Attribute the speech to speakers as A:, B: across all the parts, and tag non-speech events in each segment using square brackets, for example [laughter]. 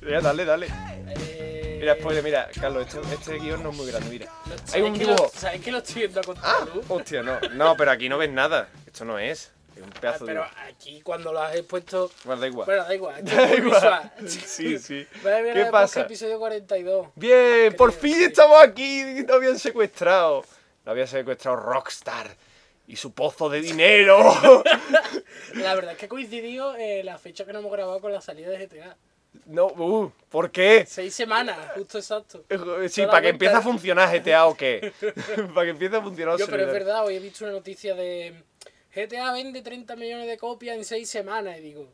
A: Mira, dale, dale.
B: Eh,
A: Mira, spoiler, mira, Carlos, este, este guión no es muy grande, mira.
B: lo-
A: Hay
B: ¿sabes
A: un
B: que lo-
A: dibujo.
B: ¿Sabes que lo estoy viendo a contra
A: ¡Ah!
B: luz?
A: Hostia, no. No, pero aquí no ves nada. Esto no es. Es un
B: Ah,
A: pedazo de.
B: Pero aquí cuando lo has expuesto.
A: Bueno, da igual.
B: Bueno, da igual.
A: [laughs]
B: aquí
A: Da
B: es
A: igual.
B: visual.
A: Sí,
B: [laughs]
A: sí.
B: Vale, mira,
A: ¿Qué
B: porque
A: pasa?
B: Episodio 42.
A: Bien, por
B: Creo,
A: fin
B: sí.
A: estamos aquí. Lo habían secuestrado. Lo habían secuestrado Rockstar y su pozo de dinero.
B: [laughs] La verdad es que coincidió eh, la fecha que no hemos grabado con la salida de GTA.
A: no, uh, ¿por qué? Eh,
B: Seis semanas, justo exacto.
A: Sí,
B: Solamente-
A: para que empiece a funcionar GTA o
B: [laughs]
A: qué. [laughs] para que empiece a funcionar.
B: Yo, pero es
A: servidor.
B: verdad, hoy he visto una noticia de GTA vende 30 millones de copias en 6 semanas. Y digo,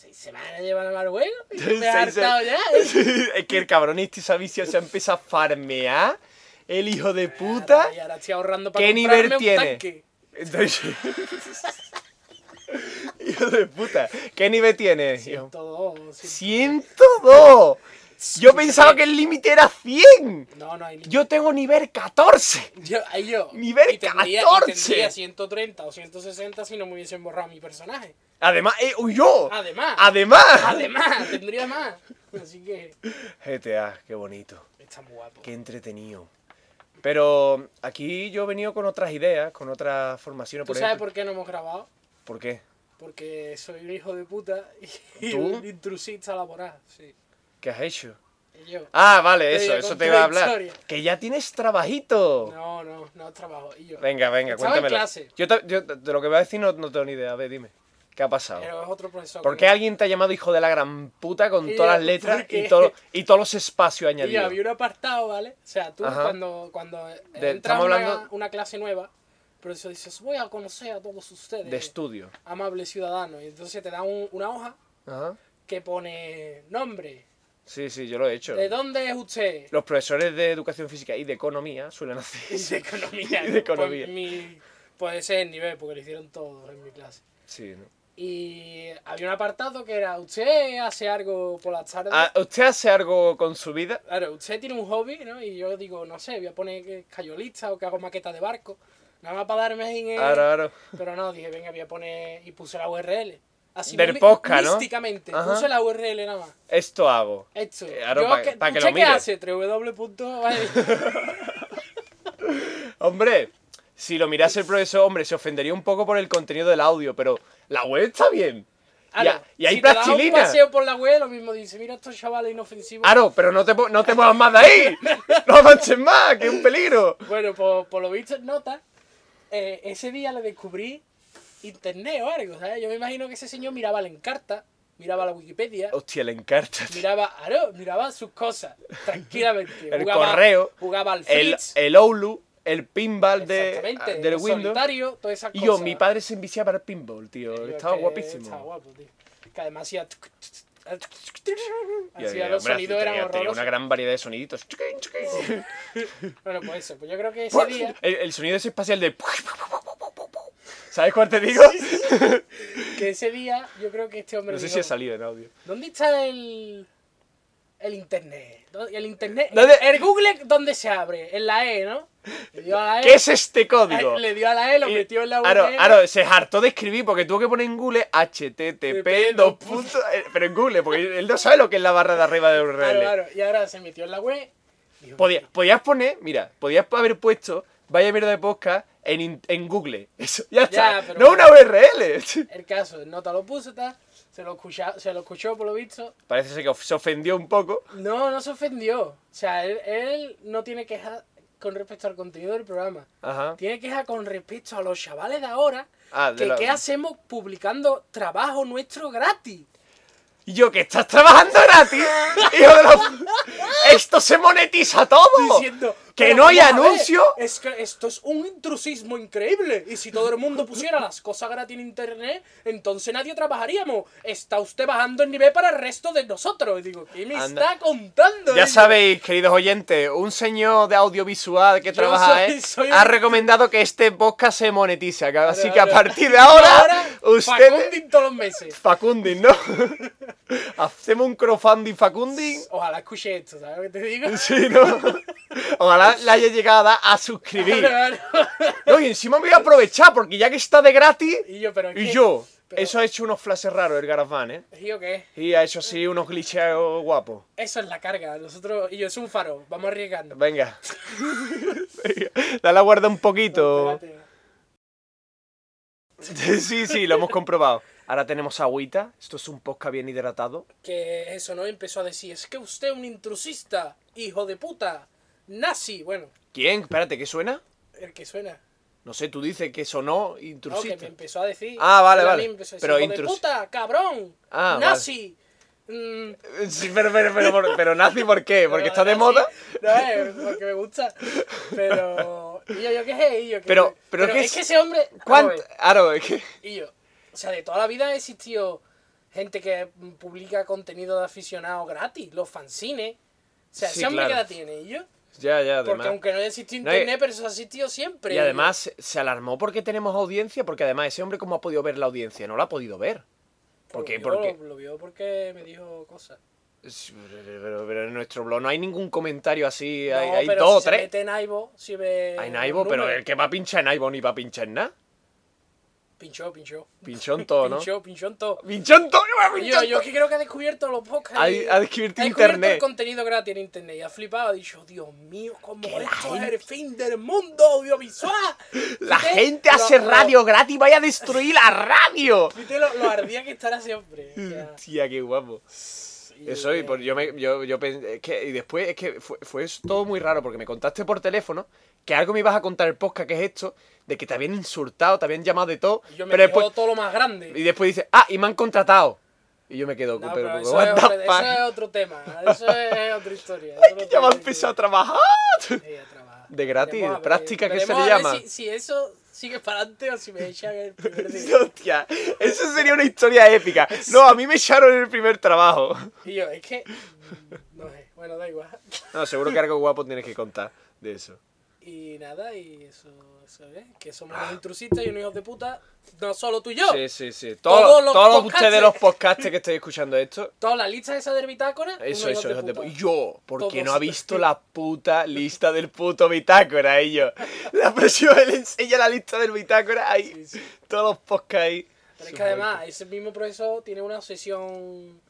B: ¿6 semanas llevan a
A: [laughs]
B: mal juego? Y Me he
A: Seis-
B: hartado ya.
A: [laughs] es que el cabrón este se ha viciado, se ha empezado a farmear. El hijo de [laughs] puta.
B: Y ahora estoy ahorrando para
A: ¿Qué
B: comprarme
A: nivel
B: un
A: tiene?
B: tanque.
A: Entonces- [laughs] hijo de puta. ¿Qué nivel tiene? hijo?
B: 102, 100.
A: 102. Yo pensaba que el límite era 100.
B: No, no hay límite.
A: Yo tengo nivel 14.
B: Yo, ahí yo.
A: Nivel
B: y tendría, y
A: 14.
B: tendría 130 o 160 si no me hubiesen borrado mi personaje.
A: Además, eh, uy, yo.
B: Además.
A: Además.
B: Además, tendría más. Así que
A: GTA, qué bonito.
B: está muy guapo.
A: Qué entretenido. Pero aquí yo he venido con otras ideas, con otras formaciones.
B: ¿Tú
A: Por
B: sabes
A: ejemplo.
B: por qué no hemos grabado?
A: ¿Por qué?
B: Porque soy un hijo de puta y
A: ¿Tú?
B: [laughs] un intrusista laboral. Sí.
A: ¿Qué has hecho?
B: Y yo.
A: Ah, vale, eso,
B: Te
A: eso te
B: conté
A: iba a
B: la
A: hablar.
B: historia.
A: Que ya tienes trabajito.
B: No, no, no trabajo. Y yo.
A: Venga, venga,
B: Estaba en
A: cuéntamelo.
B: clase.
A: Yo, te- yo te- de lo que voy a decir no, no tengo ni idea. A ver, dime. ¿Qué ha pasado?
B: Pero es otro profesor.
A: ¿Por
B: que
A: qué
B: no-
A: alguien te ha llamado hijo de la gran puta con
B: Y
A: todas
B: yo,
A: las letras
B: ¿por qué?
A: y,
B: [laughs]
A: todo- y todos los espacios
B: Y yo,
A: añadidos?
B: había un apartado, ¿vale? O sea, tú
A: Ajá.
B: cuando, cuando entras a
A: estamos
B: una,
A: hablando-
B: una clase nueva, el profesor dice, voy a conocer a todos ustedes,
A: De estudio.
B: amables ciudadanos. Y entonces te da un- una hoja
A: Ajá.
B: que pone nombre,
A: Sí, sí, yo lo he hecho.
B: de dónde
A: [laughs]
B: es usted,
A: Los profesores de educación física y de economía suelen
B: [laughs]
A: hacer
B: de economía.
A: Y de
B: ¿no?
A: economía.
B: Pues, mi- pues ese es el nivel, porque lo hicieron todos en mi clase.
A: Sí. ¿no?
B: Y había un apartado que era, usted hace algo por las tardes.
A: Ah, ¿Usted hace algo con su vida?
B: Claro, usted tiene un hobby, ¿no? Y yo digo, no sé, voy a poner que cayolista o que hago maqueta de barco. Nada más para darme en el...
A: Ahora, ahora.
B: Pero no, dije, venga, voy a poner... Y puse la URL. Así
A: Del
B: mí-
A: podcast, ¿no?
B: Místicamente,
A: Ajá.
B: puse la URL nada más.
A: Esto hago.
B: Esto.
A: Eh, claro,
B: Yo
A: pa- pa' que lo
B: ¿usted
A: mire.
B: qué hace?
A: [laughs]
B: www.
A: Hombre, si lo mirase el profesor, hombre, se ofendería un poco por el contenido del audio, pero la web está bien. Y,
B: Claro,
A: ha- y hay
B: si te das un
A: plastilina.
B: paseo por la web, lo mismo dice, mira estos chavales inofensivos.
A: Aro, pero Ah, no te, po- no te muevas más de ahí. No avances más, que es un peligro.
B: Bueno, por, por lo visto en nota, eh, ese día le descubrí internet o algo, ¿sabes? Yo me imagino que ese señor miraba la encarta, miraba la Wikipedia,
A: Hostia, le encarta.
B: miraba aro, miraba sus cosas, tranquilamente.
A: El correo,
B: Jugaba al
A: El,
B: Fritz,
A: el Oulu, el pinball de,
B: exactamente,
A: del
B: el
A: Windows.
B: solitario, todas esas
A: Y
B: cosas.
A: yo, mi padre se enviciaba para el pinball, tío.
B: Yo es
A: Estaba
B: que
A: guapísimo.
B: Estaba guapo, tío. Que además hacía...
A: Y,
B: Hacía
A: eh,
B: los
A: hombre, tenía-
B: sonidos eran
A: Tenía una
B: horrorosos.
A: gran variedad de soniditos.
B: Bueno, pues eso, pues yo creo
A: [laughs]
B: que ese día...
A: El, el sonido ese espacial de... [laughs] ¿Sabes cuál te digo?
B: Que ese día yo creo que este hombre
A: No sé
B: dijo,
A: si ha salido en audio.
B: ¿Dónde está el. el internet? ¿Dó- El internet.
A: ¿Dónde-
B: El Google, ¿dónde se abre? En la E, ¿no? Le dio a la E.
A: ¿Qué es este código?
B: Eh, Le dio a la E, lo
A: Y-
B: metió en la U.
A: Aro, Aro, se hartó de escribir porque tuvo que poner en Google http dos puntos, eh, pero en Google porque él no sabe lo que es la barra de arriba de URL.
B: Y ahora se metió en la web. Dijo,
A: Podía- podías poner, mira, podías haber puesto vaya mierda de podcast en, in- en Google. Eso, ya está.
B: Ya, pero
A: no una URL.
B: El caso, nota lo puso, tal. Se lo, escucha, se lo escuchó, por lo visto.
A: [laughs] Parece ser que of- se ofendió un poco.
B: No, no se ofendió. O sea, él, él no tiene queja con respecto al contenido del programa.
A: Ajá.
B: Tiene queja con respecto a los chavales de ahora.
A: Ah, de
B: que
A: la-
B: qué hacemos publicando trabajo nuestro gratis.
A: Y yo, que estás trabajando gratis. Hijo de
B: [laughs]
A: la- Esto se monetiza todo.
B: diciendo
A: ¡Oh! que
B: "Pero
A: no hay
B: vamos a ver,
A: anuncio.
B: Es que esto es un intrusismo increíble. Y si todo el mundo pusiera las cosas gratis en internet, entonces nadie trabajaríamos. Está usted bajando el nivel para el resto de nosotros. Y digo, ¿qué me
A: Anda.
B: está contando?
A: Ya
B: Y-
A: sabéis, queridos oyentes, un señor de audiovisual que
B: Yo
A: trabaja,
B: soy-
A: ¿eh?
B: [laughs] soy
A: ha
B: un-
A: recomendado que este podcast se monetiza. que- Así que a
B: ahora-
A: partir de
B: y
A: ahora,
B: Facundo
A: usted...
B: en todos los meses.
A: Facunding, ¿no? [laughs] Hacemos un crowdfunding
B: [laughs]
A: Facunding.
B: Ojalá escuche esto, ¿sabes lo que te digo? [laughs]
A: Sí, ¿no? Ojalá le haya llegado a, dar a suscribir.
B: Claro, claro.
A: No, y encima me voy a aprovechar porque ya que está de gratis...
B: Y yo, pero es
A: Y
B: que-
A: yo,
B: pero-
A: Eso ha hecho unos flashes raros el GarageBand, ¿eh?
B: ¿Y yo qué?
A: Y ha hecho así unos glitcheos guapos.
B: Eso es la carga. Nosotros y yo es un faro. Vamos arriesgando. [laughs]
A: Venga. Venga. Dale a guarda un poquito.
B: Espérate.
A: [laughs] Sí, sí, lo hemos comprobado. Ahora tenemos agüita. Esto es un posca bien hidratado.
B: Que eso, ¿no? Empezó a decir, es que usted es un intrusista, hijo de puta, nazi. Bueno,
A: ¿Quién? Espérate, ¿qué suena?
B: el que suena.
A: No sé, tú dices que sonó
B: No, que me
A: intrusista.
B: empezó a decir.
A: Ah, vale,
B: él a
A: vale.
B: mí me empezó a decir,
A: Pero
B: hijo de
A: intrus-
B: puta, cabrón,
A: Ah, vale.
B: nazi. mm,
A: [laughs] Sí, pero, pero, pero, pero, pero nazi, ¿por qué? ¿Porque
B: pero
A: está de
B: nazi,
A: moda?
B: [laughs] No, es porque me gusta. Pero. Y yo, yo qué sé, y yo qué
A: Pero-
B: sé.
A: pero ¿qué
B: es
A: es-
B: que ese hombre.
A: ¿Cuánto?
B: Vamos a
A: Claro, es que...
B: ver, Y yo. O sea, de toda la vida ha existido gente que publica contenido de aficionado gratis, los fanzines. O sea,
A: Sí,
B: ese hombre
A: claro.
B: que la tiene, y yo.
A: Ya, ya,
B: Porque
A: además.
B: aunque no haya existido
A: No hay-
B: internet, pero eso ha existido siempre.
A: Y además se- se alarmó porque tenemos audiencia, porque además ese hombre cómo ha podido ver la audiencia, no la ha podido ver. ¿Por qué?
B: Lo
A: Porque...
B: vio, Lo vio porque me dijo cosas.
A: Sí, Pero, pero- pero en nuestro blog no hay ningún comentario así. hay
B: No,
A: hay
B: pero
A: dos o
B: si
A: tres.
B: Se mete en Aibo, si ve.
A: Hay
B: los
A: Naibo, pero
B: números.
A: el que va a pinchar en Naibo ni va a pinchar en nada.
B: Pinchó, pinchó.
A: Pinchó en todo, ¿no?
B: Pinchó, pinchó en todo.
A: [laughs] ¡Pinchó en todo! que va a
B: Yo,
A: pinchar en
B: yo
A: todo!
B: que creo que ha descubierto los podcasts.
A: Ha-
B: y-
A: ha descubierto
B: el
A: internet.
B: contenido gratis en internet. Y ha flipado. Ha dicho, Dios mío, cómo
A: Que la
B: esto es
A: gente-
B: el fin del
A: [laughs]
B: mundo audiovisual.
A: La
B: Fíjate
A: gente
B: lo-
A: hace
B: lo-
A: radio gratis, vaya a destruir la radio.
B: Fíjate lo, lo ardía que estará siempre.
A: [laughs]
B: o sea,
A: Tía, qué guapo.
B: y-
A: Eso, y por- yo, me, yo, yo pen- es que, y después es que fue, fue todo muy raro porque me contaste por teléfono que algo me ibas a contar el podcast, que es esto, de que te habían insultado, te habían llamado de todo.
B: y Yo me
A: pero
B: pero
A: después,
B: todo lo más grande.
A: Y después dice, ah, y me han contratado. Y yo me quedo,
B: No,
A: pero,
B: pero eso,
A: what
B: es
A: the
B: otro,
A: fuck? [laughs]
B: eso es otro tema. Eso es otra historia.
A: Ay,
B: eso
A: que
B: no
A: ya va a
B: tiene que-
A: empezar a trabajar.
B: Sí, a trabajar.
A: De gratis,
B: Veremos a ver,
A: práctica, ¿qué se
B: veremos
A: le
B: a ver
A: llama?
B: Si, si eso sigue para adelante o si me
A: [laughs]
B: echan el primer día.
A: Hostia, eso sería una historia épica. No, a mí me echaron en el primer trabajo.
B: Y yo, es que. mm, No sé, bueno, da igual. [laughs]
A: No, seguro que algo guapo tienes que contar de eso.
B: Y nada, y eso, eso es. Que somos unos intrusistas y unos hijos de puta. No solo tú y yo.
A: Ah. Sí, sí, sí.
B: Todos
A: Todos,
B: los
A: todos
B: podcasters.
A: ustedes los podcastes que estáis escuchando esto,
B: Toda la lista esa de bitácora.
A: Eso,
B: unos
A: eso,
B: hijos
A: hijos de
B: puta.
A: pu- Yo, porque
B: Todos.
A: no ha visto la puta lista del puto bitácora, y yo. La próxima vez le enseña la lista del bitácora, ahí,
B: Sí, sí.
A: todos los podcasts ahí.
B: Pero es que además, ese mismo profesor tiene una obsesión.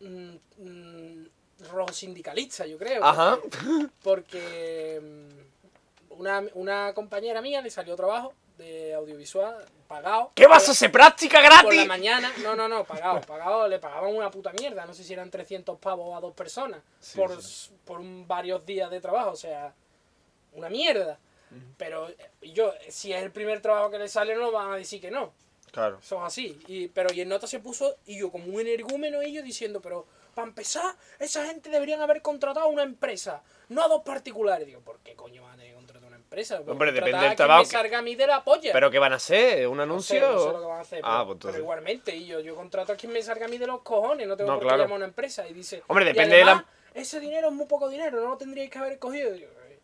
B: mm, mm, rojo sindicalista, yo creo.
A: Ajá.
B: eh, Porque mm, una, una compañera mía le salió trabajo de audiovisual pagado.
A: ¿Qué vas a hacer práctica
B: Por la
A: gratis?
B: mañana, no,
A: [laughs]
B: no, no, pagado, pagado, le pagaban una puta mierda, no sé si eran 300 pavos a dos personas
A: Sí,
B: por,
A: sí.
B: s- por un- varios días de trabajo, o sea, una mierda. Pero eh, yo, si es el primer trabajo que le sale, no van a decir que no,
A: Claro.
B: son así. Y, pero y el nota se puso, y yo como un energúmeno, ellos diciendo, pero para empezar, esa gente deberían haber contratado a una empresa, no a dos particulares. Digo, ¿por qué coño van a tener que contratar a una empresa? Voy a
A: Hombre, depende
B: contratar
A: del
B: a quien
A: trabajo
B: me
A: que-
B: salga a mí de la polla.
A: ¿Pero qué van a hacer? ¿Un
B: No sé,
A: anuncio?
B: no sé lo que van a hacer.
A: Ah,
B: pero,
A: pues
B: pero
A: entonces.
B: igualmente, y yo, yo contrato a quien me salga a mí de los cojones, no tengo
A: No,
B: por qué
A: claro.
B: llamar a una empresa. Y dice,
A: Hombre,
B: y
A: depende de la- em-
B: además, Ese dinero es muy poco dinero, no lo tendríais que haber cogido. Y yo, eh,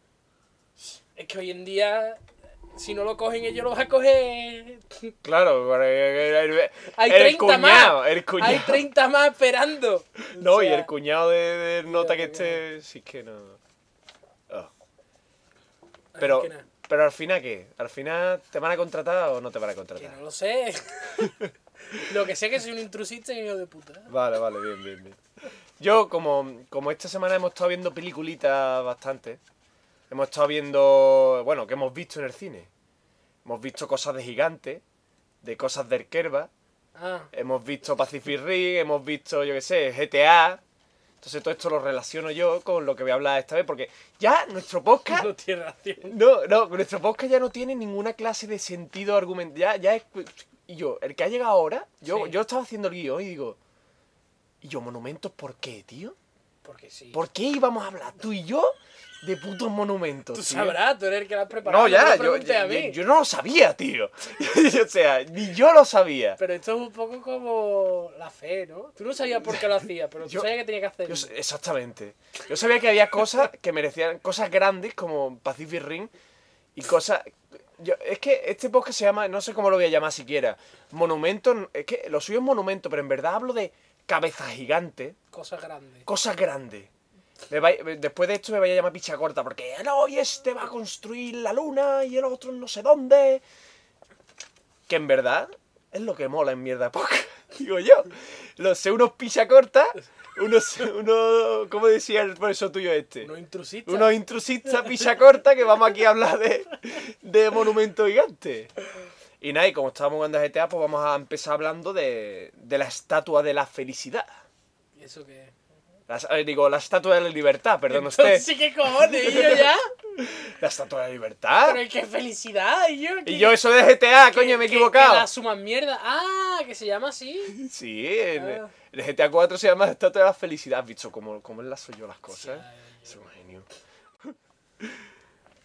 B: es que hoy en día, si no lo cogen ellos, lo van a coger.
A: Claro, para- el, el-
B: Hay
A: el
B: 30
A: cuñado,
B: más.
A: el cuñado.
B: Hay 30 más esperando. O
A: No, y
B: sea,
A: el cuñado de, de nota que
B: el cuñado.
A: esté. Si es que no. Oh.
B: así
A: Pero,
B: que nada,
A: pero al final, ¿qué? ¿Al final te van a contratar o no te van a contratar?
B: que no
A: [laughs]
B: lo sé. lo que sé que soy un intrusista y un hijo de puta.
A: Vale, vale, bien, bien, bien. Yo, como, como esta semana hemos estado viendo peliculitas bastante, hemos estado viendo, bueno, que hemos visto en el cine. Hemos visto cosas de gigantes, de cosas de Kerba,
B: Ah,
A: hemos visto Pacific Rim, hemos visto, yo qué sé, GTA. Entonces todo esto lo relaciono yo con lo que voy a hablar esta vez, porque ya nuestro podcast...
B: no tiene razón.
A: No, no, nuestro podcast ya no tiene ninguna clase de sentido argumental. Ya, ya es. pues, Y yo, el que ha llegado ahora, yo,
B: Sí.
A: yo estaba haciendo el guión y digo. ¿Y yo, monumentos por qué, tío?
B: Porque sí.
A: ¿Por qué íbamos a hablar tú y yo de putos monumentos?
B: Tú
A: tío?
B: sabrás, tú eres el que la has preparado.
A: No, ya,
B: me
A: yo,
B: preguntes a
A: yo-
B: mí.
A: yo no lo sabía, tío. [laughs] o sea, ni yo lo sabía.
B: Pero esto es un poco como la fe, ¿no? Tú no sabías por qué
A: [laughs]
B: lo hacías, pero tú
A: Yo-
B: sabías que tenía que hacerlo.
A: Yo s- exactamente. Yo sabía que había cosas que merecían, cosas grandes como Pacific Ring y cosas... Yo, es que este podcast se llama, no sé cómo lo voy a llamar siquiera, monumento, es que lo suyo es monumento, pero en verdad hablo de cabezas gigantes,
B: Cosas grandes.
A: cosas grandes. Me vai- me- después de esto me vaya a llamar picha corta, porque no, y este va a construir la luna y el otro no sé dónde. Que en verdad, es lo que mola en mierda poca, [laughs] digo yo. Los sé unos pichacortas, unos, unos, ¿cómo decía el profesor tuyo este?
B: Unos intrusistas.
A: Unos intrusistas pichacortas que vamos aquí a hablar de, de monumentos gigantes. Y nada, y como estábamos jugando a GTA, pues vamos a empezar hablando de, de la estatua de la felicidad.
B: ¿Y eso qué es?
A: La- eh, digo, la estatua de la libertad, perdón usted.
B: Entonces, ¿qué cojones? ¿Y
A: [laughs]
B: yo ya?
A: La estatua de la libertad.
B: Pero qué felicidad, ¿y yo?
A: Y yo eso de GTA, coño, me he
B: Que, la
A: equivocado.
B: suman mierda. Ah, que se llama así.
A: Sí, en-
B: Ah.
A: el GTA 4 se llama Estatua de la Felicidad. ¿Has visto cómo, cómo enlazo yo las cosas? Soy un genio. [laughs]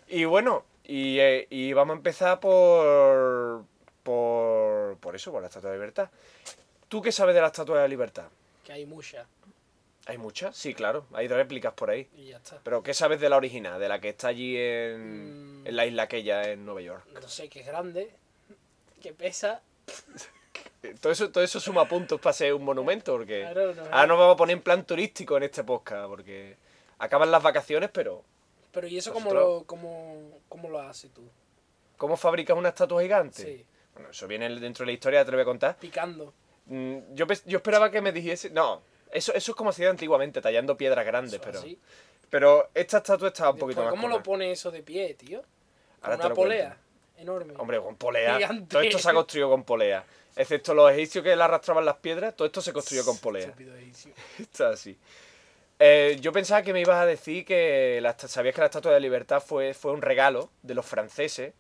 A: Y bueno, y, eh, y vamos a empezar por, por... Por eso, por la Estatua de la Libertad. ¿Tú qué sabes de la Estatua de la Libertad?
B: Que hay muchas.
A: ¿Hay muchas? Sí, claro. Hay réplicas por ahí.
B: Y ya está.
A: Pero ¿qué sabes de la original? De la que está allí en,
B: Mm.
A: en la isla aquella, en Nueva York.
B: No sé, que es grande. Que pesa.
A: Eh, Todo eso, todo eso suma puntos para ser un monumento, porque
B: Claro, no,
A: ahora nos vamos a poner en plan turístico en este podcast, porque acaban las vacaciones, pero
B: Pero ¿y eso cómo
A: Nosotros-
B: lo, cómo, cómo lo haces tú?
A: ¿cómo fabricas una estatua gigante?
B: Sí.
A: Bueno, eso viene dentro de la historia, te lo voy a contar.
B: Picando.
A: Mm, Yo, pes- yo esperaba que me dijese... No, eso, eso es como hacía antiguamente, tallando piedras grandes,
B: Eso,
A: pero...
B: así.
A: Pero esta estatua estaba un poquito
B: Después,
A: más...
B: ¿Cómo
A: corta.
B: lo pone eso de pie, tío? Con
A: Ahora te
B: una
A: lo
B: polea.
A: cuento.
B: Enorme.
A: Hombre, con polea.
B: Gigante.
A: Todo esto se ha construido con polea. Excepto los egipcios que le arrastraban las piedras, todo esto se construyó con polea.
B: Estúpido egipcio.
A: [laughs] Está así. Eh, yo pensaba que me ibas a decir que la, esta- sabías que la Estatua de la Libertad fue, fue un regalo de los franceses.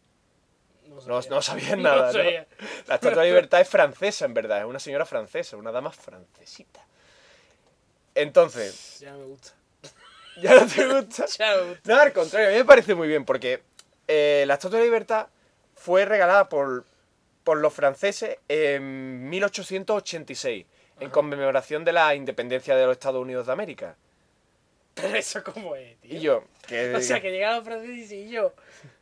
A: No,
B: sabía.
A: no
B: [laughs]
A: sabías nada, ¿no?
B: sabía.
A: La Estatua de la Libertad es francesa, en verdad. Es una señora francesa, una dama francesita. Entonces, [laughs]
B: Ya no me gusta.
A: ¿ya no te gusta?
B: Ya no me gusta. [laughs]
A: No, al contrario, a mí me parece muy bien porque eh, la Estatua de la Libertad fue regalada por, por los franceses en 1886, en conmemoración de la independencia de los Estados Unidos de América.
B: Pero eso cómo es, tío.
A: Y yo, que...
B: [laughs] O sea, que llegaron los franceses y yo,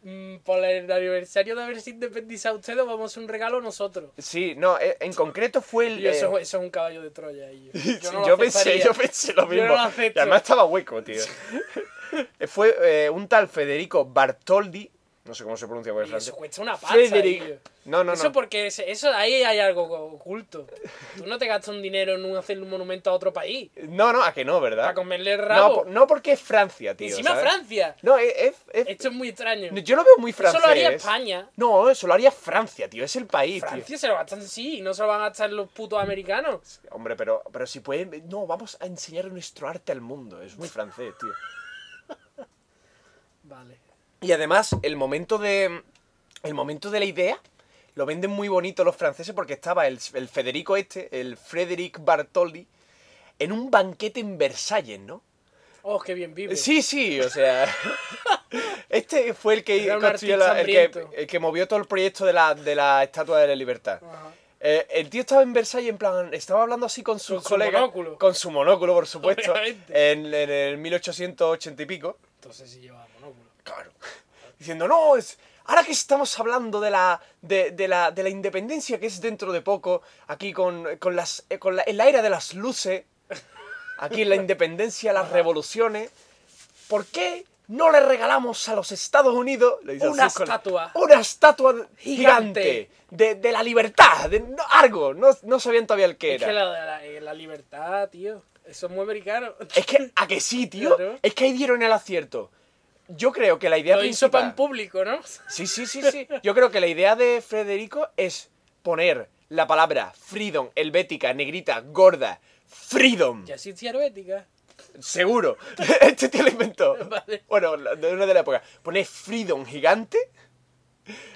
B: mm, por el aniversario de haberse independizado ustedes, os vamos a hacer un regalo nosotros.
A: Sí, no, eh, en concreto fue el...
B: Y yo, eso,
A: eh,
B: eso es un caballo de Troya. Y yo, yo no
A: [laughs] sí,
B: lo
A: yo pensé,
B: aceptaría.
A: yo pensé lo
B: Yo
A: mismo.
B: no lo
A: y
B: acepto.
A: además estaba hueco, tío. [laughs] fue eh, un tal Federico Bartoldi, no sé cómo se pronuncia por el
B: Y
A: francés.
B: eso cuesta una pasta.
A: Federico...
B: tío.
A: No, no, no.
B: Eso porque ese- eso ahí hay algo oculto. Tú no te gastas un dinero en un- hacerle un monumento a otro país.
A: No, no, a que no, ¿verdad?
B: Para comerle el
A: No,
B: rabo.
A: por- no porque es Francia, tío.
B: Encima
A: ¿sabes?
B: Francia.
A: No, es, es- es-
B: Esto es muy extraño.
A: no, Yo lo veo muy francés.
B: Eso lo haría España.
A: No, eso lo haría Francia, tío. Es el país, tío.
B: Francia se lo gastan sí, no se lo van a gastar los putos americanos.
A: Hombre, pero, pero si pueden... No, vamos a enseñar nuestro arte al mundo. Es muy francés, tío.
B: Vale.
A: Y además, el momento de. El momento de la idea. Lo venden muy bonito los franceses porque estaba el, el Federico este, el Frederic Bartoli, en un banquete en Versalles, ¿no?
B: Oh, qué bien vive.
A: Sí, sí, o sea. [laughs] Este fue el que,
B: Era un
A: construyó la-
B: artista
A: el, que,
B: hambriento.
A: el que movió todo el proyecto de la, de la Estatua de la Libertad.
B: Ajá.
A: Eh, el tío estaba en Versalles, en plan, estaba hablando así con sus
B: Con su
A: colegas.
B: monóculo.
A: Con su monóculo, por supuesto.
B: [laughs] Obviamente.
A: En, en el 1880 y pico.
B: Entonces sí lleva monóculo.
A: Claro. Diciendo, no, es. Ahora que estamos hablando de la, de, de la, de la independencia que es dentro de poco, aquí con, con las, eh, con la, en la era de las luces, aquí en la independencia, las revoluciones, ¿por qué no le regalamos a los Estados Unidos le dice a
B: Una
A: sus colegas,
B: estatua.
A: Una estatua gigante,
B: Gigante.
A: de, de la libertad, de no- algo, no, no sabían todavía el que
B: Es
A: era.
B: que la, la- eh, la libertad, tío. Eso es muy americano.
A: Es que, ¿a que sí, tío?
B: Claro.
A: Es que ahí dieron el acierto. Yo creo que la idea
B: Lo hizo
A: principal-
B: pan público, ¿no?
A: Sí, sí, sí, sí. Yo creo que la idea de Federico es poner la palabra freedom, helvética, negrita, gorda, freedom.
B: Ya sí es diabética.
A: Seguro. [laughs] Este tío lo inventó.
B: Vale.
A: Bueno, la- de una de la época. Poner freedom gigante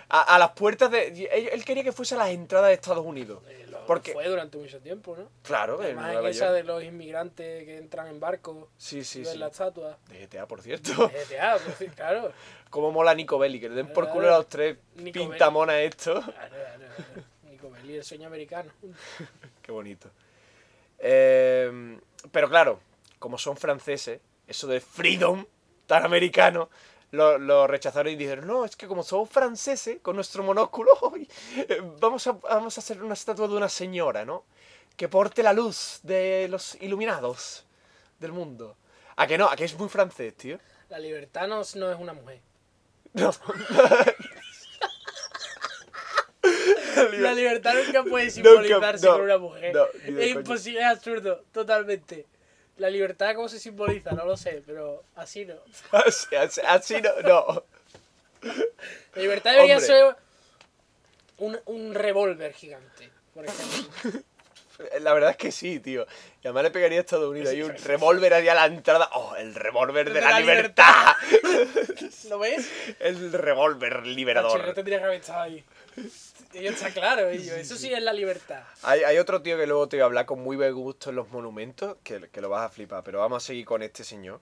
A: a, a las puertas de... y Él, él quería que fuese a las entradas de Estados Unidos.
B: Eh, lo-
A: Porque...
B: Fue durante mucho tiempo, ¿no?
A: Claro, en
B: Además, en
A: Nueva
B: esa
A: York.
B: de los inmigrantes que entran en barco
A: Sí,
B: y
A: sí,
B: ven
A: sí.
B: la estatua.
A: [laughs] De GTA, por cierto. [laughs]
B: Eh, tía, pues, sí, claro.
A: Cómo mola Nico Belli, que le den por
B: Claro.
A: culo a los tres
B: Nico Bellic.
A: pintamonas estos.
B: Claro, claro, claro. Nico Belli, el sueño americano.
A: Qué bonito. Eh, pero claro, como son franceses, eso de freedom tan americano, lo, lo rechazaron y dijeron, no, es que como somos franceses, con nuestro monóculo, [laughs] hoy, eh, vamos, a, vamos a hacer una estatua de una señora, ¿no? Que porte la luz de los iluminados del mundo. ¿A que no? ¿A que es muy francés, tío?
B: La libertad no, no es una mujer.
A: No.
B: La libertad nunca puede
A: Nunca-
B: simbolizarse
A: no,
B: con una mujer.
A: no, ni de
B: es
A: coña.
B: imposible, es absurdo, totalmente. La libertad, ¿cómo se simboliza? No lo sé, pero así no.
A: [laughs] Así, así- así no, no.
B: La libertad debería
A: Hombre.
B: ser un, un revólver gigante, por ejemplo.
A: La verdad es que sí, tío. Y además le pegaría a Estados Unidos. Hay un revólver ahí a la entrada. ¡Oh, el revólver de
B: De
A: la,
B: la
A: libertad!
B: ¿Lo ves?
A: El revólver
B: Nacho, no
A: liberador.
B: tendría que haber estado ahí. Ello está claro, ello. Eso sí es la libertad.
A: Hay, hay otro tío que luego te voy a hablar con muy buen gusto en los monumentos, que, que lo vas a flipar, pero vamos a seguir con este señor.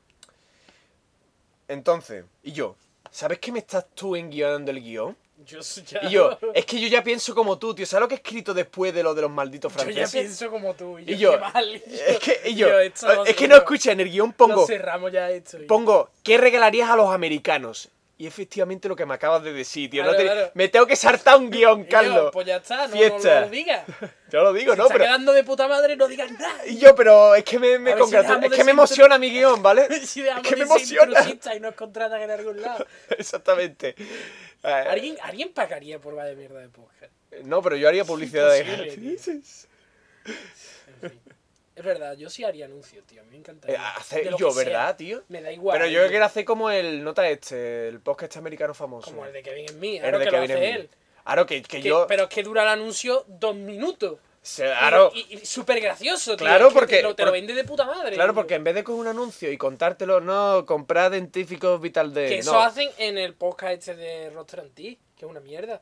A: Entonces, y yo, ¿sabes que me estás tú enguionando el guión?
B: Yo soy ya.
A: Y
B: [laughs]
A: yo, es que yo ya pienso como tú, tío. ¿Sabes lo que he escrito después de lo de los malditos
B: Yo ya
A: franceses?
B: pienso como tú.
A: Y yo, eh,
B: qué mal, [laughs] y yo-
A: es que, y yo, eh,
B: yo, esto
A: es que no
B: seguro.
A: escucha, en el guión
B: Lo
A: pongo,
B: cerramos ya esto. y-
A: pongo, ¿qué regalarías a los americanos? Y efectivamente lo que me acabas de decir, tío. no
B: Claro,
A: te-
B: claro.
A: Me tengo que saltar un guión,
B: y yo,
A: Carlos.
B: pues ya está, no,
A: Fiesta.
B: no lo digas.
A: Yo lo [laughs] digo,
B: Si
A: ¿no?
B: está
A: Pero...
B: quedando de puta madre, no digas nada. [laughs]
A: Y yo, pero es que me, me
B: A ver si
A: congratu-
B: dejamos
A: es
B: de
A: que me
B: ser
A: emociona mi guión, ¿vale?
B: [laughs] si
A: es
B: dejamos
A: que me
B: de ser
A: emociona.
B: intrusistas y nos contratan en algún lado.
A: [laughs] Exactamente. Eh,
B: ¿Alguien, alguien pagaría por va de mierda de podcast.
A: no, pero yo haría publicidad de
B: imposible,
A: gratis.
B: En fin. Es verdad, yo sí haría anuncios, tío. Me encantaría.
A: Eh, hacer
B: De lo
A: yo,
B: que sea.
A: ¿verdad, tío?
B: Me da igual.
A: pero yo
B: tío.
A: quiero hacer como el nota este, el podcast americano famoso.
B: Como el de Kevin en mí,
A: El
B: claro
A: de
B: que lo
A: Kevin
B: hace
A: Smith.
B: él.
A: Claro, que, que
B: Que-
A: yo.
B: Pero es que dura el anuncio dos minutos.
A: se- claro,
B: Y, y- y súper gracioso, tío.
A: Claro,
B: es que
A: porque-
B: Te lo, te lo
A: por-
B: vende de puta madre.
A: claro, porque en vez de coger un anuncio y contártelo, no, comprar dentíficos vital de.
B: Que
A: eh,
B: eso
A: no.
B: hacen en el podcast este de Roster and Tea, que es una mierda.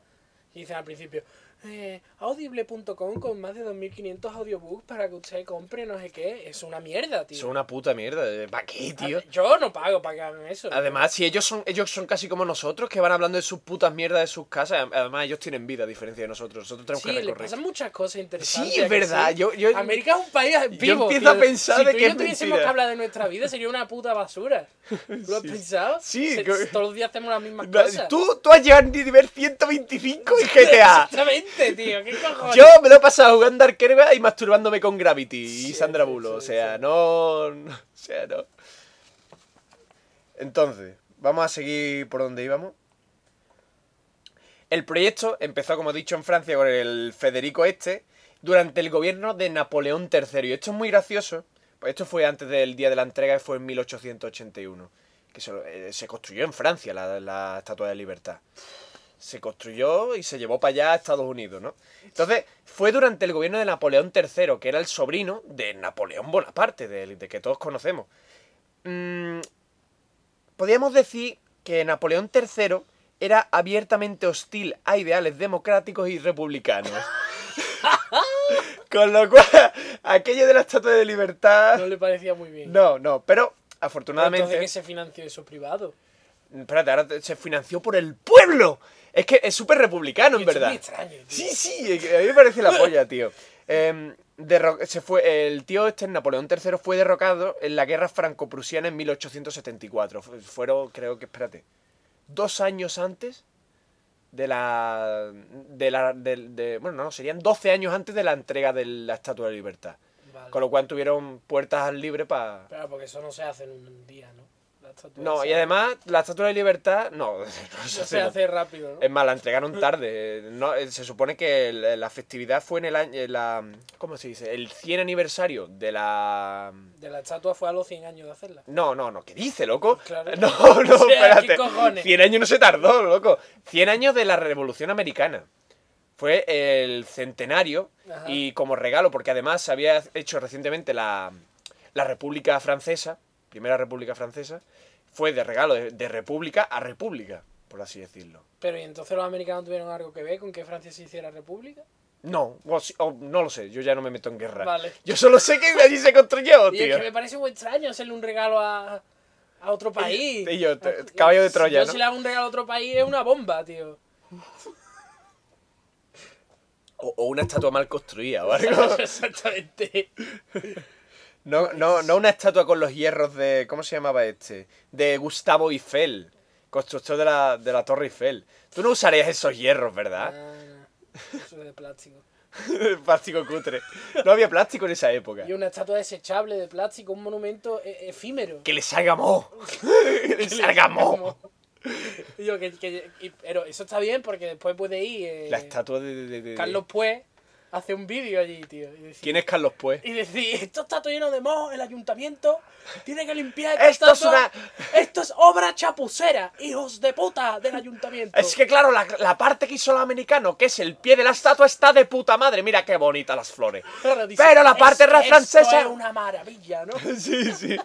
B: Y dicen al principio, eh, audible.com con más de 2500 audiobooks para que usted compre no sé qué. Es una mierda, tío.
A: Son una puta mierda. ¿Para qué, tío?
B: A- Yo no pago para que hagan eso.
A: Además, si ellos son, ellos son casi como nosotros, que van hablando de sus putas mierdas de sus casas. Además, ellos tienen vida, a diferencia de nosotros. Nosotros tenemos
B: Sí,
A: que
B: le
A: recorrer.
B: pasan muchas cosas interesantes.
A: Sí, es
B: ¿a que
A: verdad? Yo- yo-
B: América es un país vivo.
A: empiezo a
B: tío.
A: pensar
B: si
A: de
B: tú y
A: que
B: yo
A: es
B: tuviésemos
A: mentira.
B: que hablar de nuestra vida, sería una
A: [laughs]
B: puta basura. ¿Lo has pensado?
A: Sí,
B: Se-
A: que-
B: Todos los días hacemos las mismas
A: Da-
B: cosas. [laughs]
A: Tú, tú has llegado a nivel 125 en GTA.
B: Exactamente, tío. ¿Qué cojones?
A: Yo me lo he pasado jugando a Arkerba y masturbándome con Gravity y
B: Sí,
A: Sandra
B: sí,
A: Bullock. O
B: sí,
A: sea,
B: sí.
A: no, no- O sea, no. Entonces, vamos a seguir por donde íbamos. El proyecto empezó, como he dicho, en Francia con el Federico Este durante el gobierno de Napoleón III. Y esto es muy gracioso. Pues esto fue antes del día de la entrega, que fue en 1881. Que se, lo- eh, se construyó en Francia la, la Estatua de Libertad se construyó y se llevó para allá a Estados Unidos, ¿no? Entonces, fue durante el gobierno de Napoleón III, que era el sobrino de Napoleón Bonaparte, del- de, que todos conocemos. Mm, podríamos decir que Napoleón III era abiertamente hostil a ideales democráticos y republicanos.
B: [laughs]
A: Con lo cual, aquello de la Estatua de Libertad...
B: No le parecía muy bien.
A: No, no, pero
B: Pero
A: afortunadamente...
B: Entonces, ¿qué se financió eso privado?
A: Espérate, ahora te- se financió por el pueblo. Es que es súper republicano, en
B: Eso es
A: verdad.
B: muy extraño, tío.
A: sí, sí, es que a mí me parece la polla, tío. Em, derro- se fue, el tío este, Napoleón III, fue derrocado en la guerra franco-prusiana en 1874. Fu- Fueron, creo que, espérate, dos años antes de la... De la del- de- bueno, no, serían 12 años antes de la entrega de la Estatua de la Libertad.
B: Vale.
A: Con lo cual tuvieron puertas al libre para...
B: Pero porque eso no se hace en un día, ¿no? La estatua
A: No,
B: esa
A: y además la Estatua de la Libertad... No, [laughs] no se
B: No
A: hace
B: se hace rápido, ¿no?
A: Es más, la entregaron tarde. eh, No, eh, se supone que el- la festividad fue en el año. en La, ¿Cómo se dice? El 100 aniversario de la.
B: De la estatua fue a los 100 años de hacerla.
A: No, no, no, ¿qué dice, loco?
B: Claro.
A: No, [laughs] no,
B: [laughs] O sea, ¿qué
A: espérate.
B: cojones?
A: 100 años no se tardó, loco. 100 años de la Revolución Americana. Fue el centenario
B: Ajá.
A: y como regalo, porque además se había hecho recientemente la, la República Francesa, Primera República Francesa, fue de regalo de- de república a república, por así decirlo.
B: Pero ¿y entonces los americanos tuvieron algo que ver con que Francia se hiciera república?
A: No, o si- o no lo sé, yo ya no me meto en guerra.
B: Vale.
A: Yo solo sé que allí se [laughs] construyó,
B: [laughs] Y es
A: tío.
B: que me parece muy extraño hacerle un regalo a, a otro país.
A: y yo, te-
B: A-
A: caballo de Troya,
B: Yo
A: ¿no?
B: si le hago un regalo a otro país es una bomba, tío.
A: O, o una estatua mal construida o algo.
B: [laughs] Exactamente.
A: [laughs] No, no, no una estatua con los hierros de. ¿Cómo se llamaba este? De Gustavo Eiffel, constructor de la, de la Torre Eiffel. Tú no usarías esos hierros, ¿verdad?
B: Ah, eso es de plástico.
A: [laughs] plástico cutre. No había plástico en esa época.
B: Y una estatua desechable de plástico, un monumento e- efímero. [laughs]
A: Que le salga mo. que le salga mo.
B: Y Digo, que, que- y- pero eso está bien porque después puede ir. eh,
A: La estatua de. de- de- de-
B: Carlos Pues hace un vídeo allí, tío. Y decir,
A: ¿Quién es Carlos Pues?
B: y decir, esto está todo lleno de moho, el ayuntamiento tiene que limpiar
A: Esto es
B: estatua, Esto es obra chapucera, hijos de puta del ayuntamiento.
A: Es que claro, la, la parte que hizo el americano, que es el pie de la estatua, está de puta madre. Mira qué bonitas las
B: [laughs]
A: flores.
B: Claro, dice,
A: Pero la parte
B: "Es-
A: ra-
B: esto
A: francesa-
B: es una maravilla, ¿no?
A: Sí, sí.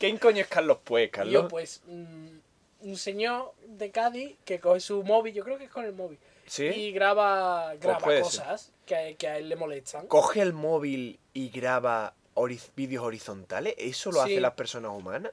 A: ¿Quién coño es Carlos Pues,
B: Y yo,
A: Carlos?
B: pues, mm, un señor de Cádiz que coge su móvil, yo creo que es con el móvil,
A: Sí. Pues
B: y graba, graba
A: puede ser.
B: cosas que, que a él le molestan.
A: Coge el móvil y graba horiz- vídeos horizontales. ¿Eso lo
B: Sí.
A: hacen las personas humanas?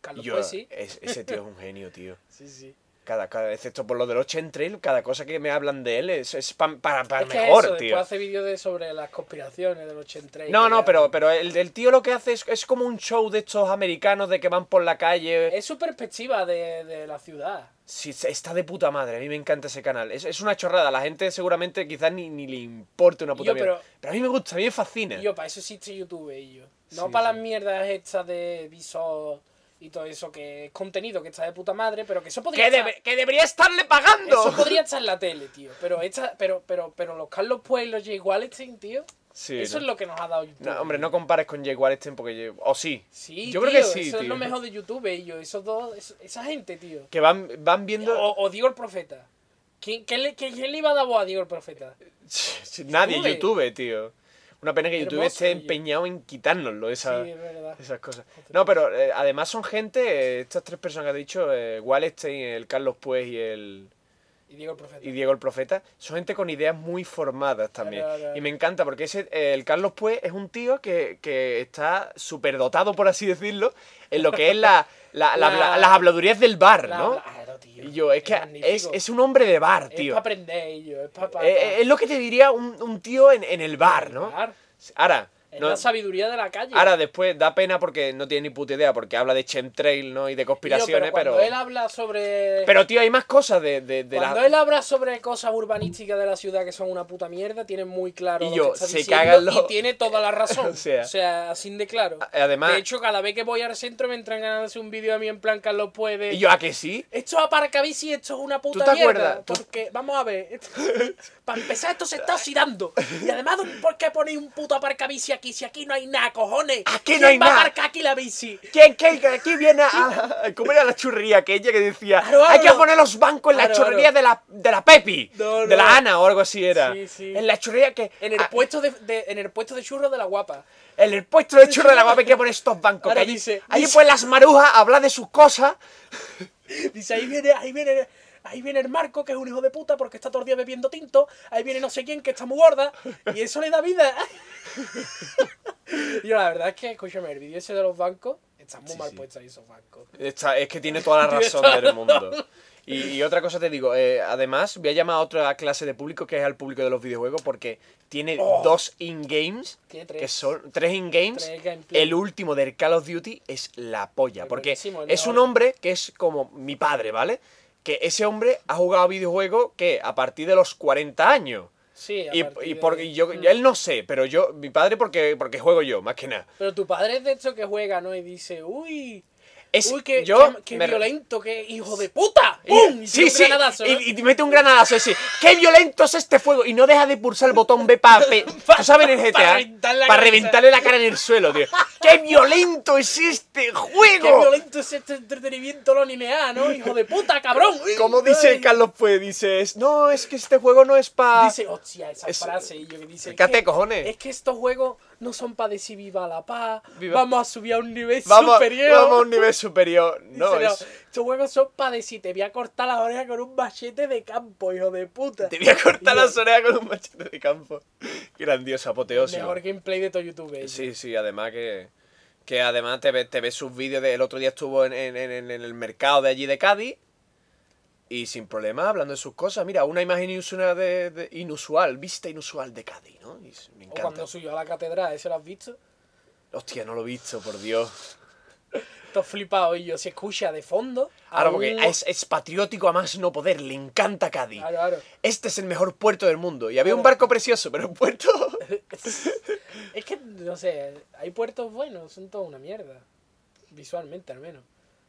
B: Carlos,
A: Yo-
B: pues sí.
A: es- ese tío es un genio,
B: [laughs]
A: tío.
B: Sí, sí.
A: Cada, cada- excepto por lo del 8 Trail, cada cosa que me hablan de él es, es pa- para, para
B: Es que
A: mejor,
B: eso,
A: tío.
B: Después hace vídeos de- sobre las conspiraciones del 83.
A: No,
B: que
A: no,
B: ya-
A: pero, pero el, el tío lo que hace es, es como un show de estos americanos de que van por la calle.
B: Es su perspectiva de, de la ciudad.
A: Sí, se- está de puta madre, a mí me encanta ese canal. Es, es una chorrada, la gente seguramente quizás ni, ni le importe una puta
B: Yo,
A: mierda.
B: pero-
A: Pero, a mí me gusta, a mí me fascina.
B: Y yo, para eso existe YouTube y yo. No
A: Sí,
B: para
A: sí.
B: las mierdas estas de visos y todo eso, que es contenido que está de puta madre, pero que eso podría
A: que,
B: estar-
A: debe- que debería estarle pagando.
B: [laughs] Eso podría estar en la tele, tío. Pero esta, pero, pero, pero los Carlos Puey y los Jay Wallenstein, tío.
A: [laughs] Sí,
B: eso
A: no.
B: es lo que nos ha dado YouTube.
A: No, hombre, no compares con Jake Wallenstein porque... yo- O sí.
B: Sí,
A: yo
B: tío,
A: creo que sí,
B: Eso es
A: tío.
B: lo mejor de YouTube, ellos. Esos dos, es- esa gente, tío.
A: Que van, van viendo... [laughs]
B: O, o Diego el Profeta. ¿Quién, qué le, qué- quién le iba a dar voz a Diego el Profeta?
A: Nadie,
B: YouTube.
A: YouTube, tío. Una pena que YouTube
B: Hermoso,
A: esté
B: yo.
A: empeñado en quitárnoslo, esa...
B: Sí, es verdad.
A: Esas cosas. No, pero eh, además son gente, eh, estas tres personas que he dicho, eh, Wallenstein, el Carlos Pues y el,
B: Y Diego el Profeta.
A: y Diego el Profeta, son gente con ideas muy formadas también.
B: Claro, claro.
A: Y me encanta porque ese, eh, el Carlos Pues es un tío que, que está superdotado, por así decirlo, en lo que es la, la- la-
B: La-
A: las habladurías del bar,
B: La-
A: ¿no?
B: la- claro, tío.
A: y yo, es que es,
B: magnífico.
A: es un hombre de bar,
B: Es
A: tío.
B: para aprender, ellos. Es para.
A: Eh, eh, es lo que te diría un, un tío en, en el bar, ¿no? Ahora,
B: Es
A: no-
B: la sabiduría de la calle.
A: ahora después da pena porque no tiene ni puta idea, porque habla de chemtrail, ¿no? Y de
B: Tío,
A: conspiraciones, pero...
B: pero. Cuando él habla sobre.
A: Pero, tío, hay más cosas de, de, de la-
B: Cuando él habla sobre cosas urbanísticas de la ciudad que son una puta mierda, tiene muy claro
A: Y
B: lo
A: yo,
B: que está
A: se
B: diciendo
A: cagan los-
B: y tiene toda la razón.
A: [laughs] O sea.
B: o sea, así de claro.
A: Además...
B: de hecho, cada vez que voy al centro me entran ganas de hacer un vídeo a mí en plan Carlos puede.
A: y yo, ¿a que sí?
B: Esto es aparcabici, esto es una puta
A: te
B: mierda.
A: acuerdas? Tú-
B: Porque, vamos a ver, esto- para empezar, esto se está oxidando. Y además, ¿por qué ponéis un puto aparcabici aquí si aquí no hay nada, cojones?
A: Aquí no
B: ¿Quién
A: hay
B: va
A: nada.
B: a aparcar aquí la bici?
A: ¿Quién, quién, aquí viene a, ¿Cómo era la churrería aquella que decía?
B: Claro,
A: Hay que
B: claro.
A: poner los bancos en la
B: Claro,
A: churrería de la, de la Pepi.
B: No, no.
A: De la Ana o algo así era.
B: Sí, sí.
A: En la churrería que...
B: En el,
A: ah,
B: puesto de, de- en el puesto de churros de la guapa.
A: en el puesto de churro de la guapa hay que poner estos bancos.
B: Ahora
A: que allí,
B: dice-
A: allí
B: dice-
A: pues las marujas hablan de sus cosas.
B: Dice, ahí viene, ahí viene, ahí viene el Marco, que es un hijo de puta porque está todo el día bebiendo tinto. Ahí viene no sé quién, que está muy gorda. Y eso le da vida. [laughs] Yo la verdad es que, escúchame, el vídeo ese de los bancos, está muy
A: Sí,
B: mal
A: sí.
B: puesto ahí esos bancos.
A: Está- es que tiene toda la
B: [laughs] Tiene
A: razón
B: toda la
A: del mundo. Y, y otra cosa te digo, eh, además voy a llamar a otra clase de público que es al público de los videojuegos porque tiene
B: Oh.
A: dos in-games,
B: Tiene tres.
A: que son tres in-games.
B: Tres gameplay.
A: El último del Call of Duty es la polla,
B: Es
A: porque
B: buenísimo, el
A: es
B: mejor.
A: un hombre que es como mi padre, ¿vale? Que ese hombre ha jugado videojuegos que a partir de los 40 años.
B: Sí, a
A: Y,
B: partir
A: y
B: de-
A: porque yo, él no sé, pero yo, mi padre porque, porque juego yo, más que nada.
B: Pero tu padre es de hecho que juega, ¿no? Y dice, uy,
A: Es-
B: uy, qué,
A: yo
B: qué- qué
A: me-
B: violento, qué hijo de puta.
A: Y-
B: ¡Pum! Y
A: ¡Uh! sí,
B: tira un
A: sí.
B: granadazo, ¿no?
A: y, y mete un granadazo, sí. ¡Qué violento es este fuego! Y no deja de pulsar el botón B para.
B: [laughs]
A: ¿Tú sabes en el GTA?
B: Para reventar la
A: Para
B: cabeza.
A: reventarle la cara en el suelo, tío. ¡Qué violento es este
B: Qué
A: juego!
B: violento es este entretenimiento lo animea, ¿no? Hijo de puta,
A: [laughs]
B: cabrón. Uy,
A: Como dice
B: ay.
A: Carlos Pues, dice, es- no, es que este juego no es para.
B: Dice, hostia, esa
A: Es-
B: frase. Y yo que dice,
A: Fíjate,
B: es que-
A: cojones.
B: Es que estos juegos no son para decir viva la paz,
A: Viva-
B: vamos a subir a un nivel
A: Vamos,
B: superior.
A: vamos a un nivel superior. No,
B: [laughs] Dice, no,
A: es-
B: estos juegos son para decir, te voy a cortar las orejas con un machete de campo, hijo de puta.
A: Te voy a cortar
B: Digo,
A: las orejas con un machete de campo. Grandioso, apoteósico.
B: Mejor gameplay de todo YouTube. eh.
A: Sí, sí, además que, que además te ves, te ves sus vídeos del otro día estuvo en, en- en- en el mercado de allí de Cádiz y sin problema hablando de sus cosas. Mira, una imagen inusual, de, de- inusual vista inusual de Cádiz, ¿no? Y s- me
B: O
A: encanta.
B: cuando subió a la catedral, ¿eso lo has visto?
A: Hostia, no lo he visto, por Dios.
B: Estás flipado y yo, se escucha de fondo. a
A: Ahora, porque
B: un-
A: es, es patriótico a más no poder, le encanta Cádiz.
B: Claro, claro.
A: Este es el mejor puerto del mundo. Y había un
B: Claro.
A: barco precioso, pero un
B: [laughs]
A: puerto.
B: Es que, no sé, hay puertos buenos, son toda una mierda. Visualmente, al menos.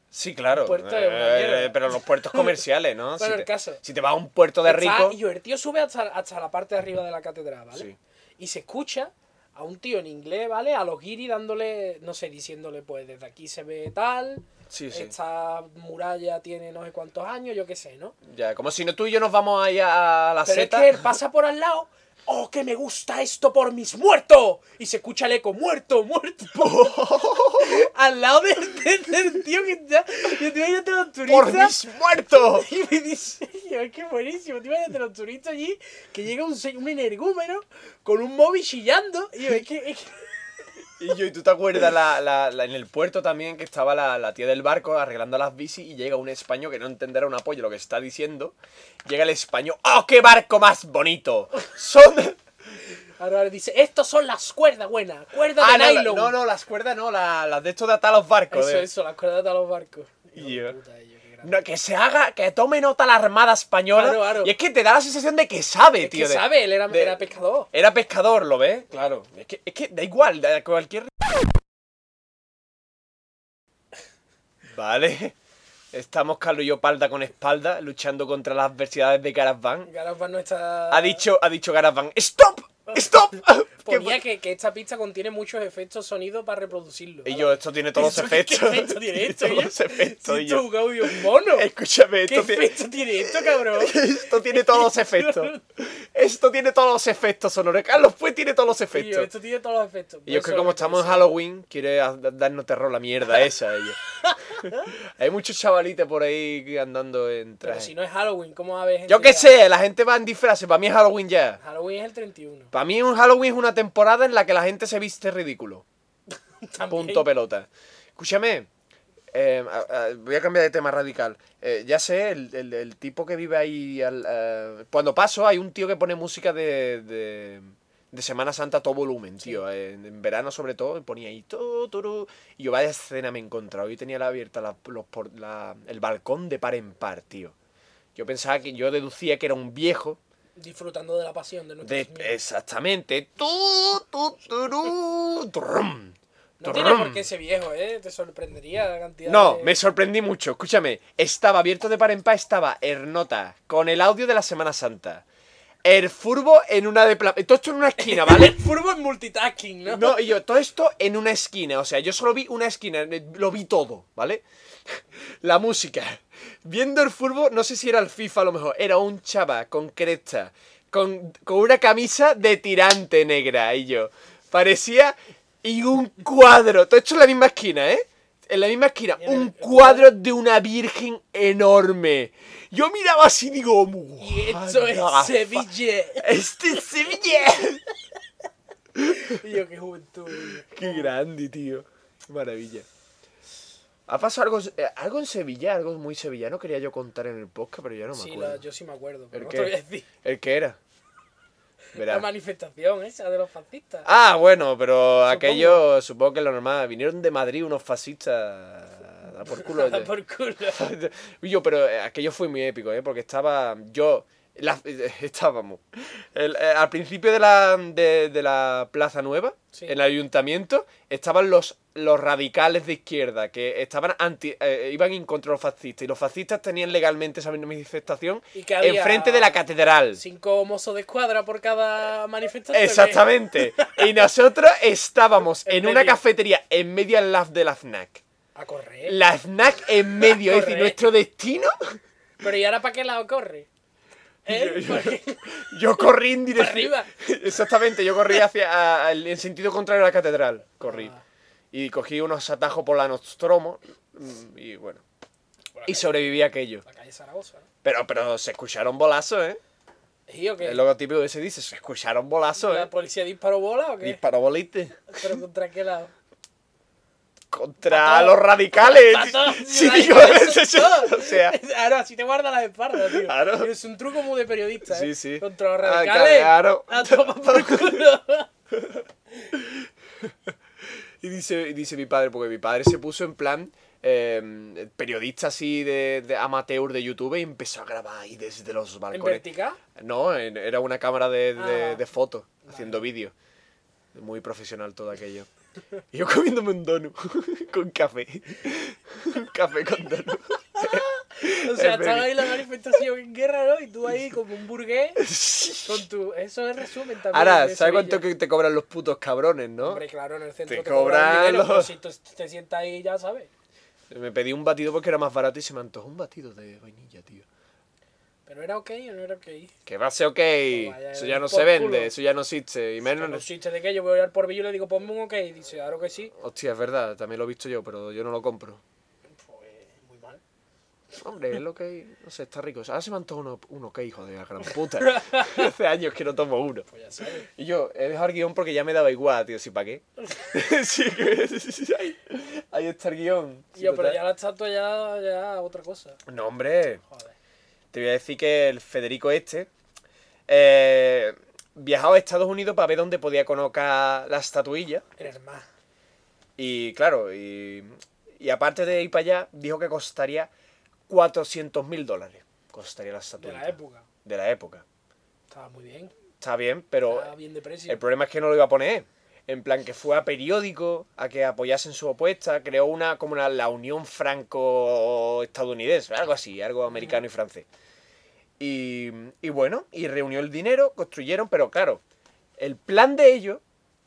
A: Sí, claro.
B: puerto es una
A: Eh,
B: mierda.
A: pero los puertos comerciales, ¿no?
B: Bueno,
A: si,
B: el
A: te,
B: caso.
A: si te vas a un puerto de
B: Está-
A: rico.
B: Y el tío sube hasta, hasta la parte de arriba de la catedral, ¿vale?
A: Sí.
B: Y se escucha a un tío en inglés, ¿vale? A los guiris dándole, no sé, diciéndole, pues desde aquí se ve tal,
A: Sí, sí.
B: esta muralla tiene no sé cuántos años, yo qué sé, ¿no?
A: Ya, como si no tú y yo nos vamos ahí a la
B: Pero
A: seta.
B: es que él pasa por al lado. ¡Oh, que me gusta esto por mis muertos! Y se escucha el eco, muerto, muerto.
A: [laughs]
B: al lado del, del- del tío que está. Yo te voy a los
A: [laughs] ¡Por
B: turistas.
A: mis muertos!
B: Y me dice, [laughs] yo, es que buenísimo, te imagínate los turistas allí, que llega un, se- un energúmeno con un móvil chillando, y yo, es que, es que-
A: Y yo, ¿y tú te acuerdas la, la- la- en el puerto también que estaba la, la tía del barco arreglando las bicis y llega un español que no entenderá un apoyo lo que está diciendo? Llega el español, ¡oh, qué barco más bonito!
B: [laughs]
A: Son...
B: ahora le dice, estos son las cuerdas buenas, cuerdas
A: Ah,
B: de
A: no, la-
B: nylon.
A: no, no, las cuerdas no, la- las de estos de atar los barcos.
B: Eso,
A: de-
B: eso, las cuerdas de los barcos. Hijo de
A: Yo.
B: puta, yo, qué grande.
A: No, que se haga, que tome nota la Armada Española.
B: Claro, claro.
A: Y es que te da la sensación de que sabe,
B: Es
A: tío.
B: que
A: de-
B: sabe, él era,
A: de-
B: era pescador.
A: Era pescador, ¿lo ves? Claro. Es que, es que da igual, da cualquier. Vale. Estamos Carlos y yo palda con espalda, luchando contra las adversidades de Caravan.
B: Garabán no está...
A: Ha dicho, ha dicho Caravan, ¡Stop! ¡Stop!
B: [laughs]
A: [laughs]
B: Ponía que, que esta pista contiene muchos efectos sonidos para reproducirlo.
A: Y yo, esto tiene todos los
B: ¿Eso [laughs] qué-
A: efectos.
B: ¿Qué
A: [laughs]
B: efecto tiene esto?
A: todos
B: yo?
A: los efectos.
B: [laughs]
A: y
B: Si esto es
A: yo,
B: un audio
A: [laughs]
B: mono.
A: Escúchame,
B: ¿Qué
A: esto tiene,
B: efecto tiene esto, cabrón?
A: [laughs] Esto tiene todos los
B: [laughs]
A: efectos. Esto tiene todos los efectos sonoros. Carlos pues tiene todos los
B: Y yo,
A: efectos.
B: esto tiene todos los efectos.
A: Y yo es que
B: Eso
A: como
B: es lo
A: estamos en
B: pienso.
A: Halloween, quiere a- da- darnos terror la mierda esa.
B: [laughs]
A: ella. Hay muchos chavalitos por ahí que andando en
B: Pero
A: traje.
B: si no es Halloween, ¿cómo va a haber gente
A: pues, Yo qué
B: que-
A: sé, la gente va en disfraces. Para mí es Halloween ya.
B: Halloween es el 31.
A: Para mí un Halloween es una temporada en la que la gente se viste ridículo.
B: También.
A: Punto pelota. Escúchame. eh, a- a- voy a cambiar de tema radical. Eh, ya sé, el, el- el tipo que vive ahí. al- eh, cuando paso, hay un tío que pone música de, de, de Semana Santa a todo volumen, tío. En, en verano, sobre todo, ponía ahí. tu, turu. y yo, vaya escena me he encontrado. Yo tenía la abierta la- los por- la- el balcón de par en par, tío. Yo pensaba que. Yo deducía que era un viejo.
B: Disfrutando de la pasión de nuestros
A: de- eh,
B: amigos.
A: exactamente. Tu, tu, turu, turrum,
B: No tiene por
A: turrum.
B: qué ese viejo, ¿eh? Te sorprendería la cantidad
A: No,
B: de...
A: me sorprendí mucho. Escúchame, estaba abierto de par en par, estaba Ernota con el audio de la Semana Santa. El furbo en una de pla- Todo esto en una esquina,
B: El
A: ¿vale?
B: [laughs] furbo es multitasking, ¿no?
A: No, y yo, todo esto en una esquina. O sea, yo solo vi una esquina, eh, lo vi todo, ¿vale? [laughs] La música. Viendo el furbo, no sé si era el FIFA a lo mejor, era un chava con cresta, con, con una camisa de tirante negra, y yo. Parecía. Y un cuadro. Todo esto en la misma esquina, ¿eh? En la misma esquina,
B: Mira,
A: un
B: el- el
A: cuadro de una virgen enorme. Yo miraba así y digo,
B: Y esto es
A: "What the fuck?".
B: Sevilla.
A: Este es Sevilla.
B: [laughs] Y yo, qué juventud. tío.
A: Qué grande, tío. Qué maravilla. Ha pasado algo, eh, algo en Sevilla, algo muy sevillano quería yo contar en el podcast, pero ya no me
B: sí,
A: acuerdo.
B: la- yo sí me acuerdo, pero
A: ¿El
B: no
A: qué?
B: te voy a decir.
A: ¿El que era?
B: La
A: Verá.
B: manifestación esa de los fascistas.
A: Ah, bueno, pero aquello supongo que es lo normal. Vinieron de Madrid unos fascistas. a dar por
B: [laughs]
A: culo.
B: Nada por culo.
A: Y [laughs] yo, pero eh, aquello fue muy épico, ¿eh? Porque estaba yo... la- [laughs] estábamos el- eh, al principio de la, de, de la Plaza Nueva,
B: Sí.
A: en el ayuntamiento, estaban los, los radicales de izquierda que estaban anti, eh, iban en contra de los fascistas. Y los fascistas tenían legalmente esa manifestación
B: Y que había-
A: enfrente de la catedral.
B: Cinco mozos de escuadra por cada manifestante.
A: Exactamente. Y nosotros estábamos
B: En
A: en una
B: medio.
A: cafetería en medio al lab de la FNAC.
B: A correr.
A: La FNAC en medio, es decir,
B: Correcto.
A: nuestro destino.
B: Pero ¿y ahora para qué lado corre? ¿Eh?
A: Yo- yo-
B: ¿Para qué?
A: [laughs] Yo corrí en dirección.
B: arriba.
A: [laughs] Exactamente, yo corrí hacia a- al- en sentido contrario a la catedral. Corrí.
B: Ah.
A: Y cogí unos atajos por la Nostromo. mm, Y bueno. Y sobreviví a aquello.
B: La calle Zaragoza, ¿no?
A: Pero, pero se escucharon bolazos, ¿eh?
B: ¿Y o qué?
A: El logotipo que se dice, se escucharon bolazos,
B: ¿La
A: ¿eh?
B: policía disparó bola o qué?
A: Disparó bolite.
B: ¿Pero contra
A: [laughs]
B: qué lado?
A: Contra
B: Pa' todo.
A: los radicales.
B: Pa' todo,
A: [laughs] Sí,
B: ciudadano,
A: digo,
B: eso es todo.
A: o sea.
B: Claro, Ah, así te guarda las espaldas, tío.
A: Claro.
B: Es un truco muy de periodista, ¿eh?
A: Sí, sí.
B: Contra los
A: Ah,
B: radicales.
A: claro.
B: A tomar
A: [laughs]
B: por culo.
A: Y dice, y dice mi padre, porque mi padre se puso en plan eh, periodista así de, de amateur de YouTube y empezó a grabar ahí desde los
B: ¿En
A: balcones.
B: vertical?
A: No, en- era una cámara de, de,
B: Ah.
A: de foto, haciendo vídeo. Muy profesional todo aquello. Y yo comiéndome un donut [laughs] con café. un café con donut.
B: O sea,
A: Es
B: estaba
A: very-
B: ahí la manifestación en guerra, ¿no? Y tú ahí como un burgués con tu... Eso es resumen también.
A: Ahora,
B: de
A: ¿sabes
B: Sevilla.
A: cuánto que te cobran los putos cabrones, no?
B: Hombre, claro, en el centro
A: Te
B: te, cobran
A: cobran
B: dinero,
A: los-
B: pero si tú te sientas ahí ya sabes.
A: Me pedí un batido porque era más barato y se me antojó un batido de vainilla, tío.
B: Pero era ok o no era ok.
A: Que va a ser ok.
B: vaya,
A: eso ya no
B: por
A: se vende,
B: culo.
A: eso ya no existe. Y menos.
B: No existe de que yo voy al porbillo y le digo, ponme un ok. Y dice, claro que sí.
A: Hostia, es verdad, también lo he visto yo, pero yo no lo compro.
B: Pues muy mal.
A: Hombre, es lo que. No sé, está rico. Ahora se me antoja uno, uno que hijo de la gran
B: [laughs]
A: puta. Hace años que no tomo uno.
B: Pues ya [laughs] sabes.
A: Y yo he dejado el guión porque ya me daba igual, tío, si para qué. [laughs] sí, que. ahí, ahí está el guión. Sí,
B: Yo, pero
A: total.
B: ya la estatua ya, ya otra cosa.
A: No, hombre.
B: Joder.
A: Te voy a decir que el Federico este eh, viajaba a Estados Unidos para ver dónde podía colocar la estatuilla.
B: Eres más.
A: Y claro, y, y aparte de ir para allá, dijo que costaría 400 mil dólares. Costaría la
B: De
A: estatuilla.
B: la época.
A: De la época.
B: Estaba muy bien.
A: Está bien, pero
B: Estaba bien de precio.
A: el problema es que no lo iba a poner. En plan, que fue a periódico a que apoyasen su opuesta. Creó una como una, la Unión Franco-Estadounidense, algo así, algo americano y francés. Y, y bueno, y reunió el dinero, construyeron, pero claro, el plan de ellos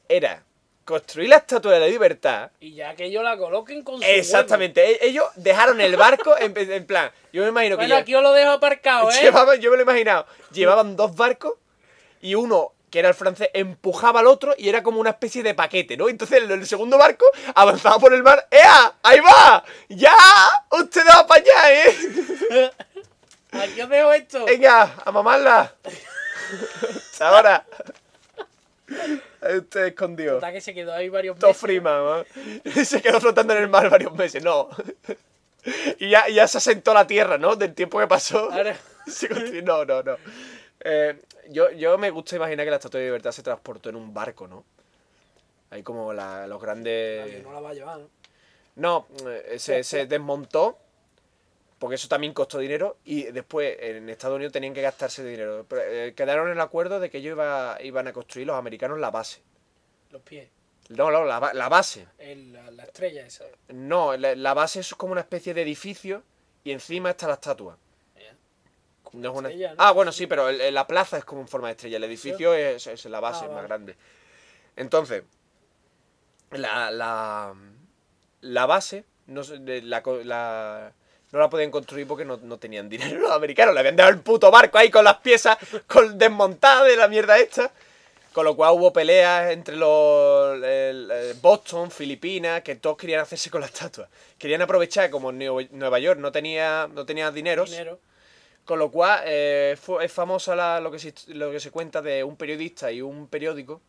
A: era construir la Estatua de la Libertad.
B: Y ya que ellos la coloquen con su
A: Exactamente, e- ellos dejaron el barco en, en plan, yo me imagino
B: huevo.
A: que
B: Bueno,
A: ya-
B: aquí os lo dejo aparcado, ¿eh?
A: Llevaban, yo me lo he imaginado. Llevaban dos barcos y uno, que era el francés, empujaba al otro y era como una especie de paquete, ¿no? Entonces el, el segundo barco avanzaba por el mar. ¡Ea! ¡Ahí va! ¡Ya! ¡Usted va para allá,
B: [laughs]
A: eh!
B: Aquí os dejo esto.
A: ¡Venga! ¡A mamarla! [laughs] Hasta ahora! Ahí Usted escondió.
B: Total que se quedó ahí varios
A: Todo
B: meses.
A: frima, ¿no? [laughs] Se quedó flotando en el mar varios meses, no. [laughs] Y ya, y ya se asentó la tierra, ¿no? Del tiempo que pasó. [laughs]
B: Ahora-
A: Sí, continu- No, no, no. Eh, yo, yo me gusta imaginar que la Estatua de Libertad se transportó en un barco, ¿no? Hay como la- los
B: Nadie
A: grandes...
B: no la va a llevar, ¿no?
A: No, eh, se, se desmontó, porque eso también costó dinero, y después en Estados Unidos tenían que gastarse dinero. Pero, eh, quedaron en el acuerdo de que ellos iba- iban a construir los americanos la base.
B: Los pies.
A: No, no, la, ba- la base.
B: El- la, la estrella esa.
A: No, la, la base es como una especie de edificio y encima está la estatua. No es una...
B: estrella, ¿no?
A: Ah, bueno, sí, pero el- el- la plaza es como en forma de estrella. El edificio es, es la base, es
B: Ah,
A: más
B: vale.
A: grande. Entonces, la, la, la base no, se- de la, co- la- no la podían construir porque no, no tenían dinero los americanos. Le habían dado el puto barco ahí con las piezas con, desmontadas de la mierda esta. Con lo cual hubo peleas entre los el- el Boston, Filipinas, que todos querían hacerse con la estatua. Querían aprovechar, como Nue- Nueva York no tenía, no tenía dineros,
B: Dinero.
A: con lo cual, eh, fu- es famosa la- lo, que se, lo que se cuenta de un periodista y un periódico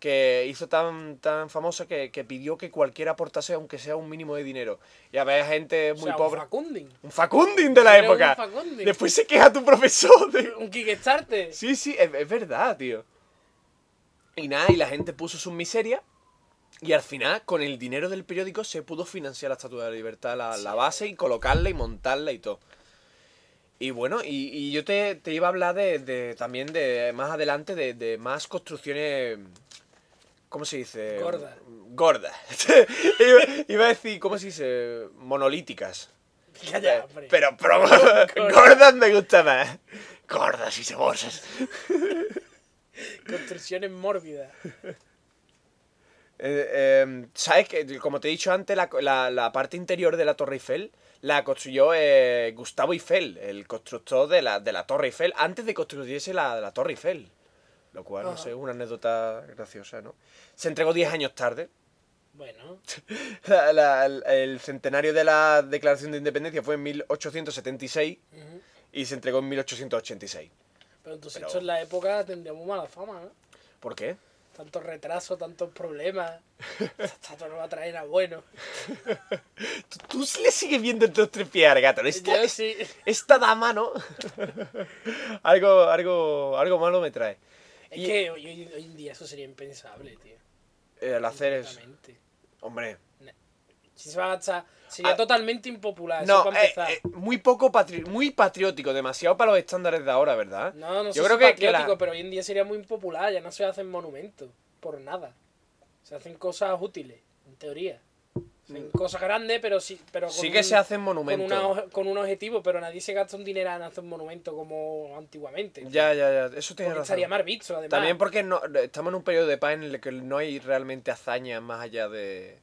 A: que hizo tan, tan famoso que, que pidió que cualquiera aportase, aunque sea un mínimo de dinero. Y había gente
B: O
A: muy
B: sea, un
A: pobre.
B: Facunding.
A: Un facunding de la
B: Era un
A: época.
B: facunding.
A: Después se queja tu profesor. de-
B: Un Kickstarter. [laughs]
A: Sí, sí, es, es verdad, tío. Y nada, y la gente puso sus miserias. Y al final, con el dinero del periódico, se pudo financiar la Estatua de la Libertad, la, la base, y colocarla y montarla y todo. Y bueno, y, y yo te, te iba a hablar de, de- también de más adelante de, de más construcciones. ¿Cómo se dice?
B: Gordas.
A: Gordas. [laughs] iba, iba a decir, ¿cómo se dice? Monolíticas.
B: Calla, hombre.
A: Pero,
B: [laughs]
A: pero gordas me gusta más. Gordas y saborosas.
B: Construcciones mórbidas.
A: Eh, eh, ¿Sabes que Como te he dicho antes, la, la- la parte interior de la Torre Eiffel la construyó eh, Gustavo Eiffel, el constructor de la, de la Torre Eiffel, antes de construirse la, la Torre Eiffel. Lo cual, no
B: Ajá.
A: sé, es una anécdota graciosa, ¿no? Se entregó 10 años tarde. [laughs]
B: Bueno,
A: La- la- el, el centenario de la Declaración de Independencia fue en 1876
B: ujú.
A: y se entregó en 1886.
B: pero entonces
A: Pero-
B: esto en la época tendría muy mala fama, ¿no?
A: ¿Por qué?
B: Tantos retrasos, tantos problemas. Esta todo no va a traer
A: [laughs]
B: a bueno.
A: ¿Tú, tú sí le sigues viendo entre los tres pies al gato,
B: Eh,
A: ¿no? Esta-
B: Yo sí.
A: esta dama, ¿no? [laughs] algo, algo, algo malo me trae.
B: Es
A: Y-
B: que hoy, hoy- hoy en día eso sería impensable, tío.
A: Eh, al hacer es...
B: Completamente.
A: Hombre.
B: Si se va a gastar, sería
A: Ah.
B: totalmente impopular. Ah, eso
A: No,
B: para
A: eh,
B: empezar.
A: eh, muy poco patri- muy patriótico, demasiado para los estándares de ahora, ¿verdad?
B: no, no
A: yo
B: sé
A: creo
B: si
A: que- que la-
B: patriótico, pero hoy en día sería muy impopular. Ya no se hacen monumentos por nada. Se hacen cosas útiles. en teoría. En cosas grandes, pero sí. Pero con
A: Mm. Sí que
B: un-
A: se hacen
B: con,
A: monumentos.
B: una oje- con un objetivo, pero nadie se gasta un dinero en hacer un monumento como antiguamente.
A: Ya, ya, ya. Eso tiene
B: Porque
A: razón.
B: estaría mal visto, además.
A: También porque no, estamos en un periodo de paz en el que no hay realmente hazañas más allá de.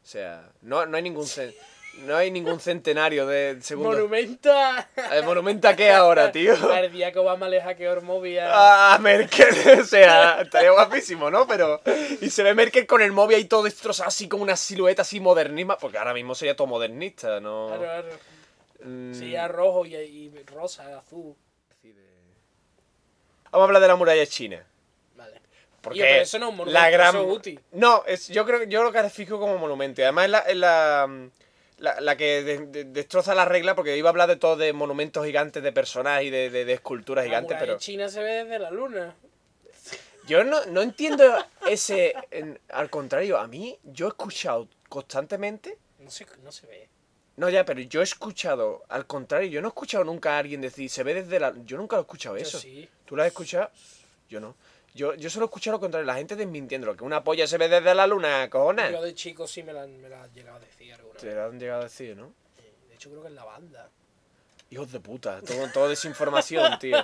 A: O sea, no, no hay ningún cen- no hay ningún centenario de segundos.
B: Monumento a...
A: Eh, ¿Monumenta qué ahora,
B: [laughs]
A: tío? Ah,
B: Al día que Obama le hackeó el móvil a-
A: A Merkel, [laughs] o sea, estaría guapísimo, ¿no? Pero. Y se ve Merkel con el móvil ahí todo destrozado, así como una silueta así modernisma. Porque ahora mismo sería todo modernista, ¿no?
B: Claro, claro.
A: Mm.
B: Sí, a rojo y, y rosa, azul.
A: Vamos a hablar de la muralla china.
B: Vale.
A: Porque
B: Oye, pero eso no es un monumento,
A: la gran...
B: eso es útil.
A: No, es, yo creo yo lo califico como monumento. Y además es la, es la, la, la que de- de- destroza la regla, porque iba a hablar de todo de monumentos gigantes, de personas y de, de- de esculturas gigantes,
B: la Ah, muralla
A: pero...
B: China se ve desde la luna.
A: Yo no, no entiendo ese... en- al contrario, a mí yo he escuchado constantemente...
B: No se, no se ve.
A: No, ya, pero yo he escuchado, al contrario, yo no he escuchado nunca a alguien decir, se ve desde la... Yo nunca lo he escuchado
B: Yo
A: Pues eso.
B: sí.
A: ¿Tú lo has escuchado? Yo no. Yo, yo solo he escuchado lo contrario, la gente desmintiéndolo, que una polla se ve desde la luna, cojones.
B: Yo de chico sí me la, me la han llegado a decir alguna
A: Te
B: vez.
A: lo han llegado a decir, ¿no?
B: De hecho, creo que en la banda.
A: Hijos de puta, todo, todo desinformación,
B: [laughs]
A: tío.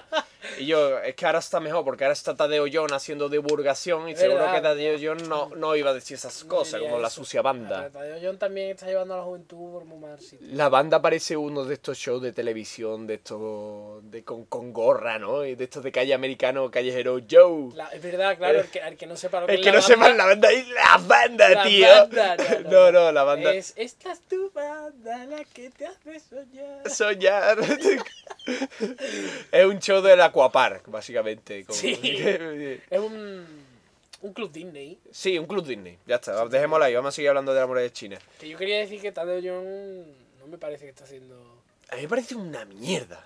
A: Y yo, es que ahora está mejor, porque ahora está Tadeo John haciendo divulgación y
B: Es
A: seguro
B: verdad,
A: que Tadeo John no, no iba a decir esas cosas,
B: diría
A: como la
B: eso.
A: sucia banda.
B: Pero Tadeo John también está llevando a la juventud por muy mal sitio.
A: La banda parece uno de estos shows de televisión, de estos de con, con gorra, ¿no? Y de estos de calle americano, callejero Joe.
B: La- es verdad, claro, el que, el que no sepa lo que
A: es
B: es
A: Eh, que
B: la
A: no
B: banda,
A: sepan la banda y la banda,
B: la
A: tío.
B: banda,
A: [laughs] no, no, la banda.
B: Es, esta es tu banda la que te hace soñar.
A: Soñar. [laughs] es un show del Aquapark, básicamente. como-
B: Sí. Es un, un club Disney.
A: [laughs] Sí, un club Disney. Ya está, dejémosla ahí. Vamos a seguir hablando de la muralla china.
B: Que yo quería decir que Tadeo John no me parece que está haciendo...
A: A mí me parece una
B: [laughs]
A: mierda.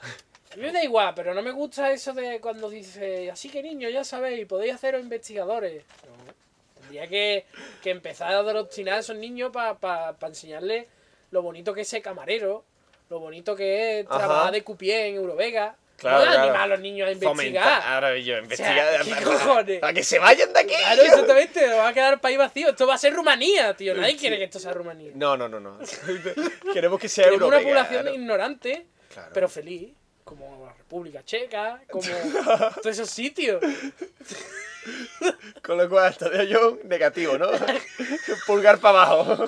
B: A mí me da igual, pero no me gusta eso de cuando dice, así que niños, ya sabéis, podéis haceros investigadores. No. Tendría que, que empezar a adoctrinar a esos niños para enseñarles lo bonito que es ser camarero, lo bonito que es
A: Ajá.
B: trabajar de cupié en Eurovega.
A: Claro,
B: no
A: claro.
B: animar a los niños a investigar.
A: Fomenta- Ahora yo,
B: O sea,
A: investigar.
B: ¿qué
A: para-
B: cojones?
A: Para que se vayan de aquí.
B: Claro,
A: tío.
B: exactamente, va a quedar el país vacío. Esto va a ser Rumanía, tío. Nadie quiere que esto sea Rumanía.
A: No, no, no, no. [laughs] Queremos que sea
B: Tenemos una
A: europea.
B: población
A: claro.
B: ignorante,
A: Claro.
B: pero feliz. Como la República Checa,
A: [laughs]
B: como todos esos sitios.
A: Con lo cual, Tadeo Young, negativo,
B: [laughs]
A: ¿no? Pulgar para abajo.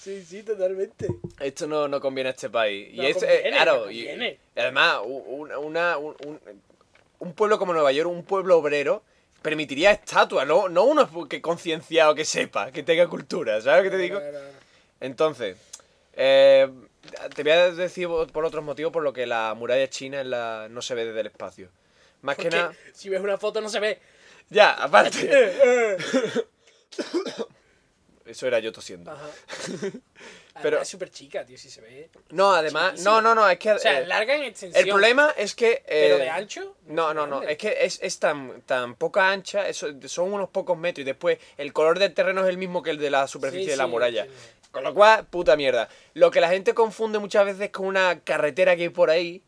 B: Sí, sí, totalmente.
A: Esto no, no conviene a este país.
B: No
A: y esto,
B: conviene,
A: eh, claro,
B: no
A: y-
B: conviene.
A: y además, u- una, una- un, un- un pueblo como Nueva York, un pueblo obrero, permitiría estatuas, no, no uno que concienciado que sepa, que tenga cultura, ¿sabes lo que te digo? Entonces, eh, te voy a decir por otros motivos por lo que la muralla china es la- no se ve desde el espacio. Más que nada.
B: si ves una foto no se ve. Eh,
A: Ya, aparte. [laughs] Eso era yo tosiendo.
B: [laughs] Ajá.
A: Pero-
B: Pero es súper chica, tío, si se ve.
A: No, además.
B: Chiquísimo.
A: No, no, no, es que.
B: O sea,
A: eh,
B: larga en extensión.
A: el problema es que.
B: Pero
A: eh,
B: de ancho.
A: No, no, no.
B: grande.
A: Es que es, es tan, tan poca ancha, eso- son unos pocos metros. Y después el color del terreno es el mismo que el de la superficie
B: Sí,
A: de la
B: sí,
A: muralla.
B: sí.
A: Con lo cual, puta mierda. Lo que la gente confunde muchas veces con una carretera que hay por ahí.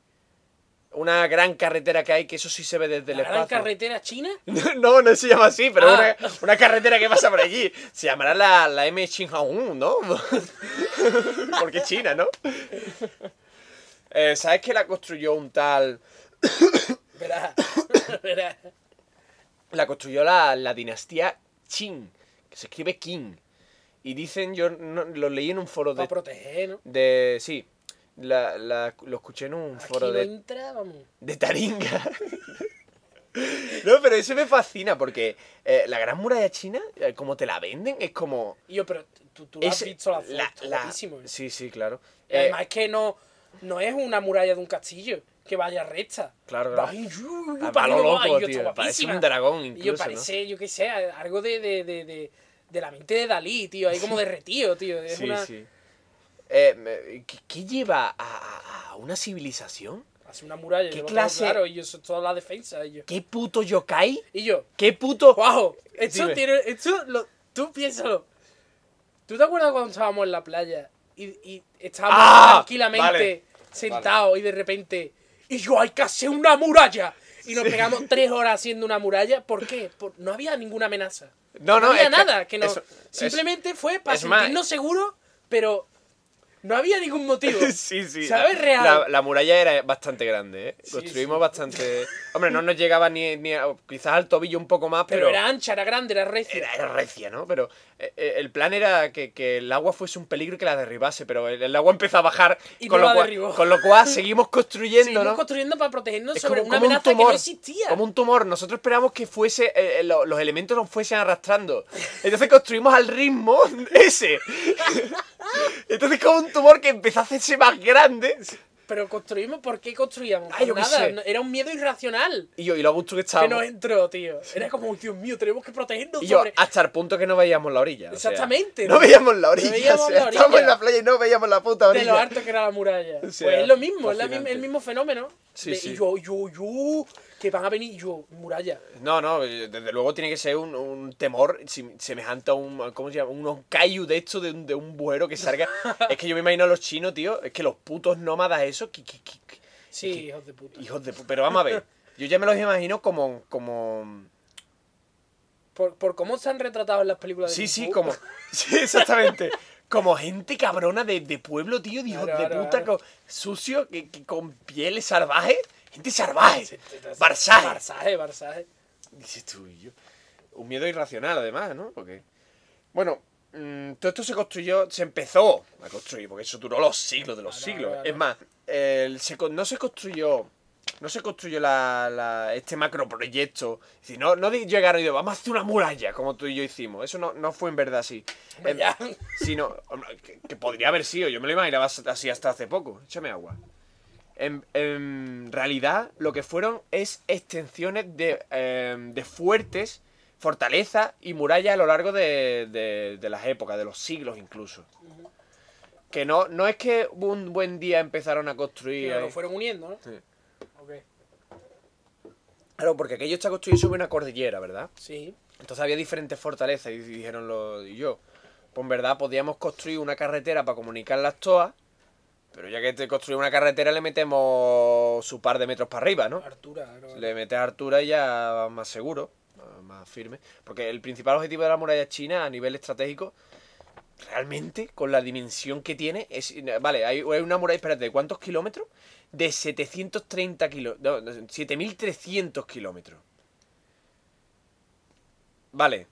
A: Una gran carretera que hay, que eso sí se ve desde el
B: La gran
A: espacio.
B: carretera china.
A: [laughs] No, no se llama así, pero
B: Ah.
A: una, una carretera que pasa por allí. Se llamará la, la M Xinjiang, ¿no? [laughs] Porque es China, ¿no? Eh, ¿Sabes que la construyó un tal...
B: Verá. [laughs] Verá.
A: La construyó la, la dinastía Qin, que se escribe Qin. Y dicen, yo no- lo leí en un foro
B: Para
A: de...
B: proteger, ¿no?
A: de sí, la- la- lo escuché en un
B: Aquí
A: foro
B: no
A: de...
B: entra, vamos.
A: De Taringa. [laughs] No, pero eso me fascina porque eh, la gran muralla china, eh, como te la venden, es como.
B: Y yo, pero tú, tú has
A: es
B: visto la foto.
A: la-
B: está
A: la-
B: guapísimo, ¿eh?
A: Sí, sí, claro.
B: Y
A: Eh,
B: además es que no, no es una muralla de un castillo que vaya recta.
A: Eh, Claro, claro.
B: Va y- yu- yu-
A: a
B: para
A: lo loco,
B: arriba, y yo,
A: tío.
B: está
A: Parece
B: guapísima.
A: un dragón
B: Y yo
A: incluso, ¿no?
B: parece, yo qué sé, algo de, de, de, de, de la mente de Dalí, tío.
A: [laughs]
B: Ahí como derretido, tío. Es
A: Sí,
B: una,
A: sí. Eh, me- ¿qué, qué lleva a- a- a una civilizaron?
B: Hace una muralla.
A: ¿Qué
B: yo lo tengo
A: clase?
B: Claro, y yo soy toda la defensa. Y yo,
A: ¿Qué puto yokai?
B: y yo
A: ¿Qué puto.?
B: guau, esto
A: Eh, Dime.
B: tiene... Esto lo, tú piénsalo. ¿Tú te acuerdas cuando estábamos en la playa y, y estábamos
A: ¡Ah!
B: tranquilamente
A: Vale.
B: sentados y de repente... Y yo, hay que hacer una muralla. y nos pegamos tres horas haciendo una muralla. ¿Por qué? Por- no había ninguna amenaza.
A: No, no,
B: había
A: es que-
B: nada. Que, no,
A: eso-
B: simplemente fue para
A: es más-
B: sentirnos seguros, pero no había ningún motivo.
A: [laughs] [laughs] Sí, sí.
B: ¿Sabes? Real.
A: La, la muralla era bastante grande, ¿eh?
B: Sí,
A: Construimos
B: sí.
A: bastante. Hombre, no nos llegaba ni, ni a- quizás al tobillo un poco más,
B: pero,
A: pero.
B: era ancha, era grande, era recia.
A: Era, era recia, ¿no? Pero eh, eh, el plan era que, que el agua fuese un peligro y que la derribase, pero el, el agua empezó a bajar.
B: Y
A: con,
B: no la
A: lo
B: derribó.
A: cual, con lo cual
B: [laughs]
A: seguimos construyendo,
B: Seguimos
A: ¿no?
B: construyendo para protegernos
A: Es
B: sobre
A: como,
B: una
A: como un
B: amenaza
A: tumor.
B: que no existía.
A: Como un tumor. Nosotros esperábamos que fuese eh, eh, lo- los elementos nos fuesen arrastrando. Entonces construimos al ritmo [laughs] ese. Entonces como un tumor que empezó a hacerse más grande.
B: Pero construimos, ¿por qué construíamos?
A: Ah,
B: Por
A: yo qué
B: nada,
A: sé.
B: no- era un miedo irracional
A: Y yo, y lo a gusto que
B: que
A: estábamos.
B: nos entró, tío. Era como, "Uy, Dios mío, tenemos que protegernos
A: y yo, "Ah,
B: sobre...
A: hasta el punto que no veíamos la orilla. o sea,
B: Exactamente,
A: no
B: ¿no?
A: veíamos la orilla.
B: No veíamos
A: o sea,
B: la orilla.
A: Estábamos en la playa y no veíamos la puta
B: de lo
A: orilla.
B: harto que era la muralla.
A: O sea,
B: pues es lo mismo, es la
A: fascinante.
B: mim- el mismo fenómeno.
A: Sí,
B: de,
A: sí.
B: Y yo, yo, yo, que van a venir, yo, muralla.
A: No, no, eh, desde luego tiene que ser un, un temor sim- semejante a un. ¿Cómo se llama? Un cayu de esto, de un, de un buero que
B: [laughs]
A: salga. es que yo me imagino a los chinos, tío. Es que los putos nómadas, esos. que- que- que- que-
B: Sí,
A: que-
B: hijos de puta.
A: hijos de pu- Pero vamos a ver. Yo ya me los imagino como. como
B: Por, por cómo se han retratado en las películas de
A: sí, sí,
B: Kung Fu. [laughs]
A: como. [laughs] Sí, exactamente. Como gente cabrona de, de pueblo, tío, de hijos
B: Claro,
A: de
B: claro,
A: puta,
B: claro.
A: co- sucio, que, que con pieles salvajes. Gente salvaje. Barsaje. Em,
B: Barsaje, barsaje.
A: Dices tú y yo. Un miedo irracional, además, ¿no? Porque. Bueno, mm, todo esto se construyó, se empezó a construir, porque eso duró los siglos de los
B: Claro,
A: siglos.
B: claro.
A: Es más, el- se con- no se construyó. No se construyó la, la- este macroproyecto. Es decir, no, no di- llegaron y dijeron, vamos a hacer una muralla, como tú y yo hicimos. Eso no, no fue en verdad así.
B: Hombre,
A: Em,
B: ya.
A: sino hombre, que, que podría haber sido, yo me lo imaginaba así hasta hace poco. Échame agua. En, en realidad, lo que fueron es extensiones de, em, de fuertes, fortalezas y murallas a lo largo de, de- de las épocas, de los siglos incluso. Que no, no es que un buen día empezaron a construir.
B: Pero lo
A: eh.
B: fueron uniendo, ¿no?
A: Sí.
B: Ok.
A: Claro, porque aquello está construido sobre una cordillera, ¿verdad?
B: Sí.
A: Entonces había diferentes fortalezas y dijeron lo y yo. Pues en verdad podíamos construir una carretera para comunicar las toas, pero ya que te construimos una carretera le metemos su par de metros para arriba, ¿no?
B: Artura, claro.
A: Le metes a Artura y ya vas más seguro, más- más firme. Porque el principal objetivo de la muralla china a nivel estratégico, realmente, con la dimensión que tiene, es... Vale, hay, hay una muralla, espérate, ¿de cuántos kilómetros? De 730 kilómetros, no, 7300 kilómetros. Vale,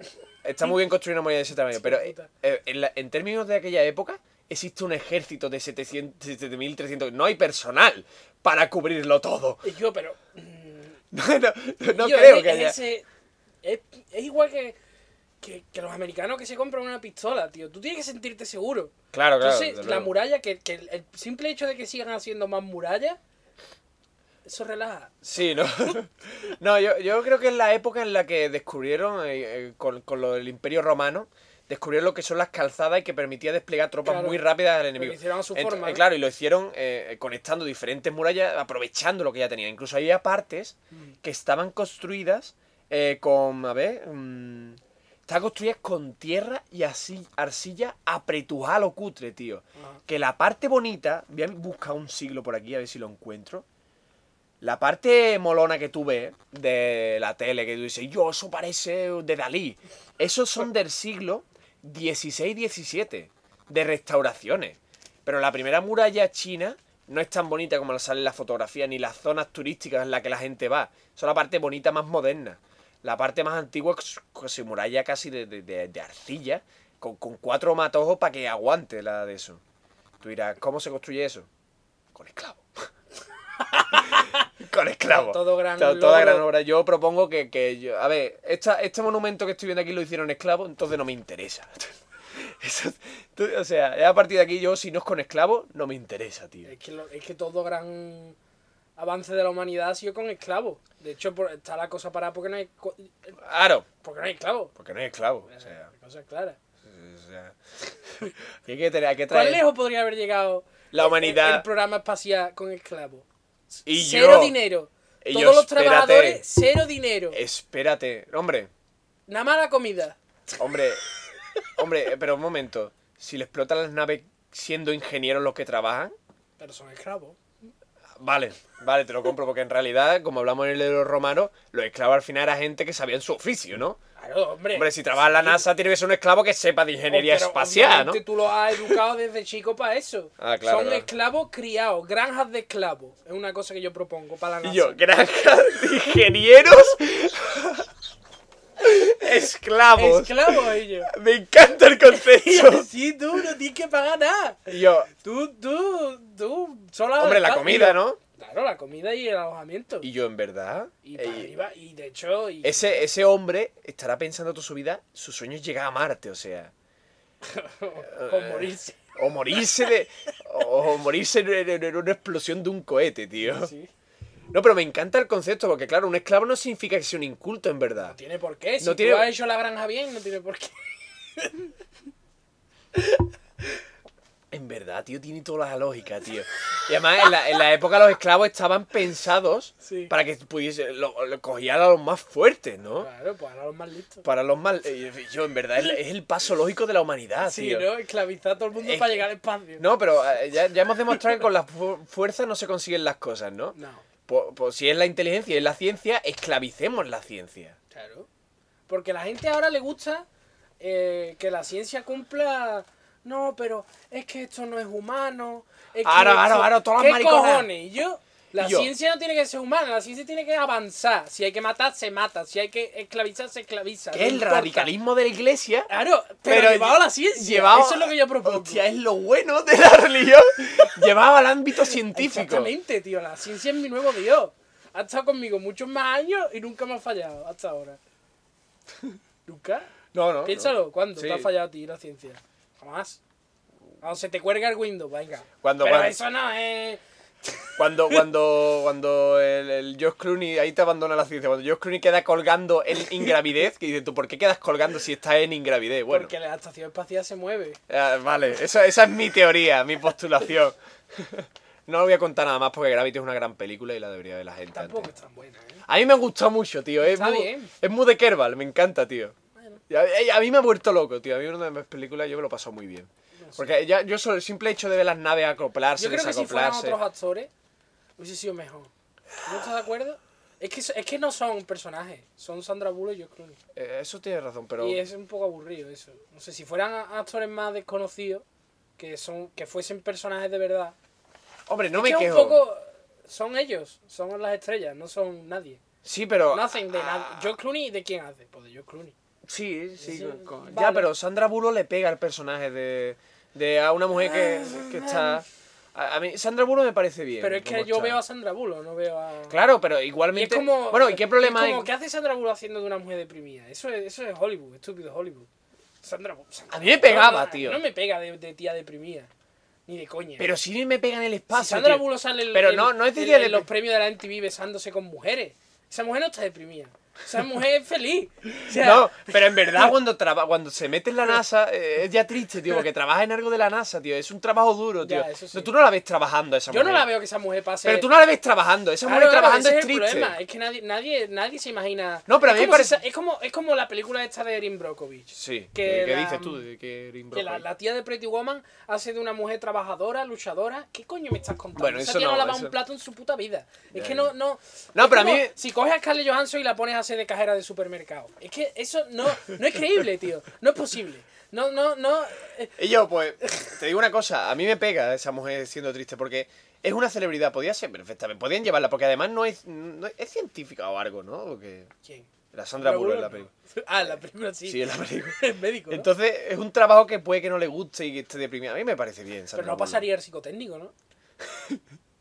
A: está muy bien construir una muralla de ese tamaño, pero eh, eh, en, la- en términos de aquella época existe un ejército de 700 7300, no hay personal para cubrirlo todo.
B: Y yo, pero... mm,
A: [laughs] No, no, no
B: Tío,
A: creo
B: es-
A: que
B: es
A: haya.
B: e, ese- es, es igual que, que, que los americanos que se compran una pistola, tío. Tú tienes que sentirte seguro.
A: Claro, Ah, claro.
B: Entonces,
A: desde
B: la
A: luego.
B: muralla, que, que el, el simple hecho de que sigan haciendo más murallas, eso relaja.
A: Sí, ¿no? [laughs] no, yo, yo creo que es la época en la que descubrieron, eh, eh, con, con lo del Imperio Romano, descubrieron lo que son las calzadas y que permitía desplegar tropas
B: Claro,
A: muy rápidas al enemigo.
B: Lo hicieron a su
A: Ent-
B: forma.
A: eh,
B: ¿no?
A: claro, y lo hicieron eh, conectando diferentes murallas, aprovechando lo que ya tenía. Incluso había partes
B: Mm.
A: que estaban construidas eh, con, a ver, mm, estaban construidas con tierra y así, arcilla apretujada lo cutre, tío.
B: Ajá.
A: Que la parte bonita, voy a buscar un siglo por aquí a ver si lo encuentro. La parte molona que tú ves de la tele, que tú dices, yo, eso parece de Dalí. Esos son del siglo XVI-XVII, de restauraciones. Pero la primera muralla china no es tan bonita como sale en la fotografía, ni las zonas turísticas en las que la gente va. Son la parte bonita más moderna. La parte más antigua es casi muralla casi de, de- de- de arcilla, con, con cuatro matojos para que aguante la de eso. Tú dirás, ¿cómo se construye eso? Con esclavo. [laughs] Con esclavo.
B: Todo gran
A: To- toda
B: logro.
A: gran obra. Yo propongo que, que yo- A ver, esta- este monumento que estoy viendo aquí lo hicieron esclavos, entonces no me interesa. [laughs] Eso- tú- o sea, ya a partir de aquí yo, si no es con esclavos, no me interesa, tío.
B: Es que, lo- es que todo gran avance de la humanidad ha sido con esclavos. De hecho, por- está la cosa parada porque no hay, co-
A: Claro,
B: porque no hay esclavos.
A: porque no es esclavo. O sea,
B: La cosa es clara.
A: o sea, [laughs] hay que tener, hay que
B: ¿Cuán
A: traer
B: lejos podría haber llegado
A: la
B: el,
A: humanidad.
B: el programa espacial con esclavos?
A: Y
B: cero
A: yo,
B: dinero.
A: Y
B: Todos
A: yo,
B: los
A: espérate.
B: trabajadores, cero dinero.
A: Espérate, hombre,
B: Nada más la comida.
A: hombre, hombre, eh, pero un momento. Si le explotan las naves siendo ingenieros los que trabajan,
B: Pero son esclavos.
A: Vale, vale, te lo compro, porque en realidad, como hablamos en el de los romanos, los esclavos al final era gente que sabía en su oficio, ¿no?
B: Claro, hombre.
A: Hombre, si trabaja en la NASA, tiene que ser un esclavo que sepa de ingeniería
B: Oh, Pero
A: espacial, ¿no?
B: obviamente tú los has educado desde chico para eso.
A: [laughs] Ah, claro,
B: Son
A: claro.
B: esclavos criados, granjas de esclavos. Es una cosa que yo propongo para la NASA.
A: Y yo, granja de ingenieros. [laughs] Esclavos.
B: Esclavos
A: [laughs]
B: ellos. [laughs]
A: Me encanta el concepto.
B: Sí, tú no tienes que pagar nada.
A: Y yo,
B: Tú, tú, tú, solo
A: hombre, la
B: estás-
A: comida, ¿no?
B: Claro, la comida y el alojamiento.
A: Y yo, en verdad.
B: Y, para
A: eh,
B: arriba, y de hecho, y-
A: ese, ese hombre estará pensando toda su vida, su sueño es llegar a Marte, o sea.
B: con
A: eh, [laughs]
B: morirse.
A: O morirse de. o, o morirse en, en- en una explosión de un cohete, tío.
B: Sí.
A: No, pero me encanta el concepto, porque claro, un esclavo no significa que sea un inculto, en verdad.
B: No tiene por qué. Si
A: No
B: tú
A: tiene-
B: has hecho la granja bien, no tiene por qué.
A: En verdad, tío, tiene toda la lógica, tío. Y además, en la, en la época los esclavos estaban pensados
B: Sí.
A: para que pudiese, lo, lo- cogían a los más fuertes, ¿no?
B: Claro, pues ahora los más listos.
A: Para los más... eh, Yo, en verdad, es, es el paso lógico de la humanidad,
B: Sí,
A: Ah, tío.
B: ¿no? Esclavizar a todo el mundo
A: Es-
B: para llegar al espacio.
A: No, pero eh, ya, ya hemos demostrado que con la fu- fuerza no se consiguen las cosas, ¿no?
B: No,
A: Pues, pues si es la inteligencia y es la ciencia, esclavicemos la ciencia.
B: claro. Porque a la gente ahora le gusta eh, que la ciencia cumpla. No, pero es que esto no es humano. Es que
A: Ahora,
B: esto-
A: ahora, ahora, todas las
B: ¿Qué
A: mariconadas.
B: cojones? Y Yo, la
A: Y yo.
B: ciencia no tiene que ser humana, la ciencia tiene que avanzar. Si hay que matar, se mata. Si hay que esclavizar, se esclaviza.
A: Que
B: no
A: es el
B: importa.
A: radicalismo de la iglesia.
B: Claro, pero, llevado a la ciencia.
A: llevado-
B: Eso es lo que yo propongo.
A: Hostia, es lo bueno de la
B: [laughs]
A: religión. llevado al ámbito científico.
B: Exactamente, tío. La ciencia es mi nuevo Dios. Ha estado conmigo muchos más años y nunca me ha fallado hasta
A: [laughs]
B: ahora. ¿Nunca?
A: No, no. no.
B: Piénsalo, ¿cuándo
A: Sí.
B: te ha fallado a ti la ciencia? Jamás. Cuando se te cuelga el Windows, venga.
A: Cuando-
B: Pero
A: cuando-
B: eso no es.
A: Cuando, cuando, cuando el, el George Clooney, ahí te abandona la ciencia, cuando George Clooney queda colgando en ingravidez, que dices tú, ¿por qué quedas colgando si estás en ingravidez? Bueno,
B: Porque la estación espacial se mueve.
A: ah, vale, esa, esa es mi teoría, mi postulación. [laughs] no voy a contar nada más porque Gravity es una gran película y la debería ver la gente
B: Tampoco
A: antes.
B: es tan buena, ¿eh?
A: A mí me gusta mucho, tío. Es
B: Está
A: muy,
B: bien.
A: Es muy de Kerbal, me encanta, tío.
B: Bueno.
A: Y A, y a mí me ha vuelto loco, tío. A mí una de mis películas yo me lo he pasado muy bien. Porque ya, yo solo el simple hecho de ver las naves acoplarse,
B: Yo creo que si fueran
A: desacoplarse...
B: otros actores, hubiese sido mejor. ¿No estás de acuerdo? Es que, so- es que no son personajes, son Sandra Bullock y George Clooney.
A: Eh, eso tienes razón, pero...
B: Y es un poco aburrido eso. No sé, si fueran a- actores más desconocidos, que son que fuesen personajes de verdad.
A: Hombre, no
B: Es
A: me
B: que es
A: quejo.
B: un poco. Son ellos, son las estrellas, no son nadie.
A: Sí, pero. ah,
B: No hacen de nada. George Clooney, ¿de quién hace? Pues de George Clooney.
A: Sí, sí.
B: Sí,
A: con- con-
B: vale.
A: Ya, pero Sandra Bullock le pega al personaje de. de a una mujer que, que está. A, a mí, Sandra Bullock me parece bien.
B: Pero es que
A: como
B: yo
A: está.
B: veo a Sandra Bullock, no veo a.
A: Claro, pero
B: Y es
A: igualmente.
B: como.
A: bueno, ¿y qué problema
B: es como,
A: hay?
B: ¿Qué hace Sandra Bullock haciendo de una mujer deprimida? Eso es, eso es Hollywood, estúpido Hollywood. Sandra Bullock. Sandra
A: A mí me
B: Bullock
A: pegaba,
B: no,
A: tío.
B: No me pega de, de tía deprimida. Ni de coña.
A: Pero si ni me pega en el espacio.
B: Si Sandra
A: tío.
B: Bullock sale en-
A: Pero
B: en-
A: no, no es de
B: en-
A: día
B: en
A: de-
B: los premios de la MTV besándose con mujeres. Esa mujer no está deprimida. Esa mujer es feliz. O [laughs]
A: [laughs]
B: sea,
A: No, pero en verdad cuando traba- cuando se mete en la NASA eh, es ya triste, tío, porque trabaja en algo de la NASA, tío. Es un trabajo duro, tío.
B: Ya, eso sí.
A: No, tú no la ves trabajando a esa
B: yo no
A: mujer.
B: la veo que esa mujer pase.
A: Pero tú no la ves trabajando. Esa
B: Claro,
A: mujer
B: claro,
A: trabajando
B: ese
A: es triste.
B: El problema. Es que nadie, nadie, nadie se imagina.
A: No, pero
B: es
A: a mí me
B: como si
A: parece-
B: sa- es, como, es como la película esta de Erin Brockovich.
A: Sí.
B: Que
A: ¿Qué, qué
B: la-
A: dices tú? de Que, Erin
B: Que la,
A: Brockovich?
B: la tía de Pretty Woman hace de una mujer trabajadora, luchadora. ¿Qué coño me estás contando?
A: Bueno,
B: Esa
A: eso
B: tía no,
A: no,
B: lava
A: eso-
B: un plato en su puta vida.
A: Ya,
B: es que
A: ya.
B: no, no.
A: No,
B: es
A: pero a
B: como
A: mí-
B: Si coges a Scarlett Johansson y la pones a hacer de cajera de supermercado. Es que eso no, no es creíble, tío. No es posible. No, no, no. eh,
A: Y yo, pues, te digo una cosa, a mí me pega esa mujer siendo triste porque es una celebridad, podía ser perfectamente, podían llevarla, porque además no es, no es, es científica o algo, ¿no? Porque
B: ¿Quién?
A: la Sandra Bullock en la
B: Bullock,
A: película.
B: no. [laughs] Ah, la película sí. [laughs]
A: Sí, en la película.
B: Es médico. ¿no?
A: Entonces, es un trabajo que puede que no le guste y que esté deprimido. A mí me parece bien,
B: pero
A: Sandra
B: no
A: Bullock.
B: pasaría el psicotécnico, ¿no? [laughs]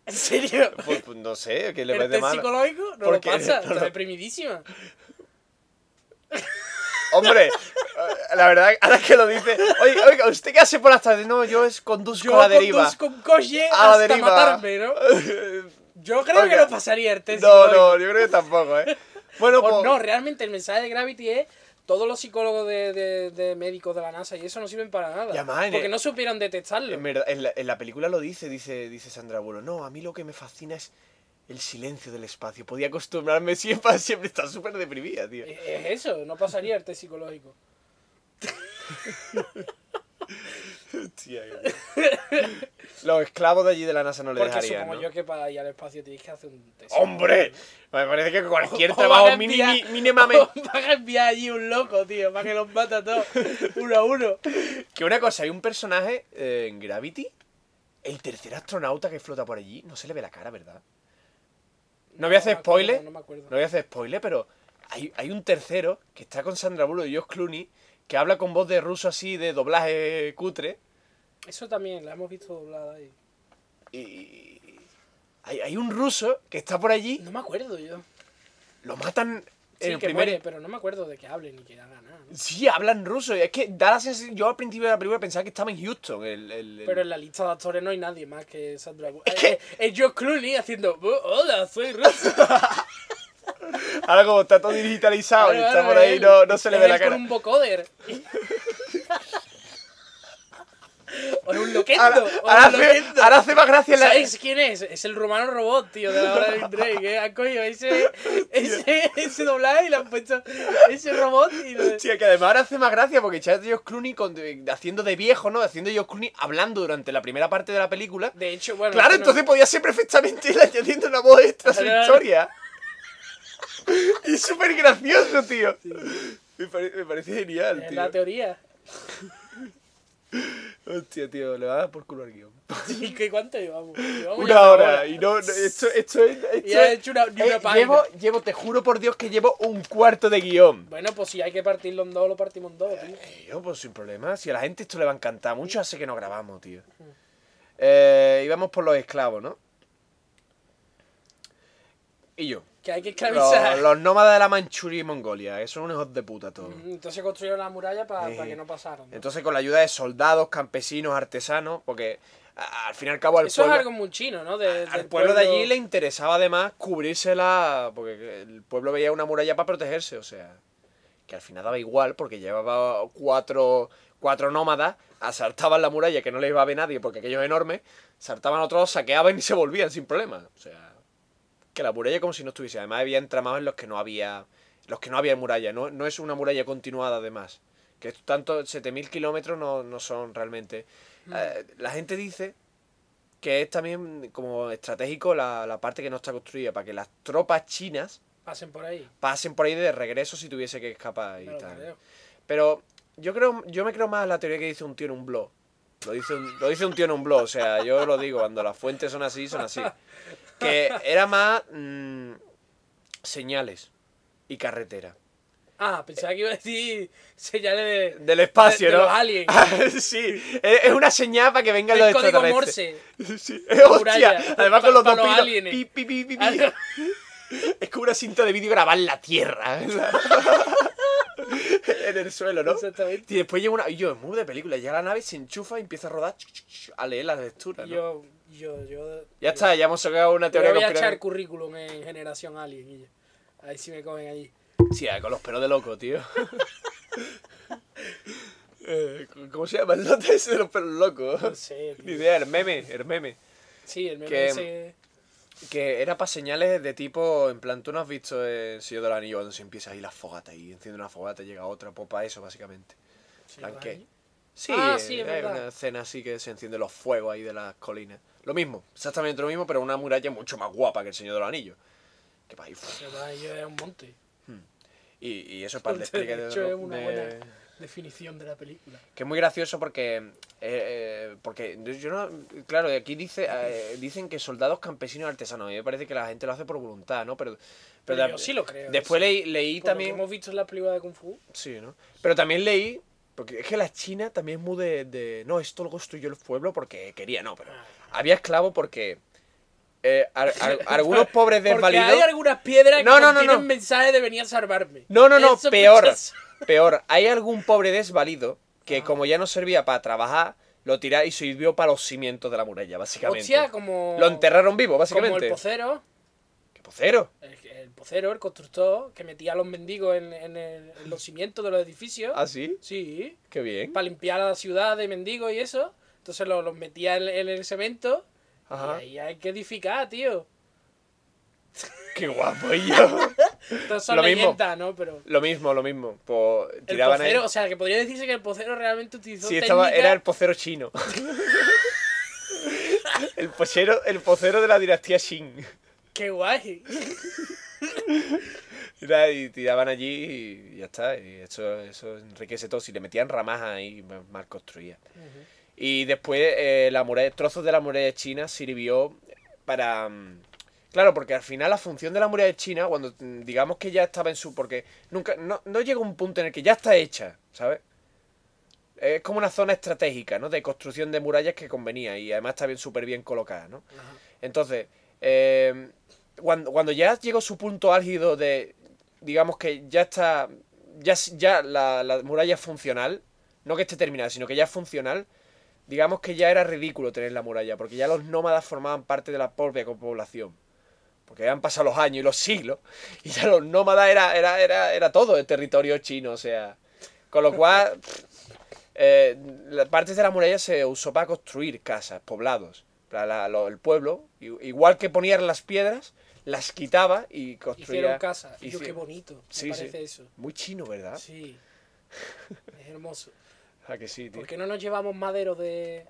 B: ¿En serio?
A: Pues, pues, no sé, que le
B: ¿El
A: parece
B: test
A: mal.
B: psicológico? No lo
A: Porque-
B: pasa.
A: [laughs] no
B: Está
A: lo-
B: deprimidísima.
A: Hombre, eh, la verdad, ahora que lo dice, oiga, oiga, ¿usted qué hace por las tardes? No, yo es conduzco
B: Yo
A: a la deriva. [laughs]
B: conduzco un coche
A: A la
B: hasta
A: deriva.
B: matarme, ¿no? Yo creo
A: Oiga.
B: que no pasaría el test
A: no,
B: psicológico.
A: no, yo creo que tampoco, ¿eh? Bueno,
B: O
A: pues...
B: no, realmente el mensaje de Gravity es todos los psicólogos de, de- de médicos de la NASA y eso no sirven para nada.
A: Y además en
B: porque
A: el-
B: no supieron detectarlo.
A: En, verdad, en, la, en la película lo dice, dice, dice Sandra Bullock. No, a mí lo que me fascina es el silencio del espacio. Podía acostumbrarme siempre, [laughs] siempre está súper deprimida, tío.
B: Es es eso, no pasaría el test psicológico.
A: [laughs] Hostia, qué- Los esclavos de allí de la NASA no le
B: Porque
A: dejarían,
B: supongo
A: ¿no?
B: yo que para ir al espacio tienes que hacer un test. [laughs]
A: ¡Hombre! Me parece que cualquier
B: O
A: trabajo
B: van a
A: mini-
B: enviar-
A: mi- mínimamente...
B: o Van a enviar allí un loco, tío, para que los mata
A: [laughs]
B: a todos, uno a uno.
A: Que una cosa, hay un personaje eh, en Gravity, el tercer astronauta que flota por allí, no se le ve la cara, ¿verdad? No voy a hacer
B: me acuerdo,
A: spoiler.
B: No me acuerdo.
A: No voy a hacer spoiler, pero hay, hay un tercero que está con Sandra Bullock y Josh Clooney que habla con voz de ruso así, de doblaje cutre.
B: Eso también, la hemos visto doblada ahí.
A: Y hay, hay un ruso que está por allí,
B: No me acuerdo yo.
A: lo matan
B: Sí,
A: en el
B: que
A: primer...
B: muere, pero no me acuerdo de que hable ni que haga nada. ¿no?
A: Sí, hablan ruso. y Es que da la sensación- Yo al principio de la película pensaba que estaba en Houston. El, el- el-
B: Pero en la lista de actores no hay nadie más que Sandra Bullock.
A: Es que-
B: Eh, eh, George Clooney haciendo "Oh, Hola,
A: [laughs]
B: soy ruso.
A: Ahora como está todo digitalizado y
B: Claro,
A: está
B: claro,
A: por ahí,
B: él.
A: no, no se le
B: Es
A: ve
B: él
A: la cara.
B: Con
A: [laughs]
B: un vocoder. o es un loquendo.
A: Ahora,
B: o
A: ahora
B: un
A: hace,
B: loquendo.
A: ahora hace más gracia la...
B: ¿Sabéis quién es? Es el romano robot, tío, de la hora del Drake, ¿eh? Han
A: [laughs]
B: cogido ese, ese, ese doblaje y le han puesto ese robot y
A: [laughs]
B: lo-
A: Hostia, que además ahora hace más gracia porque Charles George Clooney con- de- haciendo de viejo, ¿no? Haciendo George Clooney hablando durante la primera parte de la película.
B: De hecho, bueno...
A: claro,
B: esto no-
A: entonces podía ser perfectamente él añadiendo una voz extra a su
B: Claro.
A: historia. [laughs] y es súper gracioso, tío. Me, pare- me parece genial,
B: Es
A: tío.
B: la teoría. [laughs]
A: Hostia, tío, le va a dar por culo al guión.
B: ¿Y qué cuánto llevamos? Llevamos ya
A: Una hora. Y no, no, esto, esto es... esto
B: Y ha
A: es-
B: hecho una, ni
A: eh,
B: una página.
A: llevo, llevo, te juro por Dios que llevo un cuarto de guión.
B: Bueno, pues si hay que partirlo en dos, lo partimos en dos, tío.
A: Eh, Yo, pues sin problema. Si a la gente esto le va a encantar. Mucho hace que no grabamos, tío. Eh, íbamos por los esclavos, ¿no? Y yo.
B: Que hay que esclavizar.
A: Los, los nómadas de la Manchuria y Mongolia. que Son unos hijos de puta todos.
B: Mm, Entonces construyeron la muralla para
A: Sí.
B: que no pasaran. ¿no?
A: Entonces, con la ayuda de soldados, campesinos, artesanos, porque a- al fin y al cabo al
B: Eso
A: pueblo,
B: es algo muy chino, ¿no? De-
A: al
B: del
A: pueblo de allí le interesaba además cubrírsela, porque el pueblo veía una muralla para protegerse, o sea, que al final daba igual, porque llevaba cuatro, cuatro nómadas, asaltaban la muralla que no les iba a ver nadie, porque aquellos enormes, saltaban otros, saqueaban y se volvían sin problema, o sea, que la muralla como si no estuviese, además había entramados en los que no había, los que no había muralla, no, no es una muralla continuada además, que esto tanto 7.000 kilómetros no, no son realmente...
B: Hmm.
A: Eh, la gente dice que es también como estratégico la, la parte que no está construida, para que las tropas chinas
B: Pasen por ahí.
A: pasen por ahí de regreso si tuviese que escapar y
B: Me lo
A: tal.
B: creo.
A: Pero yo creo, yo me creo más la teoría que dice un tío en un blog. Lo dice un, lo dice un tío en un blog, o sea, yo lo digo, cuando las fuentes son así, son así. Que era más mm, señales y carretera.
B: Ah, pensaba que iba a decir señales de...
A: Del espacio,
B: De- de
A: ¿no?
B: los
A: [laughs]
B: aliens.
A: sí, es es una señal para que vengan
B: del
A: los
B: código
A: extraterrestres. [laughs]
B: Morse.
A: Sí.
B: muralla.
A: Hostia, además con
B: Pa-
A: los
B: pa'
A: dos
B: los
A: pitos.
B: aliens. Ah.
A: Pi, pi, pi, pi, pi. [laughs] Es como una cinta de vídeo grabada en la tierra. ¿eh? [laughs] en el suelo, ¿no?
B: Exactamente.
A: Y después llega una. Y yo, es muy de película. Llega la nave, se enchufa y empieza a rodar chuc, chuc, chuc, a leer las lecturas. ¿no?
B: Yo, yo, yo...
A: Ya está, ya hemos sacado una
B: Yo
A: teoría
B: voy a echar
A: conspirativa.
B: currículum en Generación Alien. Y yo. A ver si me cogen
A: [laughs]
B: allí.
A: Sí, ah, con los pelos de loco, tío. [laughs] Eh, ¿Cómo se llama el lote ese de los pelos
B: No
A: locos?
B: sé,
A: Ni
B: tío.
A: idea, el meme, el meme.
B: Sí, el meme
A: Que- mm,
B: ese...
A: Que era para señales de tipo, en plan, tú no has visto el Señor del Anillo cuando se empieza ahí la fogata y enciende una fogata, llega otra, popa eso básicamente.
B: Sí,
A: plan,
B: va
A: ¿qué?
B: ahí.
A: Sí,
B: Ah, sí, es
A: hay
B: verdad.
A: una escena así que se encienden los fuegos ahí de las colinas. Lo mismo, exactamente lo mismo, pero una muralla mucho más guapa que el Señor del Anillo. Que va ahí, uf.
B: Pero va, yo era un monte.
A: y, y eso es para el
B: Entonces,
A: despliegue
B: [laughs] de
A: de,
B: hecho, es una
A: de-
B: buena definición de la película.
A: Que es muy gracioso porque. eh, eh, porque yo- yo no. Claro, aquí dice, eh, dicen que soldados campesinos y artesanos. A mí me parece que la gente lo hace por voluntad, ¿no? Pero,
B: Pero
A: da-
B: yo sí lo creo,
A: Después
B: eso.
A: leí, leí
B: Por lo que
A: también.
B: hemos visto en la película de Kung Fu.
A: Sí, ¿no? Pero también leí. Porque es que la China también es muy de. de, no, esto lo construyó el pueblo porque quería, no, pero. Había esclavos porque. eh, ar-
B: [laughs]
A: ar- algunos pobres
B: Porque hay
A: desvalidos.
B: algunas piedras
A: No,
B: que
A: no, no, no.
B: contienen mensajes de venir a salvarme.
A: No, no, no,
B: Es sospechoso.
A: peor. Peor, hay algún pobre desvalido que
B: Ah.
A: como ya no servía para trabajar, lo tiró y sirvió para los cimientos de la muralla, básicamente.
B: Hostia, como-
A: Lo enterraron vivo,
B: Como
A: básicamente.
B: el pocero,
A: ¿Qué pocero?
B: el, el pocero, el constructor, que metía a los mendigos en, en el- en los cimientos de los edificios.
A: ¿Ah, sí?
B: Sí,
A: Qué bien.
B: para limpiar la ciudad de mendigos y eso. Entonces lo- los metía en, en el cemento.
A: Ajá.
B: Y ahí hay que edificar, tío.
A: Qué guapo [laughs] yo.
B: Estas
A: [laughs]
B: son
A: Lo mismo.
B: leyendas, ¿no? Pero.
A: Lo mismo, lo mismo. Pues
B: El
A: tiraban ahí.
B: pocero, o sea, que podría decirse que el pocero realmente utilizó
A: Sí,
B: técnicas...
A: estaba, era el pocero chino. [laughs] el, pochero, el pocero de la dinastía Qing.
B: ¡Qué
A: [laughs]
B: guay!
A: Era- y tiraban allí y ya está. Y eso, eso enriquece todo. Si le metían ramas ahí, ma- mal construía. Y después eh, la muralla, trozos de la muralla china sirvió para... mm, Claro, porque al final la función de la muralla china, cuando mm, digamos que ya estaba en su... Porque nunca no, no llega un punto en el que ya está hecha, ¿sabes? Es como una zona estratégica, ¿no? De construcción de murallas que convenía y además está bien súper bien colocada, ¿no? Entonces, eh, cuando, cuando ya llegó su punto álgido de, digamos que ya está, ya, s- ya la, la muralla es funcional, no que esté terminada, sino que ya es funcional, digamos que ya era ridículo tener la muralla, porque ya los nómadas formaban parte de la propia co- población. Porque han pasado los años y los siglos, [laughs] y ya los nómadas era, era, era, era todo el territorio chino, o sea. Con lo cual, [laughs] eh, la- partes de la muralla se usó para construir casas, poblados. Para la- lo- el pueblo, i- igual que ponían las piedras, las quitaba y construía.
B: Hicieron casa. Y yo,
A: hici-
B: qué bonito. Me
A: Sí, sí.
B: parece eso.
A: Muy chino, ¿verdad?
B: Sí.
A: [laughs]
B: Es hermoso.
A: ¿A que ¿Ah? sí, tío?
B: ¿Por qué no nos llevamos madero de.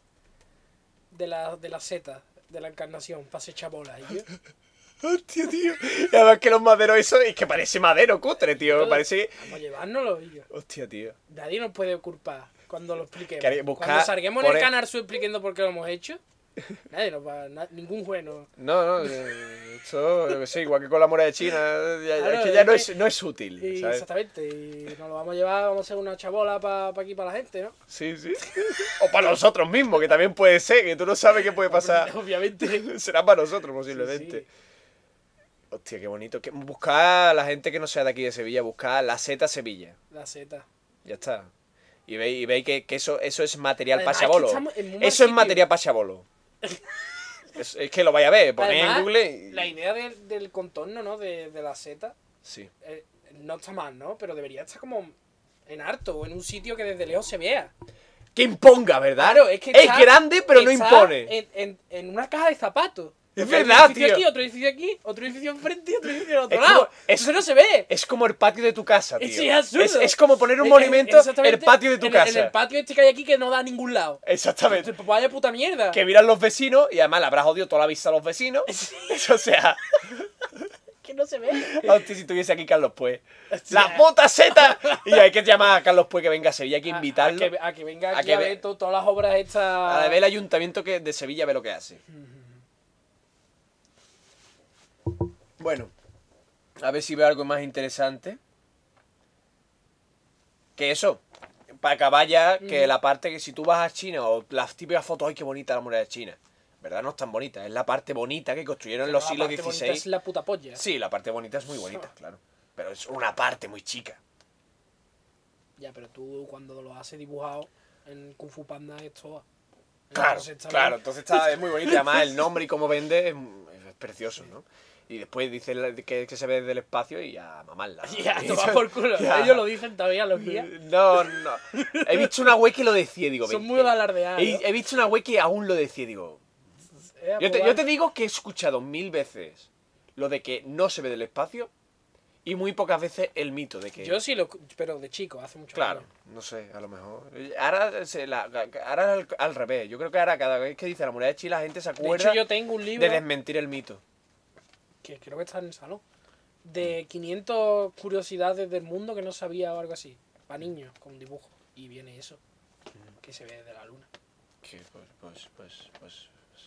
B: de la, de la seta, de la encarnación, para echar bolas? Y yo,
A: [laughs] Hostia, tío. Y además que los maderos eso es que parece madero cutre, tío.
B: Todo.
A: Parece.
B: vamos a llevárnoslo. Y yo,
A: Hostia, tío.
B: nadie nos puede culpar cuando lo expliquemos.
A: Que hay que buscar-
B: cuando salguemos en
A: poner-
B: el canal su explicando por qué lo hemos hecho, nadie nos va. na- ningún juez nos.
A: No, no, eh, esto, yo que sé, igual que con la muralla china, ya- ya- es
B: Claro,
A: que ya
B: es
A: no
B: que-
A: es, no es útil,
B: Y
A: ¿sabes?
B: exactamente, y nos lo vamos a llevar, vamos a hacer una chabola para aquí para la gente, ¿no?
A: Sí, sí. O para nosotros mismos, que también puede ser, que tú no sabes qué puede pasar.
B: [laughs]
A: [laughs]
B: Obviamente.
A: Será para nosotros posiblemente.
B: Sí,
A: Hostia, qué bonito. Que- Buscad a la gente que no sea de aquí de Sevilla, buscad la Z Sevilla.
B: sí, La seta.
A: Ya está. Y veis, y veis que, que eso, eso es material
B: Además, es que
A: pachabolo.
B: estamos en un mal
A: Eso es
B: sitio.
A: material
B: [laughs]
A: pachabolo. es, es que lo vais a ver, ponéis
B: Además,
A: en Google y...
B: La idea del, del contorno, ¿no? De, de la seta,
A: Sí.
B: eh, no está mal, ¿no? Pero debería estar como en harto o en un sitio que desde lejos se vea.
A: Que imponga, ¿verdad?
B: Claro, es que
A: Es
B: está-
A: grande, pero no
B: está
A: impone.
B: En, en- en una caja de zapatos.
A: Es
B: Porque hay
A: verdad,
B: un edificio
A: tío.
B: aquí, otro edificio aquí, otro edificio enfrente y otro edificio al otro
A: Es
B: lado.
A: como- es-
B: Eso no se ve.
A: Es como el patio de tu casa, tío.
B: Eso es absurdo.
A: es como poner un
B: Eh, eh,
A: monumento en el
B: exactamente,
A: patio de tu
B: en el-
A: casa.
B: En el patio este que hay aquí que no da a ningún lado.
A: Exactamente.
B: Entonces, pues vaya puta mierda.
A: Que miran los vecinos y además le habrás jodido toda la vista a los
B: [laughs]
A: vecinos. [laughs] o sea,
B: Que no se ve.
A: hostia, si tuviese aquí Carlos Pue.
B: sea.
A: ¡La puta
B: [laughs]
A: Z! Y hay que llamar a Carlos Pue que venga a Sevilla, hay que [laughs] invitarlo.
B: A, a que, a que venga
A: A
B: aquí
A: que
B: a,
A: ve-
B: ver to- todas las obras estas.
A: A ver el ayuntamiento que de Sevilla ve lo que hace. Bueno, a ver si veo algo más interesante. Que eso, para acabar ya, que la parte que si tú vas a China o las típicas fotos, ¡ay, qué bonita la muralla de China! ¿Verdad? No es tan bonita, es la parte bonita que construyeron en los
B: La
A: siglos
B: parte bonita
A: XVI.
B: Es la puta polla.
A: Sí, la parte bonita es muy bonita, claro. Pero es una parte muy chica.
B: Ya, pero tú cuando lo haces dibujado en Kung Fu Panda es toa.
A: Claro,
B: Entonces, está
A: claro,
B: bien.
A: entonces está, es muy bonito. y Además,
B: [laughs]
A: el nombre y cómo vende es, es precioso, ¿no? Y después dice la- que, que se ve desde el espacio y a mamarla. ¿no?
B: [laughs] Ya,
A: Y
B: toma
A: eso-
B: por culo.
A: ya.
B: Ellos lo dicen todavía, los guías.
A: [laughs] No, no. He visto una web que lo decía, digo.
B: Son
A: "Ven,
B: muy
A: ven".
B: de alardear. ¿no?
A: He, he visto una web que aún lo decía, digo.
B: Eh,
A: Yo te,
B: pues
A: yo
B: vale.
A: te digo que he escuchado mil veces lo de que no se ve del espacio y muy pocas veces el mito de que.
B: Yo sí lo. escu- Pero de chico, hace mucho
A: Claro,
B: años.
A: no sé, a lo mejor. Ahora, se la- ahora al, al revés. Yo creo que ahora cada vez que dice la muralla de Chile la gente se
B: De
A: acuerda
B: hecho, yo tengo un libro
A: de desmentir el mito.
B: que creo que está en el salón.
A: Mm.
B: De 500 curiosidades del mundo que no sabía o algo así. Para niños, con dibujo. Y viene eso.
A: Mm.
B: Que se ve desde la luna. [laughs]
A: Que, pues, pues, pues, pues,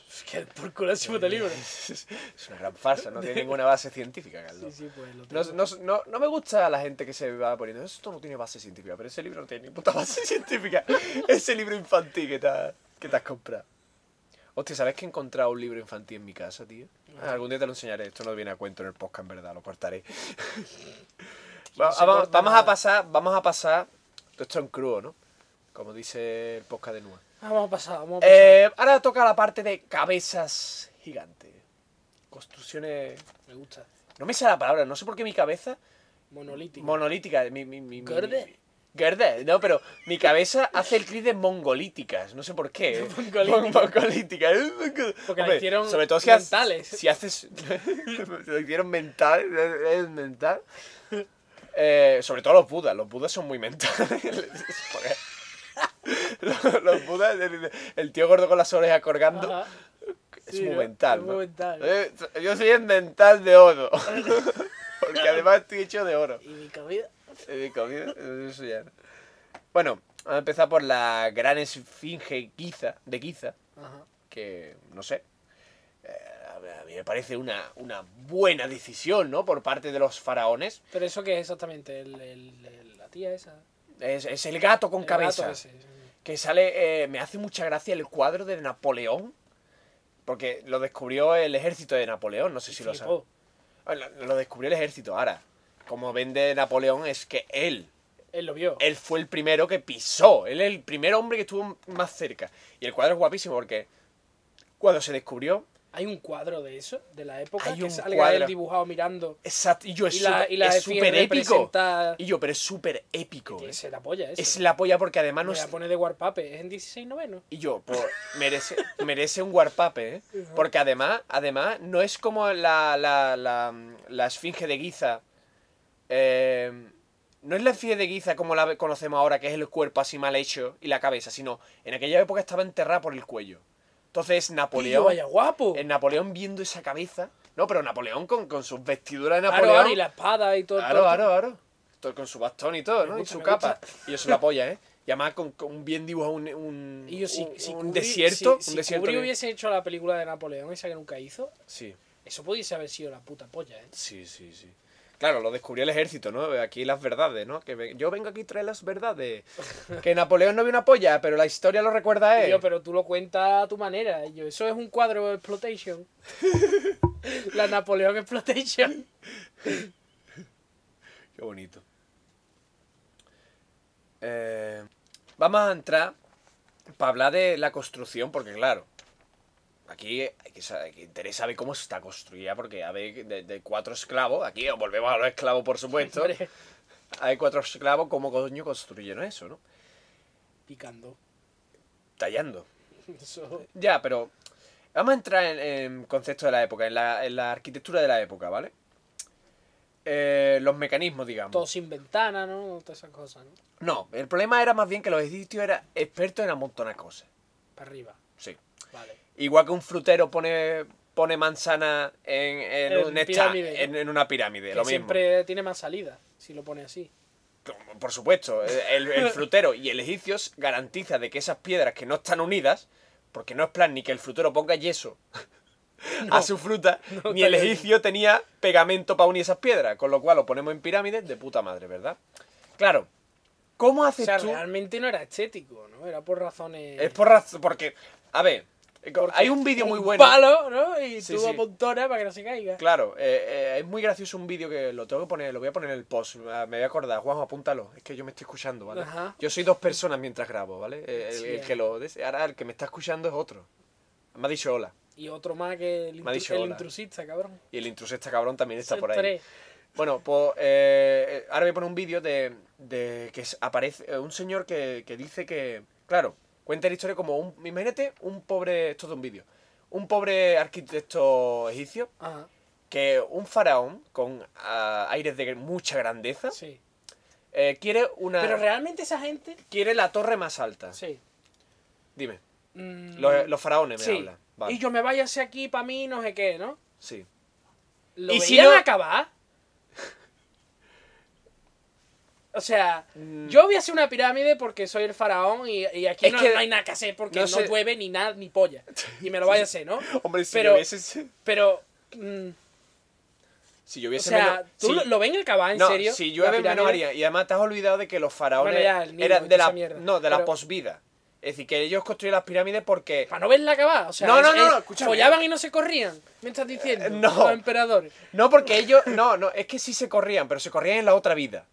B: Es que por culo ese
A: [laughs]
B: puto libro.
A: Es es una gran farsa, no tiene ninguna base científica,
B: Sí,
A: Carlos.
B: sí, pues lo
A: No,
B: tengo.
A: no- no- no me gusta la gente que se va poniendo, esto no tiene base científica, pero ese libro no tiene ni puta base [laughs] científica. Ese libro infantil que te, has- que te has comprado. Hostia, ¿sabes que he encontrado un libro infantil en mi casa, tío? Ah, algún día te lo enseñaré, esto no viene a cuento en el podcast, en verdad, lo
B: [laughs]
A: cortaré. Va-
B: No se
A: vamos,
B: corta
A: vamos a
B: nada.
A: pasar, vamos a pasar, esto en crudo, ¿no? Como dice el podcast de Nua.
B: Ah, Vamos a pasar, vamos a pasar.
A: Eh, ahora toca la parte de cabezas gigantes. Construcciones.
B: Me gusta.
A: No me sale la palabra, no sé por qué mi cabeza.
B: Monolítico.
A: Monolítica. Mi, mi, mi, mi-
B: Gorda.
A: Gerda, no, pero mi cabeza hace el clic de mongolíticas, no sé por qué.
B: [laughs] Mongolíticas.
A: Mon- mongolíticas.
B: Porque la
A: Hombre,
B: hicieron
A: sobre todo si ha-
B: mentales.
A: si haces. [laughs] se lo hicieron mental. es- es mental. Eh, sobre todo los budas, los budas son muy mentales. [laughs] los, los budas, el, el tío gordo con las orejas colgando,
B: Ajá.
A: es
B: sí,
A: muy
B: ¿no?
A: mental.
B: Es
A: ¿no?
B: muy mental.
A: Eh, yo soy el mental de oro. [laughs] Porque además estoy hecho de oro.
B: Y mi cabeza.
A: Eh, de comida, eso ya no. Bueno, vamos a empezar por la gran esfinge Giza, de Giza,
B: Ajá.
A: que no sé. eh, a mí me parece una, una buena decisión, ¿no? Por parte de los faraones.
B: Pero eso qué es exactamente, El- el- el- la tía esa.
A: Es, es el gato con
B: El
A: cabeza.
B: gato ese, sí.
A: Que sale. eh, me hace mucha gracia el cuadro de Napoleón. Porque lo descubrió el ejército de Napoleón, no sé si lo sabes.
B: Flipó.
A: Ah, Lo, lo descubrió el ejército ahora. Como vende Napoleón, es que él
B: Él lo vio.
A: él fue el primero que pisó. Él es el primer hombre que estuvo más cerca. Y el cuadro es guapísimo porque cuando se descubrió.
B: Hay un cuadro de eso, de la época,
A: Hay
B: que
A: un
B: salga
A: cuadro.
B: él dibujado mirando.
A: Exacto. Y yo es
B: Y la,
A: súper-
B: y la
A: es
B: esfinge
A: súper épico.
B: representa-
A: Y yo, pero es súper épico.
B: Que
A: ¿eh?
B: se la apoya eso.
A: Es la polla porque además no
B: Me la
A: es.
B: pone de Warpape, es en 16 noveno.
A: Y yo, pues, merece, merece un warpape, ¿eh? Porque además, además, no es como la, la, la, la esfinge de Giza. eh, no es la esfinge de Giza como la conocemos ahora, que es el cuerpo así mal hecho y la cabeza, sino en aquella época estaba enterrada por el cuello. Entonces,
B: Polio,
A: Napoleón.
B: vaya guapo.
A: En Napoleón viendo esa cabeza. No, pero Napoleón con, con sus vestiduras de
B: Claro,
A: Napoleón.
B: claro, y la espada y todo.
A: Claro,
B: todo.
A: claro, claro. Todo con su bastón y todo, ¿no? y
B: Me gusta,
A: su
B: me
A: capa.
B: gusta.
A: Y
B: [laughs]
A: eso la polla, ¿eh? Y además con, con un bien dibujado, un, un,
B: Y yo, si,
A: un,
B: si
A: un
B: Kubrick-
A: desierto.
B: si- si
A: un desierto
B: Kubrick
A: que-
B: hubiese hecho la película de Napoleón, esa que nunca hizo,
A: Sí,
B: eso pudiese haber sido la puta polla, ¿eh?
A: sí, sí, sí. Claro, lo descubrió el ejército, ¿no? Aquí las verdades, ¿no? Que ve- Yo vengo aquí a traer las
B: [laughs]
A: verdades. Que Napoleón no vio una polla, pero la historia lo recuerda a
B: Y
A: él.
B: yo, pero tú lo cuentas a tu manera. Y yo, eso es un cuadro
A: [laughs]
B: de Exploitation. la Napoleón Exploitation.
A: Qué bonito. Eh, vamos a entrar para hablar de la construcción, porque claro, aquí hay que saber, que interesa ver cómo está construida, porque a ver, de, de cuatro esclavos, aquí volvemos a los esclavos por supuesto,
B: Hombre,
A: hay cuatro esclavos, ¿cómo coño construyeron eso, no?
B: Picando.
A: Tallando.
B: Eso.
A: Ya, pero vamos a entrar en, en conceptos de la época, en la, en la arquitectura de la época, ¿vale? Eh, los mecanismos, digamos.
B: Todo sin ventana, ¿no? Todas esas cosas, ¿no?
A: No, el problema era más bien que los egipcios eran expertos en amontonar cosas.
B: Para arriba.
A: Sí.
B: Vale.
A: Igual que un frutero pone, pone manzana en, en
B: En
A: un esta-
B: pirámide.
A: en, en una pirámide,
B: Que
A: lo mismo.
B: siempre tiene más salida, si lo pone así.
A: Como- Por supuesto, el, el frutero y el egipcio garantiza de que esas piedras que no están unidas, porque no es plan ni que el frutero ponga
B: [laughs]
A: yeso a su fruta,
B: No
A: ni el
B: tenía
A: egipcio tenía pegamento para unir esas piedras, con lo cual lo ponemos en pirámides de puta madre, ¿verdad? Claro, ¿cómo
B: O
A: haces
B: sea,
A: tú?
B: realmente no era estético, ¿no? Era por razones...
A: Es por razón, porque, a ver,
B: porque
A: hay un vídeo muy
B: un
A: bueno.
B: palo, ¿no? Y
A: Sí,
B: tú
A: sí.
B: apontona para que no se caiga.
A: Claro, eh, eh, es muy gracioso un vídeo que lo tengo que poner, lo voy a poner en el post, ah, me voy a acordar, Juan, apúntalo, es que yo me estoy escuchando, ¿vale?
B: Ajá.
A: Yo soy dos personas mientras grabo, ¿vale? Eh, El,
B: Sí,
A: el
B: eh.
A: que lo des- ahora el que me está escuchando es otro. Me ha dicho hola.
B: Y otro más que el,
A: Me ha
B: intru-
A: dicho
B: el
A: hola.
B: intrusista, cabrón.
A: Y el intruso este cabrón también está
B: Son
A: por ahí.
B: tres.
A: Bueno, pues eh, ahora voy a poner un vídeo de, de que es- aparece eh, un señor que, que dice que, claro, cuenta la historia como un, imagínate, un pobre, esto es de un vídeo, un pobre arquitecto egipcio
B: Ajá,
A: que un faraón con ah, aires de mucha grandeza
B: sí.
A: eh, quiere una
B: Pero realmente esa gente...
A: quiere la torre más alta.
B: Sí.
A: Dime,
B: Mm,
A: los, los faraones me
B: sí.
A: hablan. Vale,
B: Y yo me vaya hacia aquí para mí, no sé qué, ¿no?
A: sí.
B: ¿Lo
A: ¿Y si
B: veían
A: no? [laughs]
B: acabar? O sea,
A: Mm.
B: yo voy a hacer una pirámide porque soy el faraón y, y aquí
A: Es
B: no,
A: que
B: no hay nada que hacer porque
A: no
B: no,
A: sé.
B: llueve ni nada ni polla. Y me lo vaya a hacer, ¿no?
A: Hombre, si
B: Pero-
A: yo hubiese
B: Pero, mm,
A: si yo
B: o
A: hubiese
B: sea,
A: menos-
B: ¿tú
A: si-
B: lo, lo ven el cabal, en
A: no,
B: serio?
A: si
B: La
A: llueve
B: pirámide.
A: menos haría. Y además te has olvidado de que los faraones
B: Bueno, ya, el Nilo
A: eran
B: y
A: de
B: toda
A: la
B: esa mierda.
A: no, de la
B: Pero-
A: posvida. Es decir, que ellos construyeron las pirámides porque
B: Para no verla acabar. O sea,
A: No, no,
B: es-
A: no, no,
B: es-
A: escúchame.
B: follaban y no se corrían. Me estás diciendo.
A: Eh, no.
B: Los emperadores.
A: no porque ellos no, no, es que sí se corrían, pero se corrían en la otra vida.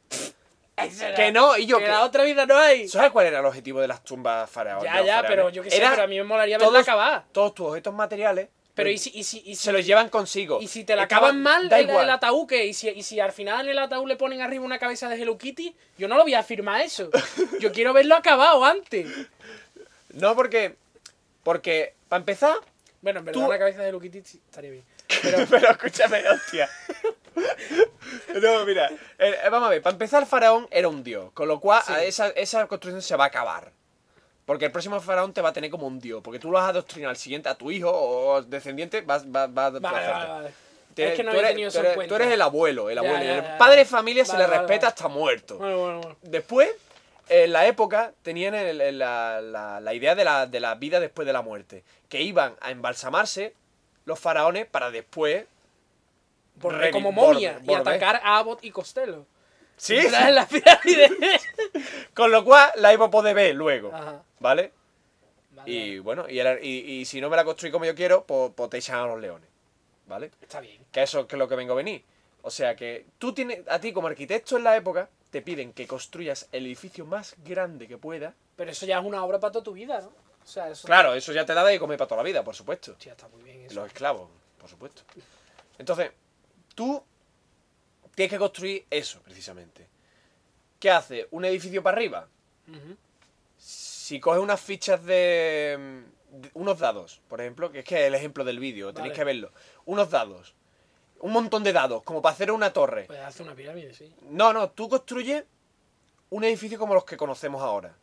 A: Que no, y yo
B: Que
A: que-
B: la otra vida no hay.
A: ¿Sabes cuál era el objetivo de las tumbas faraón- de
B: Ya,
A: los
B: ya,
A: faraones?
B: pero yo qué sé,
A: Era
B: pero a mí me molaría verla
A: todos,
B: acabar.
A: todos tus objetos materiales eh,
B: Pero y si, y si, y si-
A: se los llevan consigo.
B: y si te la
A: Acaban-
B: acaban mal
A: da
B: el,
A: igual.
B: el ataúd, que y si, y si al final en el ataúd le ponen arriba una cabeza de Hello Kitty, yo no lo voy a firmar
A: [laughs]
B: eso. Yo quiero verlo acabado antes.
A: No, porque. Porque, para empezar.
B: Bueno, en verdad
A: Tú-
B: una cabeza de Hello Kitty sí,
A: [laughs]
B: estaría bien.
A: Pero, escúchame, hostia. No, mira. eh, vamos a ver, para empezar, el faraón era un dios. Con lo cual,
B: Sí.
A: a esa, esa construcción se va a acabar. Porque el próximo faraón te va a tener como un dios. Porque tú lo vas a adoctrinar al siguiente, a tu hijo o descendiente, vas, vas, vas a
B: [laughs] Vale,
A: hacerte.
B: vale, vale.
A: Te-
B: es que no
A: tú
B: había
A: eres-
B: tenido
A: tú
B: eso en
A: eres-
B: cuenta.
A: Tú eres el abuelo, el
B: Ya,
A: abuelo.
B: ya,
A: El
B: ya.
A: padre de familia se
B: Vale,
A: le
B: vale,
A: respeta
B: vale.
A: hasta muerto.
B: Bueno, bueno, bueno.
A: Después, en la época, tenían el- el- la, la- la idea de la, de la vida después de la muerte. Que iban a embalsamarse los faraones para después...
B: Porque
A: revi-
B: como
A: vol-
B: momia y
A: volver.
B: atacar a Abbott y Costello.
A: ¿eh? Sí,
B: Entrar en [laughs] la
A: [laughs]
B: pirámide.
A: con lo cual la iba a poder ver luego.
B: Ajá.
A: ¿Vale?
B: Vale,
A: Y bueno, y, el- y- y si no me la construí como yo quiero, pues, pues te echan a los leones. ¿Vale?
B: Está bien.
A: Que eso es lo que vengo a venir. O sea que tú tienes, a ti como arquitecto en la época, te piden que construyas el edificio más grande que pueda.
B: Pero eso ya es una obra para toda tu vida, ¿no? O sea, eso.
A: Claro, eso ya te da de comer para toda la vida, por supuesto.
B: Hostia, está muy bien eso.
A: Los esclavos, por supuesto. Entonces, tú tienes que construir eso, precisamente. ¿Qué hace? ¿Un edificio para arriba?
B: Ujú.
A: Si coges unas fichas de... de- unos dados, por ejemplo, que es que es el ejemplo del vídeo, tenéis
B: Vale.
A: que verlo. Unos dados. Un montón de dados, como para hacer una torre.
B: Pues hace una pirámide, sí.
A: No, no, tú construyes un edificio como los que conocemos ahora.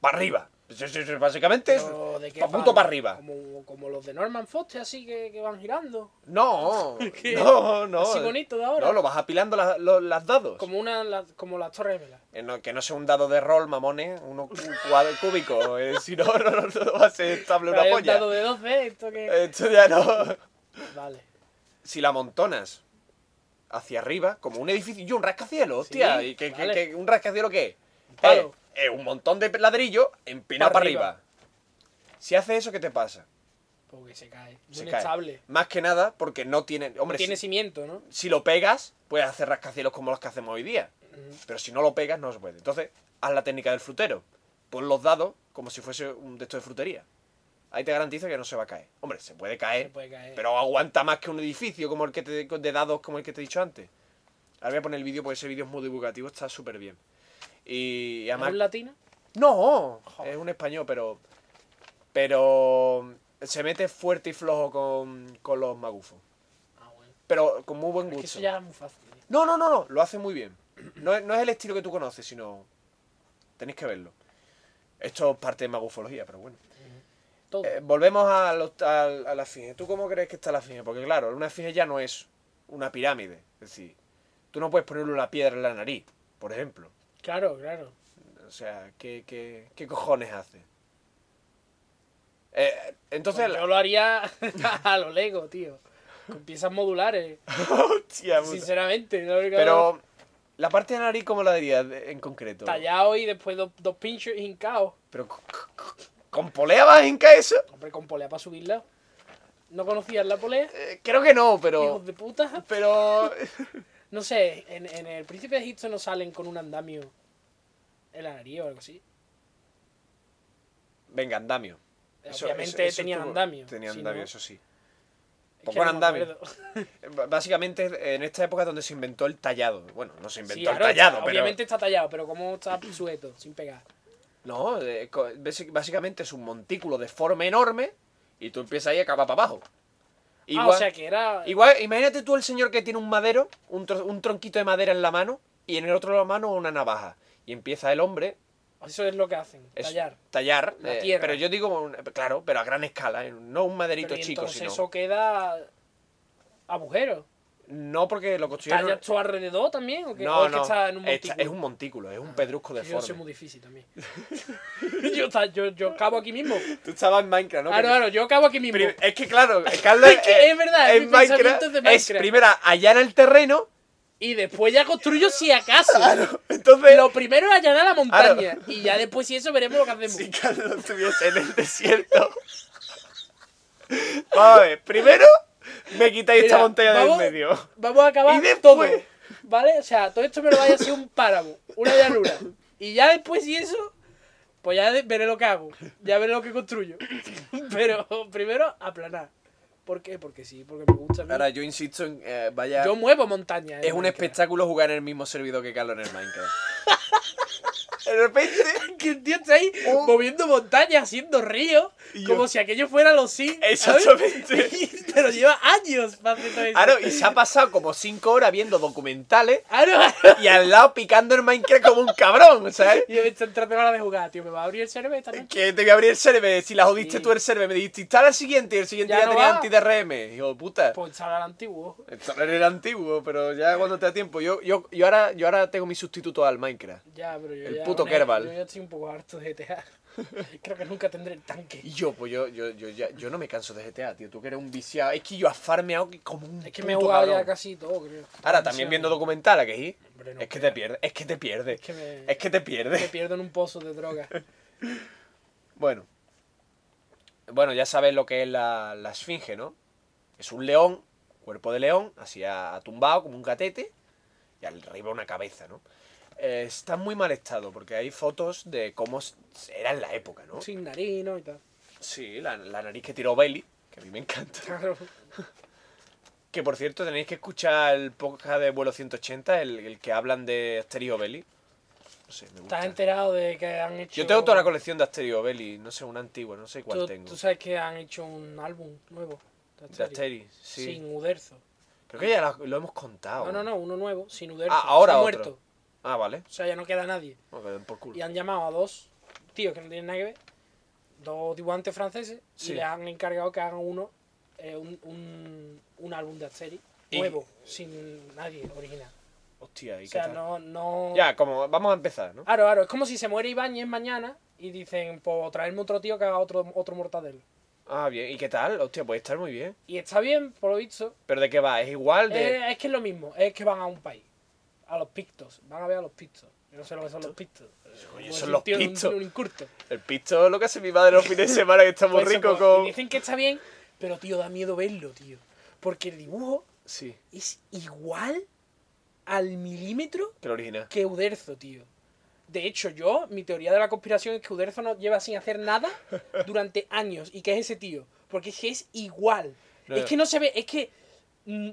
A: Para arriba. Pues es- es- Básicamente es
B: Pero ¿de qué
A: pa'
B: palo?
A: puto para arriba.
B: Como, como los de Norman Foster, así que, que van girando.
A: No,
B: [laughs] ¿Qué?
A: no, no.
B: Así bonito de ahora.
A: No, lo vas apilando las- los, las dados.
B: Como una la- como las torres gemelas.
A: Eh, no, que no sea un dado de rol, mamones, uno cu- cuadro cúbico. eh, si no, [laughs] no, no, no va a ser estable una
B: Pero hay un
A: polla. Eh.
B: dado de 12, esto que.
A: Esto ya no.
B: Vale.
A: Si la montonas hacia arriba, como un edificio. Y un rascacielos, hostia.
B: Sí,
A: ¿Y qué, qué-
B: vale.
A: qué- un rascacielos qué es?
B: palo.
A: Eh, eh, un montón de ladrillos empinado
B: Pa'
A: para arriba.
B: arriba.
A: Si haces eso, ¿qué te pasa?
B: Porque se cae. Muy
A: Se cae.
B: inestable.
A: Más que nada porque no tiene. Hombre,
B: Tiene
A: si-
B: cimiento, ¿no?
A: si lo pegas, puedes hacer rascacielos como los que hacemos hoy día.
B: Ujú.
A: Pero si no lo pegas, no se puede. Entonces, haz la técnica del frutero. Pon los dados como si fuese un de estos de frutería. Ahí te garantizo que no se va a caer. Hombre, se puede caer,
B: Se puede
A: Eh,
B: caer.
A: pero aguanta más que un edificio como el que te, de dados como el que te he dicho antes. Ahora voy a poner el vídeo porque ese vídeo es muy divulgativo, está súper bien. Y, y
B: ¿Es
A: además...
B: un latino?
A: No,
B: Joder.
A: es un español, pero... Pero se mete fuerte y flojo con, con los magufos.
B: Ah, bueno.
A: Pero con muy buen
B: Es
A: gusto.
B: que eso ya es muy fácil. ¿eh?
A: No, no, no, no, lo hace muy bien. No es, no es el estilo que tú conoces, sino. Tenéis que verlo. Esto es parte de magufología, pero bueno.
B: Todo.
A: Eh, volvemos a, los- a, a la finge. ¿Tú cómo crees que está la finge? Porque claro, una finge ya no es una pirámide. Es decir, tú no puedes ponerle una piedra en la nariz, por ejemplo.
B: Claro, claro.
A: O sea, ¿qué, qué, qué cojones hace? Eh, entonces.
B: Pues yo lo haría [laughs] a lo Lego, tío. Con piezas modulares.
A: Hostia, puta.
B: Sinceramente. ¿no?
A: Pero. ¿La parte de la nariz cómo la dirías de- en concreto?
B: Tallado y después dos, dos pinchos hincados.
A: Pero. c- c- c- ¿Con polea vas en eso?
B: Hombre, con polea para subirla. ¿No conocías la polea?
A: Eh, creo que no, pero.
B: Hijos de puta.
A: Pero.
B: No sé, en, en el Príncipe de Egipto no salen con un andamio en la nariz o algo así.
A: Venga, andamio.
B: Eh, Obviamente tenían
A: estuvo-
B: andamio.
A: Tenían
B: si
A: andamio,
B: no-
A: eso sí.
B: es que
A: Poco
B: no me
A: andamio. [laughs]
B: acuerdo.
A: Eh, b- Básicamente en esta época es donde se inventó el tallado. Bueno, no se inventó
B: Sí,
A: el
B: claro,
A: tallado,
B: está-
A: pero.
B: Obviamente está tallado, pero como está sujeto, sin pegar. Ah,
A: No, eh, co- basi- básicamente es un montículo de forma enorme y tú empiezas ahí a cavar para abajo.
B: ah, o sea que era.
A: Igual, imagínate tú el señor que tiene un madero, un, tro- un tronquito de madera en la mano y en el otro la mano una navaja. Y empieza el hombre
B: Eso es lo que hacen,
A: es
B: tallar.
A: tallar
B: La
A: eh,
B: tierra.
A: pero yo digo, un- claro, pero a gran escala, eh, no un maderito
B: Pero y
A: chico,
B: entonces
A: sino.
B: eso queda agujero.
A: No porque lo construyeron.
B: ¿Tallas tu alrededor también? ¿O, qué? ¿O
A: No,
B: es que
A: no,
B: está en un
A: está-
B: montículo?
A: es un montículo, es un pedrusco de
B: Yo soy
A: forma.
B: muy
A: [laughs]
B: difícil también. [laughs] yo, ta- yo, yo cabo aquí mismo.
A: Tú estabas en Minecraft, ¿no?
B: Claro,
A: Que-
B: claro, yo cabo aquí Ah, mismo.
A: prim- Es que
B: [laughs]
A: claro, Carlos.
B: Es que
A: eh,
B: es verdad, es
A: en
B: mi pensamiento de
A: Es
B: Minecraft.
A: primera allá en el terreno, [laughs]
B: Y después ya construyo si acaso.
A: entonces.
B: Lo primero es allanar la montaña.
A: Claro.
B: Y ya después, si eso, veremos lo que hacemos.
A: Si Carlos estuviese en el desierto. [laughs] Vamos a ver, primero me quitáis esta
B: Mira,
A: montaña del
B: vamos-
A: medio.
B: Vamos a acabar
A: Y después-
B: todo. ¿Vale? O sea, todo esto me lo vaya a ser un páramo, una llanura. Y ya después, si eso, pues ya de- veré lo que hago. Ya veré lo que construyo. Pero primero, aplanar. ¿Por qué? Porque sí, porque me gusta. a mí.
A: Ahora, yo insisto en. eh, vaya.
B: Yo muevo ¿eh? montañas. en
A: es un
B: Minecraft.
A: espectáculo jugar en el mismo servidor que Carlos en el Minecraft. [laughs] de repente.
B: [laughs] Que el tío está ahí
A: Oh.
B: moviendo montañas, haciendo ríos,
A: Y yo-
B: como si aquello fuera los Sims. ¿sabes?
A: Exactamente.
B: Y [laughs] Pero lleva años para hacer todo eso.
A: Claro, y se ha pasado como 5 horas viendo documentales
B: Claro,
A: [laughs]
B: claro.
A: y al lado picando el Minecraft como un cabrón, ¿sabes?
B: Y yo me está entrando ganas de jugar, tío. ¿Me va a abrir el server esta noche?
A: Que te voy a abrir el server, si la jodiste
B: Sí.
A: tú el server, me dijiste instala el siguiente y el siguiente
B: Ya
A: ya,
B: no
A: tenía
B: va.
A: anti-DRM. Hijo de puta.
B: Pues instalar el antiguo.
A: Instalar era antiguo, pero ya cuando te da tiempo. Yo, yo, yo, ahora, yo ahora tengo mi sustituto al Minecraft.
B: Ya, pero yo
A: El
B: ya-
A: puto
B: bueno,
A: Kerbal.
B: Yo ya estoy un poco harto de
A: [laughs]
B: GTA. Creo que nunca tendré el tanque.
A: Y yo, pues yo, yo, yo, ya- yo no me canso de GTA, tío. Tú que eres un viciado. Es que yo a farmeado como un.
B: Es que me he
A: puto
B: jugado ya
A: cabrón.
B: casi todo, creo.
A: Ahora también viendo documentales, que sí.
B: Hombre, no
A: es que
B: creo.
A: te pierdes, es que te pierdes.
B: Es que me-
A: Es que te pierdes.
B: Me pierdo en un pozo de droga.
A: Bueno. Bueno, ya sabes lo que es la, la esfinge, ¿no? Es un león, cuerpo de león, así ha tumbado como un catete, y arriba una cabeza, ¿no? Eh, está en muy mal estado, porque hay fotos de cómo s- era en la época, [laughs] ¿no?
B: Sin narino
A: [laughs]
B: y tal.
A: Sí, la, la nariz que tiró Bailey, que a mí me encanta.
B: Claro.
A: Que por cierto, tenéis que escuchar el podcast de Vuelo 180, el, el que hablan de Asterio Belli. No sé, me gusta.
B: ¿Estás enterado de que han hecho.
A: Yo tengo toda la colección de Asterio Belli, no sé, una antigua, no sé cuál
B: tú,
A: tengo.
B: tú sabes que han hecho un álbum nuevo. de
A: de
B: Asterix,
A: Asterio, sí.
B: Sin Uderzo.
A: Creo que ya lo, lo hemos contado.
B: No, no, no, uno nuevo, sin Uderzo.
A: Ah, ahora
B: Se ha
A: otro.
B: muerto.
A: Ah, vale.
B: O sea, ya no queda nadie.
A: No, que den por
B: Y
A: culo.
B: han llamado a dos tíos que no tienen nada que ver, dos dibujantes franceses,
A: Sí.
B: y les han encargado que hagan uno, eh, un, un, un álbum de Asterix
A: Y-
B: nuevo, sin nadie original.
A: Hostia, ¿y
B: O
A: qué
B: sea,
A: tal?
B: no, no...
A: Ya, como, vamos a empezar, ¿no?
B: Claro, claro, es como si se muere Ibáñez mañana y dicen, pues traerme otro tío que haga otro, otro mortadelo.
A: Ah, bien. ¿Y qué tal? Hostia, puede estar muy bien.
B: Y está bien, por lo visto.
A: ¿Pero de qué va? ¿Es igual de...?
B: Eh, es que es lo mismo, es que van a un país, a los pictos, van a ver a los pictos. Yo no sé lo que son los pictos. Como
A: son
B: decir
A: los
B: tío, pues un-
A: pictos.
B: Un, incurto.
A: El pisto es lo que hace mi madre los fines de semana, que estamos
B: Pues eso,
A: ricos
B: pues, y
A: con...
B: Dicen que está bien, pero tío, da miedo verlo, tío. Porque el dibujo
A: Sí,
B: es igual al milímetro
A: que lo original.
B: que Uderzo, tío. De hecho, yo, mi teoría de la conspiración es que Uderzo no lleva sin
A: [laughs]
B: hacer nada durante años y que es ese tío. Porque es que es igual.
A: No.
B: Es que no se ve, es que. mm,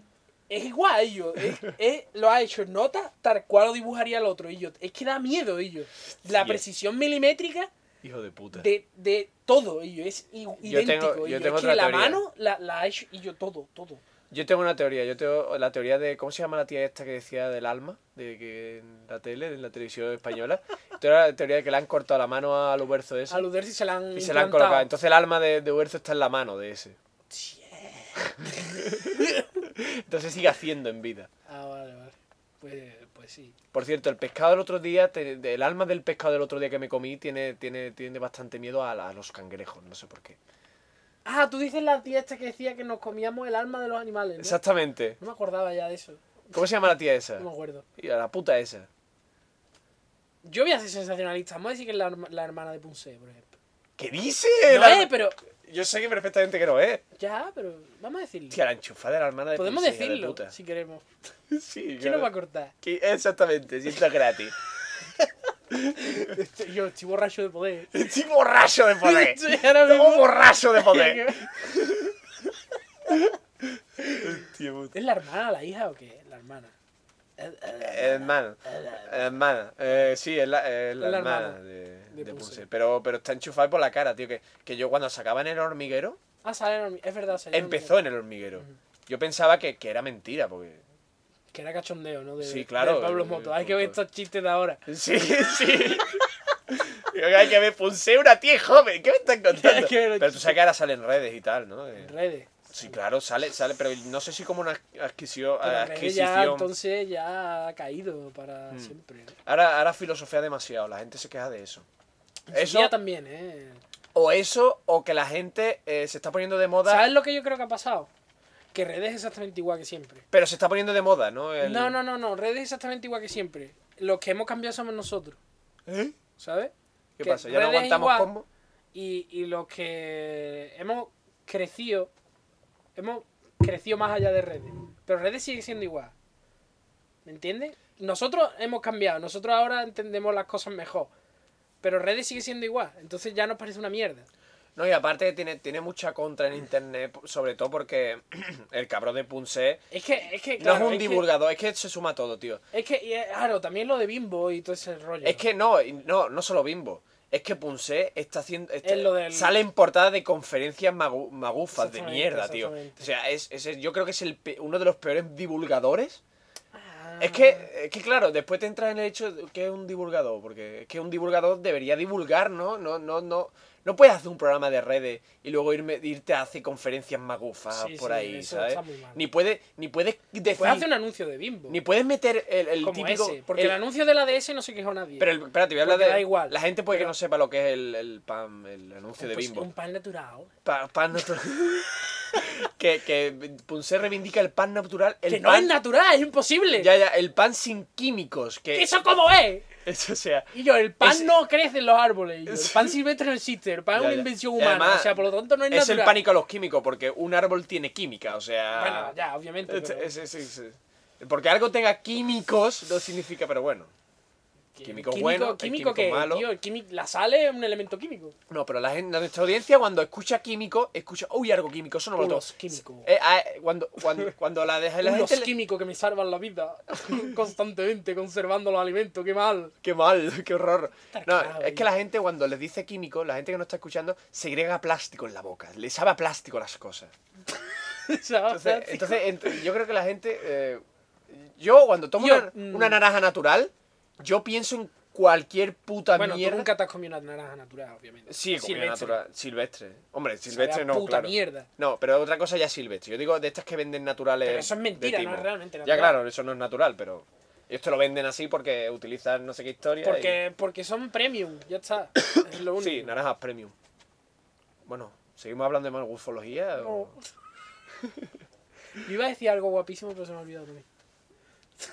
B: es igual, y yo. Es, es- lo ha hecho en nota, tal cual lo dibujaría el otro, y yo. Es que da miedo, y yo. La
A: Sí.
B: precisión milimétrica
A: Hijo de puta.
B: de, de todo ello. Es i- idéntico.
A: Yo tengo-
B: ello.
A: yo
B: Es
A: tengo
B: que
A: otra
B: la
A: teoría.
B: mano la, la ha hecho y yo todo, todo.
A: Yo tengo una teoría. Yo tengo la teoría de... ¿Cómo se llama la tía esta que decía del alma? De que en la tele, en la televisión española. Tengo la teoría de que le han cortado la mano al Uberzo ese.
B: A Luderci se la han.
A: Y se la han
B: implantado.
A: colocado. Entonces el alma de, de Uberzo está en la mano de ese. Entonces sigue haciendo en vida.
B: Ah, vale, vale. Pues, pues sí.
A: Por cierto, el pescado del otro día, te- el alma del pescado del otro día que me comí tiene, tiene, tiene bastante miedo a, la- a los cangrejos, no sé por qué.
B: Ah, tú dices la tía esta que decía que nos comíamos el alma de los animales. ¿no?
A: Exactamente.
B: No me acordaba ya de eso.
A: ¿Cómo se llama la tía esa?
B: No me acuerdo.
A: Y a la puta esa.
B: Yo voy a ser sensacionalista. Vamos a decir que es la, herma- la hermana de Punce, por ejemplo.
A: ¿Qué dice?
B: No
A: Eh, La-
B: es, pero.
A: Yo sé que perfectamente que no es.
B: Ya, pero. Vamos a decirlo.
A: Tía, la enchufada de la hermana de
B: Podemos
A: Pulsilla, de
B: decirlo
A: puta.
B: si queremos.
A: [laughs] Sí,
B: ¿Quién nos va a
A: claro.
B: cortar?
A: [laughs] Que- Exactamente, si esto es gratis. [laughs]
B: Estoy- Yo estoy borracho de poder.
A: Estoy borracho de
B: [laughs]
A: poder.
B: Estoy ahora
A: Estoy
B: mismo-
A: borracho de
B: [laughs]
A: poder. Tío, puta.
B: ¿Es la hermana, la hija o qué? La hermana. Eh, eh,
A: Hermana. Hermana. Eh, sí, es la, es la
B: Es la
A: hermana,
B: hermana
A: de,
B: de
A: de
B: Punce.
A: Punce. Pero, pero está enchufada por la cara, tío. Que, que yo cuando sacaban el hormiguero,
B: Ah, sale en hormi- Es verdad, sale en
A: empezó en el hormiguero. Yo pensaba que, que era mentira,
B: [laughs]
A: porque.
B: hormi- Que era cachondeo, ¿no? De,
A: Sí, claro,
B: de Pablo
A: el-
B: Moto. Hay que ver estos chistes de ahora.
A: Sí, sí. [laughs] Digo, Hay que me Punce una tía joven. ¿Qué me están contando?
B: Hay [laughs] que ver los
A: Pero tú sabes que ahora salen redes y tal, ¿no? Eh,
B: En redes.
A: Sí, claro, sale, sale, pero no sé si como una adquisición.
B: Pero en redes ya,
A: Ah, adquisición. Hmm.
B: entonces, ya ha caído para siempre. ¿no?
A: Ahora, ahora filosofía demasiado, la gente se queja de eso.
B: Eso
A: Eso,
B: día también, ¿eh?
A: o eso, o que la gente eh, se está poniendo de moda.
B: ¿Sabes lo que yo creo que ha pasado? Que redes es exactamente igual que siempre.
A: Pero se está poniendo de moda, ¿no? El-
B: No, no, no, no. Redes es exactamente igual que siempre. Los que hemos cambiado somos nosotros,
A: ¿Eh?
B: ¿sabes?
A: ¿Qué
B: Que
A: pasa? ¿Ya no
B: redes
A: aguantamos
B: igual.
A: combo?
B: Y, y los que hemos crecido, hemos crecido más allá de redes. Pero redes sigue siendo igual. ¿Me entiendes? Nosotros hemos cambiado, nosotros ahora entendemos las cosas mejor. Pero redes sigue siendo igual. Entonces ya nos parece una mierda.
A: No, y aparte tiene, tiene mucha contra en internet, sobre todo porque [clears throat] el cabrón de Punce
B: Es que, es que,
A: no
B: claro,
A: es un
B: que-
A: divulgador, es que se suma todo, tío.
B: Es que, y, eh, claro, también lo de Bimbo y todo ese rollo.
A: Es que no, y no, no solo Bimbo. Es que Punce está haciendo. está-
B: Es lo del-
A: Sale en portada de conferencias magu- magufas de
B: Exactamente,
A: mierda, tío.
B: exactamente.
A: O sea, es, es- yo creo que es el, pe- uno de los peores divulgadores.
B: Ah.
A: Es que, es que, claro, después te entra en el hecho de que es un divulgador, porque es que un divulgador debería divulgar, ¿no? No, no, no. No puedes hacer un programa de redes y luego irme, irte a hacer conferencias magufas
B: Sí,
A: por
B: sí,
A: ahí,
B: eso
A: ¿sabes?
B: está muy mal.
A: Ni puedes, ni puedes decir.
B: Pues hace un anuncio de Bimbo.
A: Ni puedes meter el, el
B: como
A: típico.
B: ese. Porque
A: el-
B: el anuncio de la DS no se quejó nadie.
A: pero el, espérate, voy a hablar
B: Porque
A: de.
B: da igual.
A: La gente puede que
B: Pero-
A: no sepa lo que es el, el pan, el anuncio de
B: Pues
A: Bimbo.
B: Un pan natural.
A: Pa- pan natural. [laughs] que, que Punce reivindica el pan natural. El
B: que no
A: pan,
B: es natural, es imposible.
A: Ya, ya, el pan sin químicos. Que,
B: Eso como es.
A: [laughs] Eso, o sea.
B: Y yo, el pan
A: Eh, Es-
B: no crece en los árboles. y yo, el
A: Es-
B: pan silvestre no existe. El pan
A: Ya,
B: es una
A: ya.
B: invención
A: Y
B: humana.
A: además,
B: o sea, por lo tanto no es,
A: Es
B: natural.
A: el pánico a los químicos, porque un árbol tiene química, o sea.
B: Bueno, ya, obviamente.
A: Ah, Es-
B: pero-
A: es- es- es- es- Porque algo tenga químicos no significa, pero bueno. químico bueno, el químico
B: químico que,
A: malo.
B: tío, el químico- la sal es un elemento químico.
A: No, pero la gente, nuestra audiencia cuando escucha químico, escucha, uy, algo químico, eso no me lo
B: Puros
A: toco".
B: químicos.
A: Eh, ah, eh, cuando, cuando, cuando la deja la
B: Unos
A: gente le-
B: químicos que me salvan la vida [laughs] constantemente conservando los alimentos, qué mal. [laughs]
A: Qué mal, qué horror. No,
B: Tarcao,
A: es que la gente cuando les dice químico, la gente que no está escuchando, segrega plástico en la boca. Le sabe a plástico las cosas.
B: ¿Sabes?
A: Entonces, entonces, ent- yo creo que la gente... eh, yo cuando tomo
B: Yo,
A: una,
B: mm.
A: una naranja natural, yo pienso en cualquier puta
B: bueno,
A: mierda.
B: tú nunca te has comido una naranja natural, obviamente.
A: Sí, como
B: Silvestre.
A: natural. Silvestre. Hombre,
B: Sabe a
A: silvestre no,
B: puta
A: claro.
B: mierda.
A: No, pero otra cosa ya silvestre. Yo digo de estas que venden naturales.
B: Pero eso es
A: de
B: mentira, no
A: timo.
B: es realmente
A: Ya,
B: natural.
A: claro, eso no es natural, pero. Ellos te lo venden así porque utilizan no sé qué historia.
B: Porque, porque son premium, ya está. Es lo
A: y-
B: único.
A: Sí, naranjas premium. Bueno, ¿seguimos hablando de malgufología?
B: No.
A: o-
B: Yo [laughs] iba a decir algo guapísimo, pero se me ha olvidado también.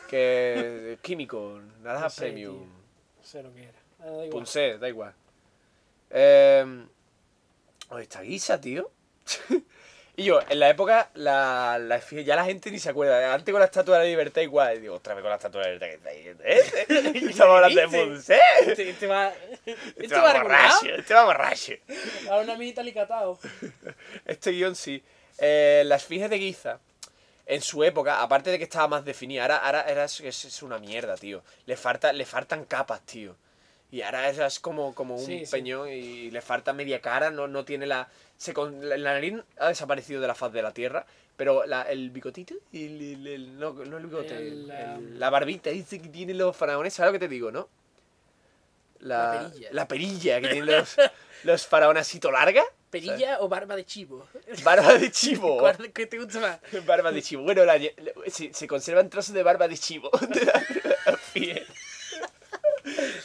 A: Que. [laughs] Químico, naranjas
B: No sé,
A: premium.
B: tío. No sé lo que era. Ah, da igual.
A: Punset, da igual. Eh, oye, esta guisa, tío. [laughs] y yo, en la época, la, la- ya la gente ni se acuerda. Antes con la Estatua de la Libertad igual. Y digo, otra vez con la Estatua de la Libertad. [laughs] ¿qué estáis haciendo? ¿Eh? Estamos hablando de
B: dices?
A: Punset.
B: [laughs] Este,
A: [laughs]
B: este va. Este
A: Este
B: va
A: va
B: a recordar
A: borracho, este va borracho.
B: a una amiguita licatao.
A: Este guión sí. Eh, las fijes de Guiza, en su época, aparte de que estaba más definida, ahora, ahora era- es, es una mierda, tío. Le, falta, le faltan capas, tío. Y ahora es- es como, como un
B: Sí, sí.
A: peñón y le falta media cara, no, no tiene la, se con- la... la nariz ha desaparecido de la faz de la tierra, pero la- el bigotito y el, el- el- no, no el bigote,
B: El,
A: el-
B: ah,
A: el- la barbita dice que tienen los faraones, ¿sabes lo que te digo, no?
B: La perilla.
A: la perilla que tienen los, los faraones así to larga.
B: ¿Perilla o barba de
A: [laughs]
B: chivo? [laughs]
A: Barba de chivo.
B: ¿Cuál- ¿Qué te gusta más?
A: Barba de chivo. Bueno, la- la- se, se conservan trozos de barba de chivo. [laughs] de la- de la piel.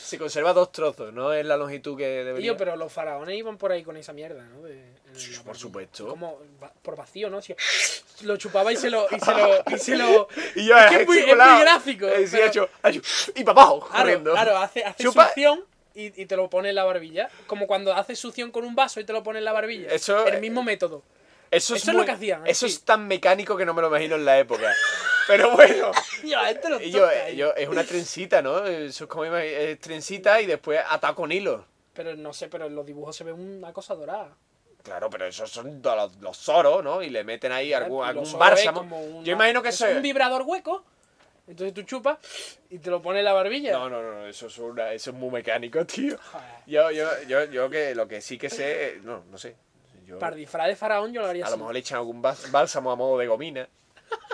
A: se conserva dos trozos, no es la longitud que debería.
B: Tío, pero los faraones iban por ahí con esa mierda, ¿no? De- en el-
A: por supuesto.
B: Como va- por vacío, ¿no? Si- [laughs] lo chupaba y se lo. Y se lo, y se lo
A: [laughs] Y yo
B: es que es muy, es muy
A: gesticulado.
B: gráfico.
A: Eh, sí,
B: pero-
A: ha hecho- ha hecho y para abajo,
B: Claro,
A: corriendo.
B: claro, hace, hace
A: Chupa.
B: succión y, y te lo pone en la barbilla. Como cuando haces succión con un vaso y te lo pone en la barbilla.
A: Eso,
B: El
A: eh,
B: mismo método.
A: Eso es,
B: eso es lo
A: muy-
B: que hacían,
A: Eso
B: sí.
A: es tan mecánico que no me lo imagino en la época. Pero bueno.
B: Yo, esto lo
A: y este yo- eh,
B: toca, eh.
A: yo- es una trencita, ¿no? Eso es como ima- es trencita y después ataco con hilo.
B: Pero no sé, pero en los dibujos se ve una cosa dorada.
A: Claro, pero esos son do- los, los soros, ¿no? Y le meten ahí algún,
B: Los
A: algún
B: ojos
A: bálsamo.
B: es como una-
A: Yo imagino que
B: es
A: eso
B: un
A: es...
B: vibrador hueco. Entonces tú chupas y te lo pone en la barbilla.
A: No, no, no, no, eso es, una- eso es muy mecánico, [laughs] tío.
B: Joder.
A: Yo, yo, yo, yo que lo que sí que sé... eh, No, no sé. Yo,
B: Para disfraz de faraón yo lo haría
A: a
B: así.
A: lo mejor le echan algún bá- bálsamo a modo de gomina. [laughs]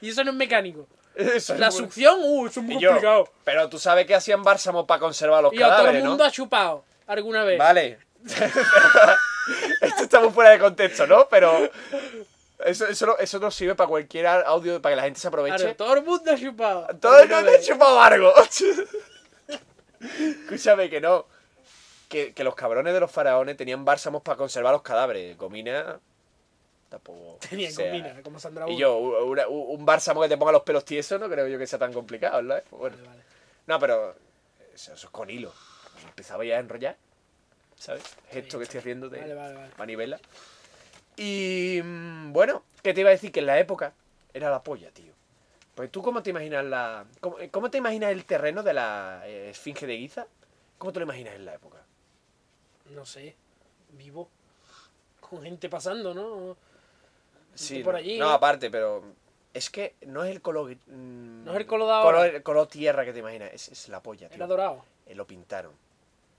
B: Y eso no es mecánico.
A: Eso es
B: La
A: muy-
B: succión, uh, eso es muy
A: Y yo,
B: complicado.
A: pero tú sabes que hacían bálsamo para conservar los
B: Y a todo el
A: cadáveres,
B: mundo
A: ¿no?
B: ha chupado alguna vez.
A: Vale. [laughs] Esto está muy fuera de contexto, ¿no? Pero... Eso, eso, no- eso nos sirve para cualquier audio, para que la gente se aproveche.
B: Claro, todo el mundo ha chupado.
A: Todo el
B: alguna
A: mundo ha
B: vez.
A: chupado algo. [laughs] Escúchame que no. Que, que los cabrones de los faraones tenían bálsamos para conservar los cadáveres. Gomina. [laughs] Tampoco.
B: [laughs] Tenía
A: o sea,
B: combina, como Sandra
A: Y
B: Bullock.
A: yo, u- una- u- un bálsamo que te ponga los pelos tiesos, no creo yo que sea tan complicado, ¿verdad? Bueno.
B: Vale, vale.
A: No, pero. Eso, eso es con hilo. Empezaba ya a enrollar. ¿Sabes? Esto que estoy haciendo de
B: Vale, vale, vale.
A: manivela. Y mm, bueno, que te iba a decir que en la época era la polla, tío. Pues tú cómo te imaginas la. ¿Cómo, eh, cómo te imaginas el terreno de la eh, Esfinge de Giza? ¿Cómo te lo imaginas en la época?
B: No sé. Vivo. con gente pasando, ¿no?
A: Sí,
B: por
A: no-
B: allí,
A: No,
B: ¿no?
A: aparte, pero. Es que no es el color. mm,
B: No es el color de ahora.
A: Color, color tierra que te imaginas. Es, es la polla,
B: Era
A: tío.
B: dorado.
A: Eh, lo pintaron.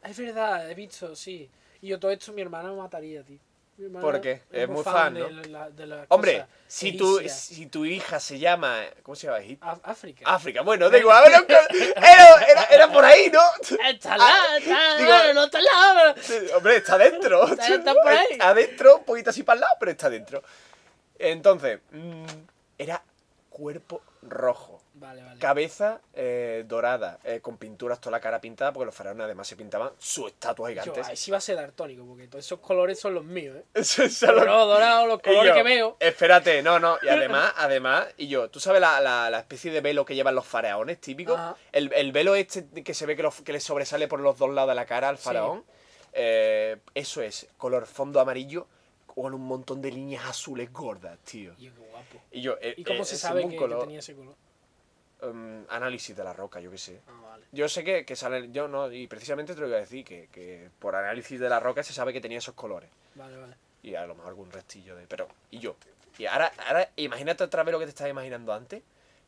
B: Es verdad, he visto, sí. Y yo todo esto mi hermana me mataría, tío. Mi hermana
A: ¿Por qué? Es muy fan,
B: de
A: ¿no?
B: la- de las
A: Hombre,
B: cosas
A: si tu,
B: egipcias.
A: si tu hija se llama. ¿Cómo se llama? Egip-
B: Af- África.
A: África. Bueno, digo, a ver,
B: [laughs]
A: un col- era, era, era por ahí, ¿no?
B: Está la, está
A: ah, digo-
B: la, no está la.
A: Sí, Hombre, está adentro.
B: Está- está por ahí.
A: Adentro, un poquito así para el lado, pero está adentro. Entonces, mm, era cuerpo rojo.
B: Vale, vale.
A: Cabeza eh, dorada, eh, con pinturas toda la cara pintada, porque los faraones además se pintaban sus estatuas
B: Yo,
A: gigantes.
B: ahí sí va a ser daltónico, porque todos esos colores son los míos, ¿eh?
A: [laughs] Eso es a lo-
B: Dorado, dorado,
A: [laughs]
B: los
A: Y
B: colores
A: yo,
B: que veo.
A: Espérate, no, no. Y
B: [laughs]
A: además, además, y yo, ¿tú sabes la, la- la especie de velo que llevan los faraones típicos?
B: Ajá.
A: El, el velo este que se ve que, los- que le sobresale por los dos lados de la cara al faraón. eh, eso es, color fondo amarillo con un montón de líneas azules gordas, tío.
B: Y yo, qué guapo.
A: Y yo, eh,
B: ¿Y cómo
A: eh,
B: se
A: es
B: sabe
A: un
B: que, que
A: color-
B: tenía ese color?
A: um, análisis de la roca, yo qué sé.
B: Ah, vale.
A: Yo sé que, que salen, yo no, y precisamente te lo iba a decir, que, que por análisis de la roca se sabe que tenía esos colores.
B: Vale, vale.
A: Y a lo mejor algún restillo de. Pero, y yo. Y ahora, ahora imagínate otra vez lo que te estabas imaginando antes.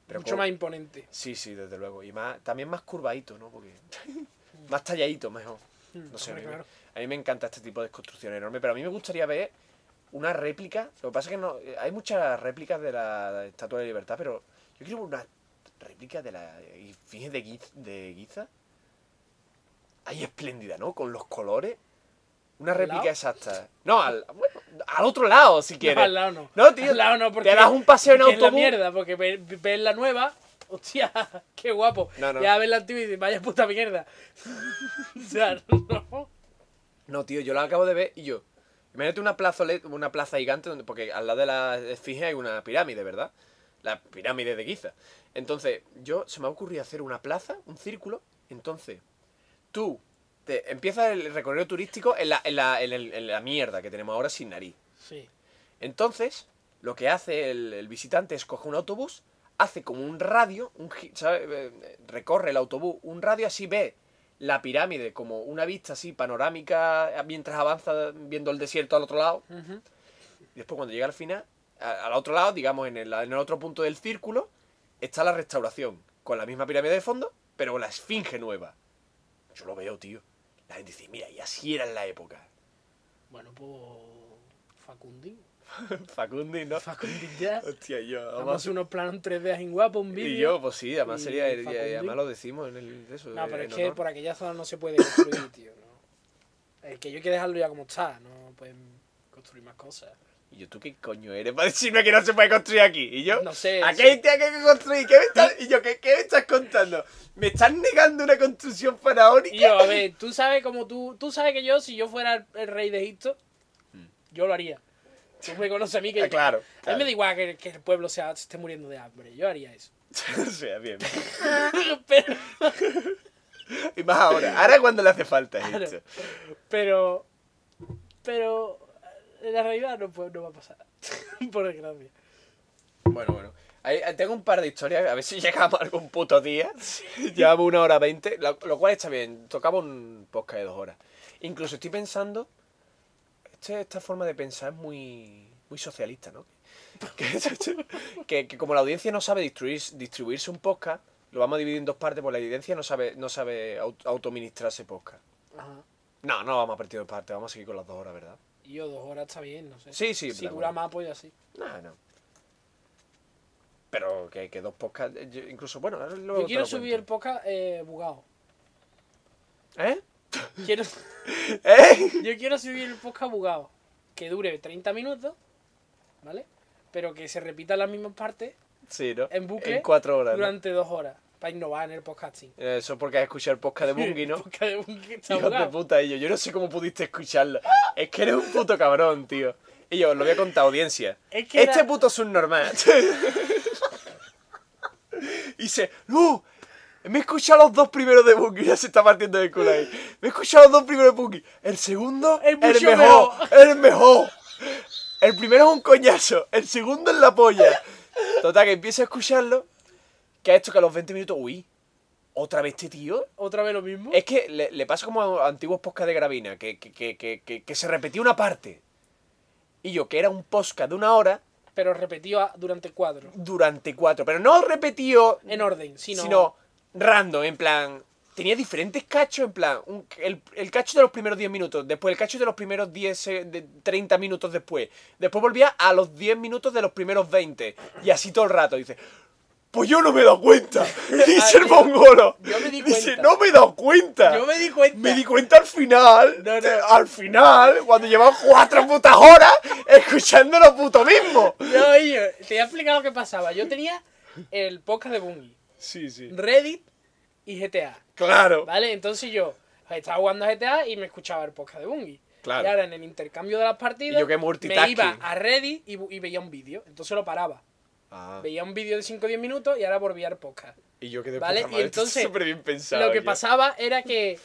A: Pero
B: Mucho
A: con-
B: más imponente.
A: Sí, sí, desde luego. Y más, también más curvadito, ¿no? Porque. [laughs] más talladito, mejor.
B: Mm,
A: No sé, a mí,
B: hombre,
A: me-
B: claro.
A: a mí me encanta este tipo de construcción enorme. Pero a mí me gustaría ver una réplica. Lo que pasa es que no. eh, Hay muchas réplicas de la Estatua de Libertad, pero yo quiero una réplica de la. y Fíjate de, Giz- de Giza. Ahí espléndida, ¿no? Con los colores. Una
B: ¿Al
A: réplica
B: lado?
A: exacta. No, al, bueno, al otro lado, si quieres.
B: [laughs] No, al lado no.
A: No, tío,
B: Al lado no, porque
A: te das un paseo en
B: porque Es la
A: autobús.
B: mierda, porque ve- ve- ves la nueva. Hostia, [laughs] qué guapo.
A: No, no.
B: Ya ves la antigua y dices, vaya puta mierda. [laughs] o sea, no.
A: No, tío, yo la acabo de ver y yo. Imagínate una plaza, una plaza gigante, donde, porque al lado de la esfinge hay una pirámide, ¿verdad? La pirámide de Giza. Entonces, yo se me ha ocurrido hacer una plaza, un círculo. Entonces, tú te empiezas el recorrido turístico en la, en la, en el- en la mierda que tenemos ahora sin nariz.
B: Sí.
A: Entonces, lo que hace el, el visitante es coge un autobús, hace como un radio, un, gi- ¿sabe? Eh, recorre el autobús un radio, así ve la pirámide como una vista así panorámica eh, mientras avanza viendo el desierto al otro lado.
B: Ujú.
A: Y después cuando llega al final, a- al otro lado, digamos en el, en el otro punto del círculo, está la restauración, con la misma pirámide de fondo, pero con la esfinge nueva. Yo lo veo, tío. La gente dice, mira, y así era en la época. [laughs]
B: Bueno, pues. Facundín.
A: Facundi, ¿no?
B: Facundín
A: [laughs]
B: ya.
A: Hostia, yo...
B: Vamos a hacer unos planos en 3D así guapo, un vídeo.
A: Y yo, pues sí, además
B: y
A: sería. y- y
B: Facundo.
A: además lo decimos en el. de Eso,
B: No, pero
A: eh, en
B: es que
A: honor.
B: por aquella zona no se puede construir, tío. ¿no? Es que yo hay que dejarlo ya como está, no pueden construir más cosas.
A: Y yo, ¿tú qué coño eres para decirme que no se puede construir aquí? Y yo,
B: No sé,
A: Aquí
B: sí.
A: hay tía que hay que construir. ¿Qué me estás, y yo, ¿qué, qué me estás contando? ¿Me estás negando una construcción faraónica?
B: Y yo, a ver, tú sabes como tú, tú sabes que yo, si yo fuera el, el rey de Egipto, yo lo haría. Tú me conoces a mí que...
A: Mm. Ah, claro,
B: A mí
A: claro.
B: me da igual que, que el pueblo sea, se esté muriendo de hambre, yo haría eso. [laughs]
A: [laughs] o sea, bien.
B: pero,
A: Y más ahora. Ahora cuando le hace falta
B: Claro.
A: esto.
B: pero, pero en la realidad no, puede- no va a pasar, [laughs] por desgracia.
A: Bueno, bueno. Ahí- ahí tengo un par de historias, a ver si [laughs] llegamos a algún puto día. Llevamos una hora veinte, lo, lo cual está bien. Tocaba un podcast de dos horas. Incluso estoy pensando. este- esta forma de pensar es muy, muy socialista, ¿no? Que, [laughs] que- que como la audiencia no sabe distribuir, distribuirse un podcast, lo vamos a dividir en dos partes, porque la audiencia no sabe, no sabe aut- autoministrarse podcast.
B: Ajá.
A: No, no vamos a partir de parte, vamos a seguir con las dos horas, ¿verdad?
B: Y yo dos horas está bien, no sé.
A: Sí, sí,
B: Si
A: pero
B: dura
A: bueno.
B: más, pues así.
A: No, no. Pero que, que dos podcasts. eh, yo- incluso, bueno, ahora luego.
B: Yo
A: te
B: quiero
A: lo
B: subir el
A: cuento.
B: podcast eh, bugado.
A: ¿Eh? [laughs]
B: Quiero, [laughs]
A: ¿Eh?
B: yo quiero subir el podcast bugado. Que dure 30 minutos, ¿vale? Pero que se repitan las mismas partes
A: Sí, ¿no?
B: En bucle,
A: cuatro horas. ¿no?
B: durante dos horas. Para innovar en el podcasting.
A: Eso porque has escuchado el podcast de
B: [laughs]
A: Bungie,
B: El
A: ¿no?
B: podcast de Bungie
A: [laughs]
B: está
A: Hijos de
B: bugado.
A: puta ellos. Yo no sé cómo pudiste escucharlo. Es que eres un puto cabrón, tío. Y yo os lo voy a contar, audiencia.
B: Es que
A: este
B: era-
A: puto subnormal. [laughs] y dice, ¡No! Me he escuchado los dos primeros de Bungie. Ya se está partiendo de culo ahí. Me he escuchado los dos primeros de Bungie. El segundo,
B: Es
A: el,
B: mucho
A: mejor. El mejor. El primero es un coñazo. El segundo es la polla. Total, que empiezo a escucharlo. Que ha hecho que a los 20 minutos, uy, otra vez este tío.
B: Otra vez lo mismo.
A: Es que le, le pasa como a antiguos podcasts de Gravina, que, que, que, que, que- que se repetía una parte. Y yo, que era un podcast de una hora,
B: Pero repetido a- durante cuatro.
A: durante cuatro. Pero no repetido,
B: En orden, sino.
A: sino, random, en plan. Tenía diferentes cachos, en plan. un- el, el cacho de los primeros 10 minutos, después el cacho de los primeros 10, se- de 30 minutos después. Después volvía a los 10 minutos de los primeros 20. Y así todo el rato. Dice, pues yo no me he dado
B: [laughs]
A: cuenta. [laughs] Dice el
B: tío,
A: mongolo.
B: Ah, yo me di
A: Dice,
B: cuenta.
A: no me he dado cuenta.
B: Yo me di cuenta.
A: Me di cuenta al final.
B: No, no.
A: Al final, cuando llevaba cuatro putas horas escuchando lo puto mismo.
B: No, yo, te voy a explicar lo que pasaba. Yo tenía el podcast de Bungie,
A: Sí, sí.
B: Reddit y GTA.
A: Claro.
B: ¿Vale? Entonces yo estaba jugando a GTA y me escuchaba el podcast de Bungie.
A: Claro.
B: Y ahora en el intercambio de las partidas,
A: Y yo que
B: me
A: multitasking.
B: iba a Reddit y, bu- y veía un vídeo. Entonces lo paraba.
A: Ah.
B: Veía un vídeo de 5 o 10 minutos y ahora volvía al podcast.
A: Y yo quedé
B: Vale,
A: puta
B: y
A: madre, esto
B: entonces,
A: está súper bien pensado.
B: Lo que
A: yo.
B: pasaba era que,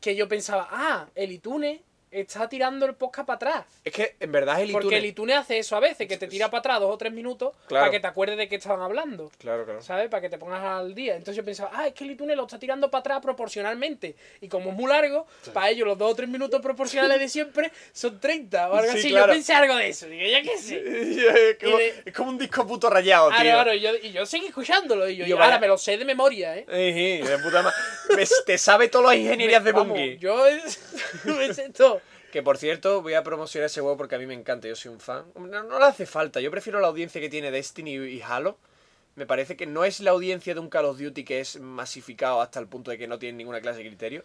B: que yo pensaba, ah, el iTunes está tirando el podcast para atrás.
A: Es que en verdad es el
B: Porque el
A: iTunes.
B: iTunes hace eso a veces, que te tira para atrás dos o tres minutos
A: Claro.
B: para que te acuerdes de qué estaban hablando.
A: Claro, claro.
B: ¿Sabes? Para que te pongas al día. Entonces yo pensaba, ah, es que el iTunes lo está tirando para atrás proporcionalmente. Y como es muy largo, para ellos los dos o tres minutos proporcionales de siempre son 30 o algo
A: Sí,
B: así.
A: claro.
B: Yo pensé algo de eso. Digo, ya que sí.
A: [laughs] es, como,
B: Y de-
A: es como un disco puto rayado, tío.
B: Claro, Ah, claro. Y yo, y yo seguí escuchándolo. Y yo,
A: Y yo,
B: ahora
A: vaya-
B: me lo sé de memoria, ¿eh?
A: Ejé, de puta madre. [laughs] Ves, Te sabe todas las ingenierías de
B: Vamos,
A: Bungie.
B: Yo [laughs] me sé todo.
A: Que por cierto, voy a promocionar ese juego porque a mí me encanta, yo soy un fan. No, no le hace falta, yo prefiero la audiencia que tiene Destiny y Halo. Me parece que no es la audiencia de un Call of Duty que es masificado hasta el punto de que no tiene ninguna clase de criterio.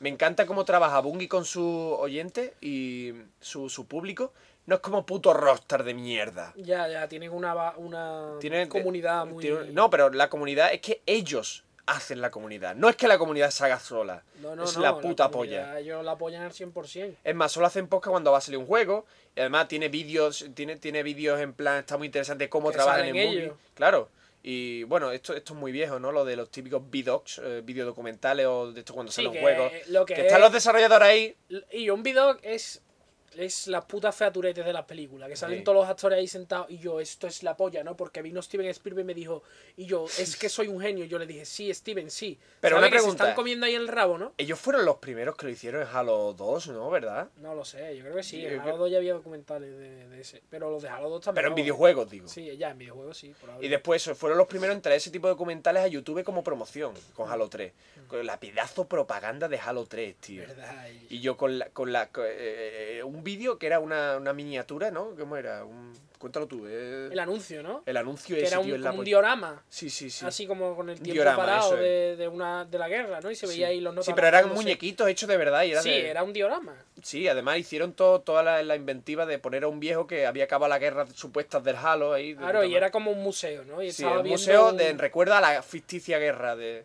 A: Me encanta cómo trabaja Bungie con sus oyentes y su, su público. No es como puto rockstar de mierda.
B: Ya, ya, tienen una, va- una
A: Tiene- eh,
B: comunidad muy...
A: tiene- no, pero la comunidad es que ellos hacen la comunidad. No es que la comunidad se haga sola.
B: No, no,
A: es
B: no,
A: la puta
B: comunidad,
A: polla.
B: Ellos la apoyan al 100%.
A: Es más, solo hacen podcast cuando va a salir un juego. Y además tiene vídeos, tiene, tiene vídeos en plan, está muy interesante cómo
B: Que
A: trabajan en
B: salen
A: Bungie.
B: ellos.
A: Claro. Y bueno, esto, esto es muy viejo, ¿no? Lo de los típicos videocs, eh, videodocumentales o de esto cuando
B: Sí,
A: salen
B: que
A: juegos.
B: lo que
A: que
B: es-
A: están los desarrolladores ahí.
B: Y un video es, es las putas featuretes de las películas, que salen
A: Sí.
B: todos los actores ahí sentados y yo, esto es la polla, ¿no? Porque vino Steven Spielberg y me dijo, y yo, es que soy un genio. Yo le dije, sí, Steven, sí.
A: Pero
B: ¿Sabe
A: una
B: que se
A: pregunta.
B: están comiendo ahí el rabo, ¿no?
A: Ellos fueron los primeros que lo hicieron en Halo 2, ¿no? ¿Verdad?
B: No lo sé, yo creo que sí.
A: Yo
B: En Halo
A: creo-
B: 2 ya había documentales de, de ese. Pero los de Halo 2 también.
A: Pero en
B: ¿no?
A: videojuegos, digo.
B: Sí, ya en videojuegos sí. probable.
A: Y después fueron los primeros en traer ese tipo de documentales a YouTube como promoción con
B: Mm.
A: Halo 3. Con la pedazo propaganda de Halo 3, tío.
B: ¿Verdad? Y-
A: Y yo con la, con la co- eh, eh, un vídeo que era una, una miniatura, ¿no? ¿Cómo era? Un, cuéntalo tú. eh.
B: El anuncio, ¿no?
A: El anuncio
B: que
A: ese,
B: era un,
A: tío, en la
B: como un
A: pol-
B: diorama.
A: Sí, sí, sí.
B: Así como con el
A: Un
B: tiempo
A: diorama,
B: parado
A: eso es.
B: de, de una, de la guerra, ¿no? Y se veía
A: sí.
B: ahí los notas.
A: Sí, pero eran muñequitos hechos de verdad. Y era
B: Sí,
A: de-
B: era un diorama.
A: Sí, además hicieron todo, toda la, la inventiva de poner a un viejo que había acabado la guerra supuesta del Halo ahí. de
B: Claro,
A: puta
B: y
A: madre.
B: era como un museo, ¿no? Y
A: Sí,
B: estaba
A: el
B: viendo
A: museo
B: un-
A: de, recuerda a la ficticia guerra de...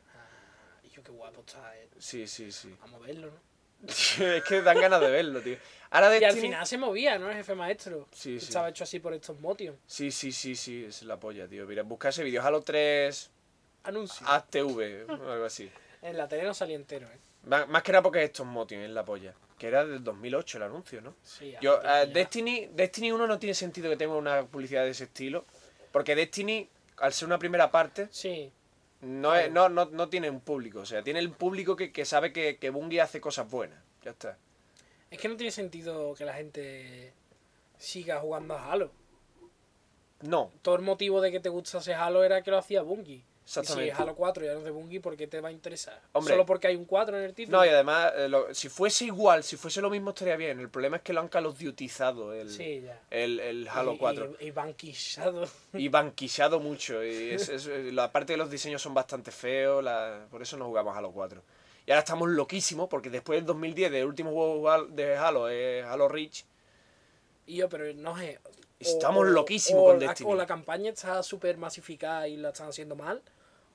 B: Y yo, qué guapo está, eh.
A: Sí, sí, sí. [laughs]
B: Vamos a verlo, ¿no?
A: es que dan ganas de verlo, tío. Ahora
B: Y al
A: Destiny...
B: final se movía, ¿no? El jefe maestro.
A: Sí,
B: Que
A: sí.
B: Estaba hecho así por estos motios.
A: Sí, sí, sí, sí, es la polla, tío. Mira, busca ese vídeo Halo 3
B: Anuncio.
A: Ah. ATV o algo así.
B: En la tele no salía entero, ¿eh?
A: Ma- Más que nada porque estos motion es la polla. Que era del 2008 el anuncio, ¿no?
B: Sí, hace
A: Yo,
B: tiempo
A: eh,
B: ya.
A: Destiny, Destiny 1 no tiene sentido que tenga una publicidad de ese estilo. Porque Destiny, al ser una primera parte,
B: Sí.
A: no, es- no, no, no tiene un público. O sea, tiene el público que, que sabe que, que Bungie hace cosas buenas. Ya está.
B: Es que no tiene sentido que la gente siga jugando a Halo.
A: No.
B: todo el motivo de que te gustase Halo era que lo hacía Bungie. Y
A: Exactamente.
B: si es Halo 4 ya no es de Bungie, ¿por qué te va a interesar?
A: Hombre.
B: Solo porque hay un 4 en el título.
A: No, y además, eh, lo- si fuese igual, si fuese lo mismo estaría bien. El problema es que lo han Call of Dutyizado el,
B: Sí, ya.
A: el, el Halo
B: Y- y-
A: 4.
B: Y, banquillado.
A: y banquillado mucho. Y es, es- eh, la parte de los diseños son bastante feos, la- por eso no jugamos Halo 4. Y ahora estamos loquísimos porque después del 2010, del último juego Hal- de Halo, es Halo Reach,
B: Y yo, pero no sé. o-
A: Estamos loquísimos
B: o
A: con
B: la-
A: Destiny.
B: O la campaña está súper masificada y la están haciendo mal,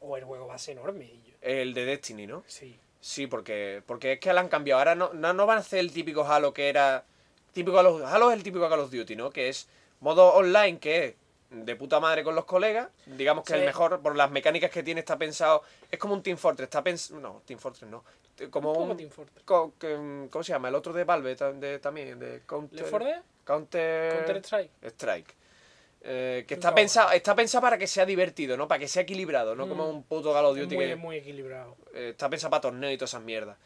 B: o el juego va a ser enorme. Y yo,
A: el de Destiny, ¿no?
B: sí.
A: Sí, porque, porque es que la han cambiado. Ahora no, no, no van a hacer el típico Halo que era. Típico Halo, Halo es el típico Call of Duty, ¿no? Que es modo online que es de puta madre con los colegas. Digamos que es
B: Sí.
A: el mejor por las mecánicas que tiene, está pensado. Es como un Team Fortress, está pensado. No, Team Fortress no. Como
B: Un poco
A: un.
B: Team Fortress.
A: co- que- mm, ¿Cómo se llama? El otro de Valve tam- de- también, de Counter. Eh,
B: ¿Left 4 Dead?
A: Counter.
B: Counter-Strike.
A: Strike. Eh, que está
B: No,
A: pensado, está pensado para que sea divertido, ¿no? Para que sea equilibrado, no como
B: Mm.
A: un puto Call of
B: Es
A: Duty
B: muy,
A: que-
B: muy equilibrado.
A: eh, está pensado para torneo y todas esas mierdas.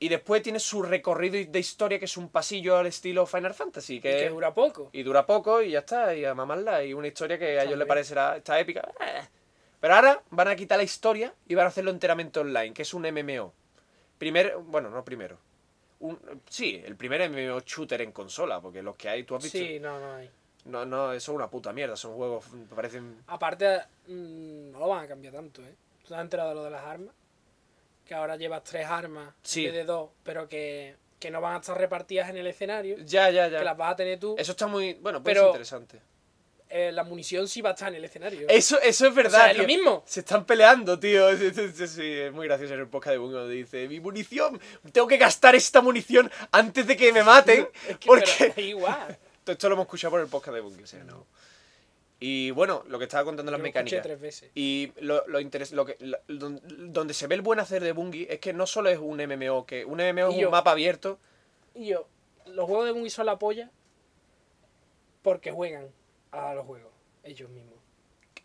A: Y después tiene su recorrido de historia, que es un pasillo al estilo Final Fantasy.
B: que
A: Que,
B: dura poco.
A: y dura poco y ya está, y a mamarla. Y una historia que a ellos les
B: bien.
A: parecerá está épica. Pero ahora van a quitar la historia y van a hacerlo enteramente online, que es un MMO. Primero, bueno, no primero. Un, sí, el primer MMO shooter en consola, porque los que hay, tú has visto.
B: Sí, no, no hay.
A: No, no, eso es una puta mierda, son juegos, mm, parecen...
B: Aparte, mm, no lo van a cambiar tanto, ¿eh? ¿Tú te has enterado de lo de las armas? Que ahora llevas tres armas
A: Sí.
B: en vez de dos, pero que, que no van a estar repartidas en el escenario,
A: Ya, ya,
B: que
A: ya.
B: las vas a tener tú.
A: Eso está muy... Bueno, pues es
B: Pero-
A: interesante.
B: Eh, la munición sí va a estar en el escenario.
A: Eso, eso es verdad.
B: O sea, es
A: tío.
B: lo mismo.
A: Se están peleando, tío. [laughs] Sí, sí, sí, sí, es muy gracioso en el podcast de Bungo. Dice, mi munición, tengo que gastar esta munición antes de que me maten.
B: [laughs] [laughs] Es que,
A: porque...
B: pero es igual.
A: [laughs] Todo Esto lo hemos escuchado por el podcast de Bungo. o sea, no. Y bueno, lo que estaba contando
B: Yo
A: las
B: lo escuché
A: mecánicas.
B: tres veces.
A: Y lo, lo interes- lo que, la- don- donde se ve el buen hacer de Bungie es que no solo es un MMO, que un MMO es
B: Y
A: un
B: yo.
A: mapa abierto.
B: Y yo, los juegos de Bungie son la polla porque juegan a los juegos, ellos mismos.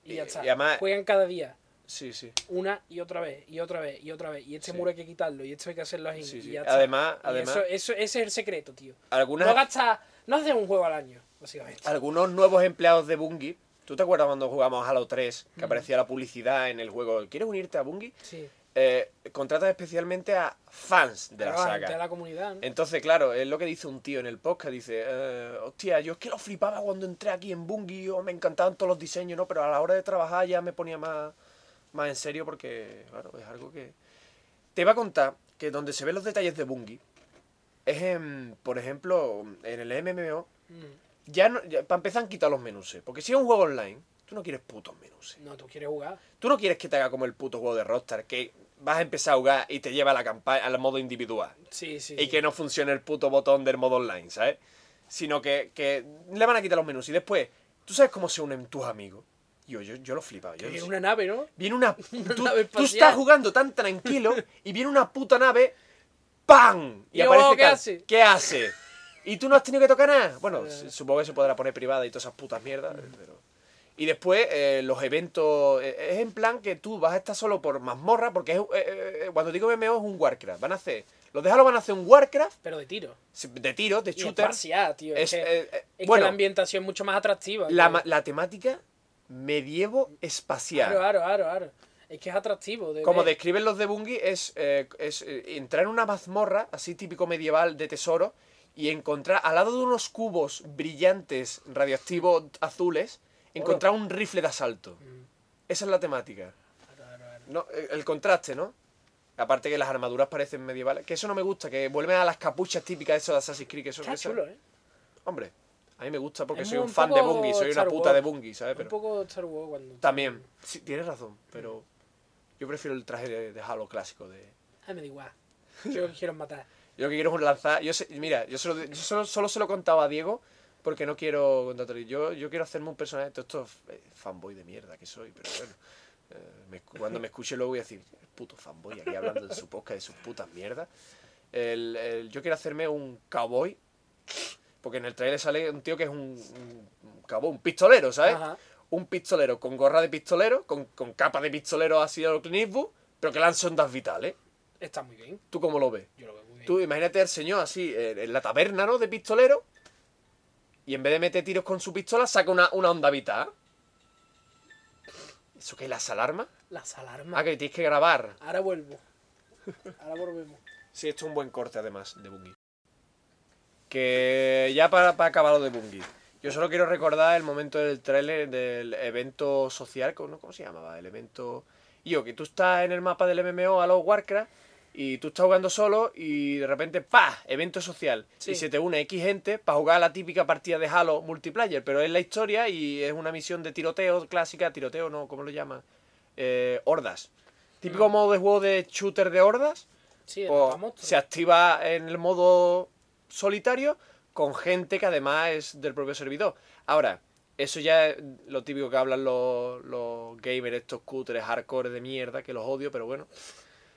B: Y ya
A: Y-
B: está.
A: Eh, y además-
B: Juegan cada día,
A: Sí, sí.
B: una y otra vez, y otra vez, y otra vez. Y este
A: Sí.
B: muro hay que quitarlo, y esto hay que hacerlo así.
A: Sí, sí.
B: Y ya está.
A: Además,
B: Y
A: además
B: eso, eso- ese es el secreto, tío.
A: algunas,
B: No gasta, no haces un juego al año, básicamente.
A: algunos nuevos empleados de Bungie. ¿Tú te acuerdas cuando jugamos Halo 3? Que aparecía la publicidad en el juego. ¿Quieres unirte a Bungie?
B: Sí.
A: Eh, contratas especialmente a fans de la
B: Pero va,
A: saga.
B: De la comunidad. ¿no?
A: Entonces, claro, es lo que dice un tío en el podcast. Dice, eh, hostia, yo es que lo flipaba cuando entré aquí en Bungie. oh, me encantaban todos los diseños, ¿no? Pero a la hora de trabajar ya me ponía más, más en serio porque, claro, es algo que... Te iba a contar que donde se ven los detalles de Bungie es en, por ejemplo, en el MMO.
B: Mm.
A: Ya, no, para empezar han quitado los menús. eh. Porque si es un juego online, tú no quieres putos menús. eh.
B: No, tú quieres jugar.
A: Tú no quieres que te haga como el puto juego de Rockstar, que vas a empezar a jugar y te lleva a la campaña, al modo individual
B: Sí, sí.
A: y
B: sí.
A: que no funcione el puto botón del modo online, ¿sabes? Sino que, que le van a quitar los menús. Y después, ¿tú sabes cómo se unen tus amigos? Yo, yo, yo lo flipaba. Yo,
B: Que viene una nave, ¿no?
A: Viene
B: [laughs]
A: una. tú,
B: nave
A: tú
B: espacial.
A: estás jugando tan tranquilo y viene una puta nave. ¡Pam!
B: Y yo, "Oh, ¿qué
A: Cal-
B: hace?
A: ¿Qué hace? ¿Y tú no has tenido que tocar nada?
B: [laughs]
A: Bueno, s- supongo que se podrá poner privada y todas esas putas mierdas.
B: Mm.
A: pero- Y después eh, los eventos. eh, es en plan que tú vas a estar solo por mazmorra, porque es, eh, eh, eh, cuando digo MMO es un Warcraft. Van a hacer. Los de Halo van a hacer un Warcraft
B: Pero de tiro.
A: de tiros, de
B: Y
A: shooter.
B: espacial, tío.
A: Es,
B: Es, que,
A: eh, eh,
B: es que
A: bueno,
B: la ambientación es mucho más atractiva.
A: la,
B: que-
A: ma- la temática medievo espacial.
B: Aro, aro, aro, aro. Es que es atractivo. De
A: Como
B: ver.
A: describen los de Bungie, es, eh, es, eh, entrar en una mazmorra, así típico medieval de tesoro, y encontrar, al lado de unos cubos brillantes radioactivos azules, encontrar un rifle de asalto.
B: Mm.
A: Esa es la temática.
B: Aro, aro, aro.
A: No, eh, el contraste, ¿no? Aparte que las armaduras parecen medievales. Que eso no me gusta, que vuelven a las capuchas típicas eso de Assassin's Creed. Que eso,
B: Está
A: esa-
B: chulo, ¿eh?
A: Hombre, a mí me gusta porque
B: Es
A: soy
B: muy
A: un
B: un
A: fan de
B: poco
A: Bungie, soy una
B: Star
A: puta de
B: Wars.
A: Bungie, ¿sabes?
B: Un
A: Pero
B: poco Star Wars cuando...
A: también, sí, tienes razón, pero yo prefiero el traje de, de Halo clásico de...
B: Ah, me da igual. Yo lo que quiero es matar.
A: Yo lo que quiero es un lanzar... Yo sé- mira, yo, solo, yo solo, solo se lo contaba a Diego porque no quiero contarlo. Yo, yo quiero hacerme un personaje... Todo esto es eh, fanboy de mierda que soy, pero bueno. eh, me escu- cuando me escuche luego voy a decir, puto fanboy aquí hablando en su podcast de sus putas mierdas. El- el- yo quiero hacerme un cowboy. Porque en el trailer sale un tío que es un, un- un cowboy, un pistolero, ¿sabes?
B: Ajá.
A: Un pistolero con gorra de pistolero, con, con capa de pistolero así a lo Clint Eastwood, pero que lanza ondas vitales.
B: Está muy bien.
A: ¿Tú cómo lo ves?
B: Yo lo veo muy bien.
A: Tú imagínate al señor así, en en la taberna, ¿no? De pistolero. Y en vez de meter tiros con su pistola, saca una, una onda vital. ¿Eso qué? ¿Las alarmas?
B: Las alarmas.
A: Ah, que tienes que grabar.
B: Ahora vuelvo. Ahora volvemos.
A: Sí, esto es un buen corte además de Bungie. Que ya para, para acabar lo de Bungie. Yo solo quiero recordar el momento del tráiler del evento social, ¿cómo, ¿cómo se llamaba? El evento... Yo, que tú estás en el mapa del MMO a los Warcraft y tú estás jugando solo y de repente ¡pa! Evento social.
B: Sí.
A: Y se te une X gente para jugar la típica partida de Halo multiplayer, pero es la historia y es una misión de tiroteo clásica, tiroteo no, ¿cómo lo llama? Eh, hordas. Típico modo de juego de shooter de hordas
B: Sí, de
A: pues,
B: matar monstruos.
A: se activa en el modo solitario con gente que además es del propio servidor. Ahora, eso ya es lo típico que hablan los, los gamers, estos cutres, hardcore de mierda, que los odio, pero bueno.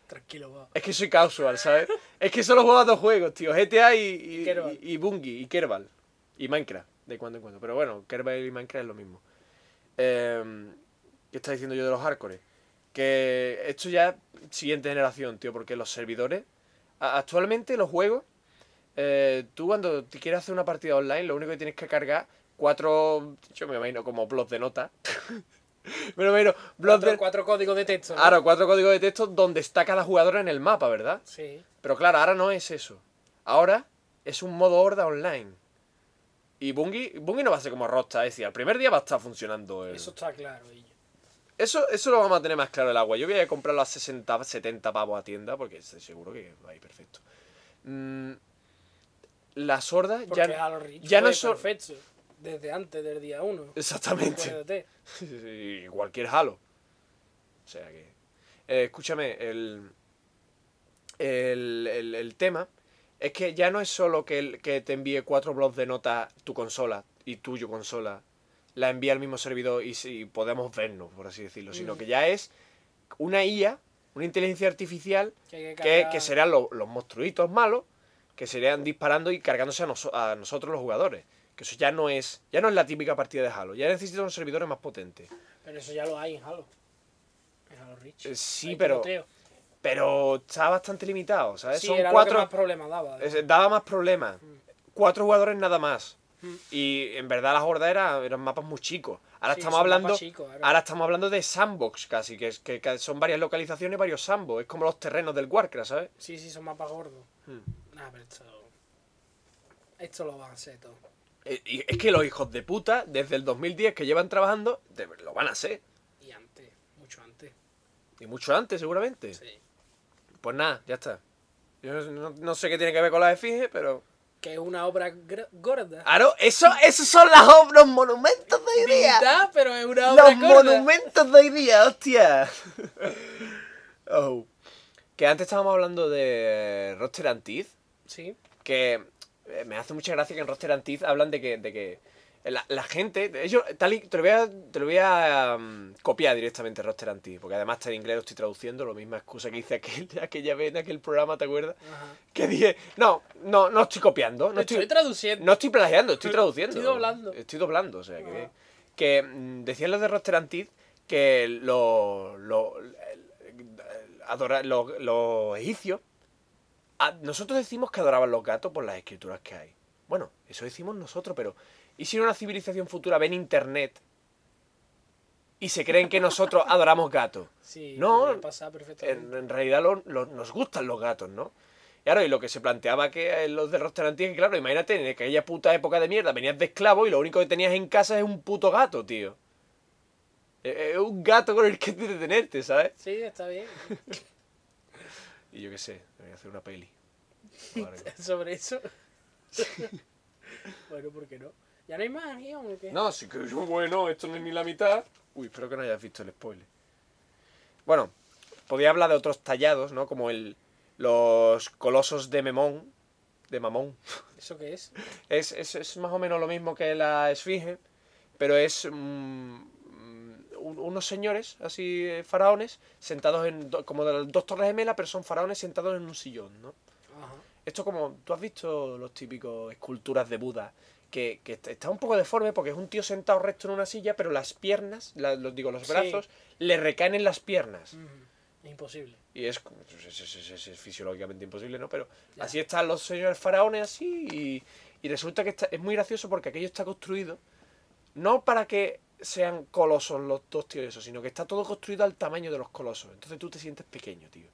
B: Tranquilo, va.
A: Es que soy casual, ¿sabes? es que solo juego a dos juegos, tío. GTA y, y,
B: Y Kerbal.
A: y- y Bungie, y Kerbal. Y Minecraft, de cuando en cuando. Pero bueno, Kerbal y Minecraft es lo mismo. Eh, ¿Qué está diciendo yo de los hardcore? Que esto ya es siguiente generación, tío, porque los servidores a- actualmente los juegos, eh, tú cuando te quieres hacer una partida online, lo único que tienes que cargar cuatro, yo me imagino como blogs de notas. [laughs] me lo imagino, blogs
B: Cuatro,
A: de...
B: cuatro códigos de texto. ¿no?
A: Ahora, cuatro códigos de texto donde está cada jugador en el mapa, ¿verdad?
B: Sí.
A: Pero claro, ahora no es eso. Ahora es un modo horda online. Y Bungie, Bungie no va a ser como Rockstar, es decir, al primer día va a estar funcionando el...
B: Eso está claro. y-
A: Eso, eso lo vamos a tener más claro el agua. Yo voy a comprarlo a 60, 70 pavos a tienda porque estoy seguro que va a ir perfecto. Mm, las hordas
B: Porque
A: ya...
B: a los rich
A: ya no
B: fue
A: son-
B: perfecto. Desde antes del día uno.
A: [laughs] Exactamente.
B: Acuérdate.
A: [laughs] Y cualquier Halo. O sea que... eh, escúchame, el, el, el- el tema es que ya no es solo que, el- que te envíe cuatro blogs de nota tu consola y tuyo consola. La envía al mismo servidor y, si podemos vernos, por así decirlo. Sino
B: Mm.
A: que ya es una IA, una inteligencia artificial
B: Que, hay
A: que,
B: cargar-
A: que serían lo- los monstruitos malos que serían disparando y cargándose a, noso- a nosotros los jugadores. Que eso ya no es ya no es la típica partida de Halo. Ya necesitan unos servidores más potentes.
B: Pero eso ya lo hay en Halo. En Halo Reach.
A: Eh, sí,
B: Hay
A: pero-
B: tiroteo.
A: Pero está bastante limitado, ¿sabes?
B: Sí,
A: Son
B: era lo que
A: cuatro.
B: más problemas daba. además.
A: es- Daba más problemas. Cuatro jugadores nada más.
B: Mm.
A: Y en verdad las hordas eran, eran mapas muy chicos. Ahora
B: Sí,
A: estamos
B: son mapas
A: hablando.
B: chicos, ahora.
A: Ahora estamos hablando de sandbox casi, que, es- que, que son varias localizaciones, varios sandbox. Es como los terrenos del Warcraft, ¿sabes?
B: Sí, sí, son mapas gordos.
A: Hmm.
B: Nah, pero esto. Esto lo van a hacer todo.
A: Eh, y Es que los hijos de puta, desde el 2010 que llevan trabajando, de- lo van a hacer.
B: Y antes, mucho antes.
A: Y mucho antes, seguramente.
B: Sí.
A: Pues nada, ya está. Yo no, no sé qué tiene que ver con la efigie, pero...
B: Que es una obra gr- gorda.
A: Claro, eso, esos son las ob- los monumentos de hoy día.
B: Dignidad, pero es una obra
A: Los
B: gorda.
A: monumentos de hoy día,
B: [laughs]
A: hostia. Oh. Que antes estábamos hablando de eh, Roster Antiz,
B: Sí.
A: que eh, me hace mucha gracia que en Roster Antiz hablan de que, de que la, la gente, ellos, tal y, te lo voy a, te lo voy a um, copiar directamente Roster Antiz, porque además está en inglés, lo estoy traduciendo, la misma excusa que hice [laughs] aquel, aquella vez en aquel programa, ¿te acuerdas?
B: Ajá.
A: Que dije, no, no, no estoy copiando, no
B: Estoy,
A: estoy,
B: traduciendo.
A: no estoy plagiando, estoy traduciendo.
B: Estoy doblando.
A: Estoy doblando, o sea, que
B: Ah.
A: Que mm, decían los de Roster Antid que lo- lo- el- el- adora- los los egipcios. a- nosotros decimos que adoraban los gatos por las escrituras que hay. Bueno, eso decimos nosotros, pero. ¿Y si en una civilización futura ven internet y se creen que nosotros adoramos gatos?
B: Sí,
A: No,
B: podría pasar perfectamente.
A: en, en realidad lo- lo- nos gustan los gatos, ¿no? Y claro, y lo que se planteaba que eh, los de Roster Antiga, que claro, imagínate, en aquella puta época de mierda venías de esclavo y lo único que tenías en casa es un puto gato, tío. Es un gato con el que detenerte, ¿sabes?
B: Sí, está bien. [laughs]
A: Y yo qué sé, voy a hacer una peli. o algo. [laughs]
B: Sobre eso. bueno, ¿por qué no? ¿Ya no hay más guión o qué?
A: No, sí que yo, bueno, esto no es ni la mitad. Uy, espero que no hayas visto el spoiler. Bueno, podía hablar de otros tallados, ¿no? Como el los colosos de Memón, de Mamón.
B: ¿Eso qué es?
A: Es, es- es más o menos lo mismo que la esfinge, pero es mm, mm, un- unos señores, así eh, faraones, sentados en do- como de las dos torres gemelas, pero son faraones sentados en un sillón, ¿no?
B: Ajá.
A: Esto como, tú has visto los típicos esculturas de Buda, que, que est- está un poco deforme porque es un tío sentado recto en una silla, pero las piernas, la- los, digo, los
B: Sí.
A: brazos, le recaen en las piernas.
B: Ujú. Mm. Es imposible.
A: Y es, pues, es, es- es- es- es fisiológicamente imposible, ¿no? Pero
B: Ya.
A: así están los señores faraones así y, y resulta que está- es muy gracioso porque aquello está construido no para que sean colosos los dos tíos esos, sino que está todo construido al tamaño de los colosos. Entonces tú te sientes pequeño, tío.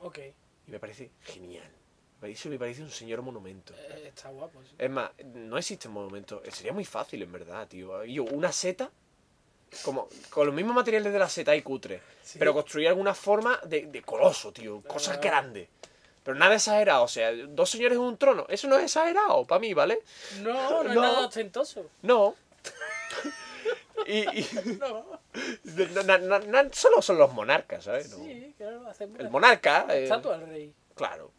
B: Ok. Eh,
A: Y me parece genial. Me parece, me parece un señor monumento.
B: está guapo. sí.
A: Es más, no existe monumento. Sería muy fácil, en verdad, tío. Y una seta, como con los mismos materiales de la seta y cutre.
B: Sí.
A: Pero construir alguna forma de, de coloso, tío. Cosas
B: vale.
A: grandes. Pero nada exagerado. O sea, dos señores en un trono. Eso no es exagerado para mí, ¿vale?
B: No, no, es
A: No.
B: nada ostentoso.
A: No.
B: [laughs]
A: y. [laughs] y-
B: No.
A: na- na- na- solo son los monarcas, ¿sabes? No.
B: Sí, claro, hacemos
A: El
B: una
A: monarca. eh,
B: estatua al rey.
A: Claro.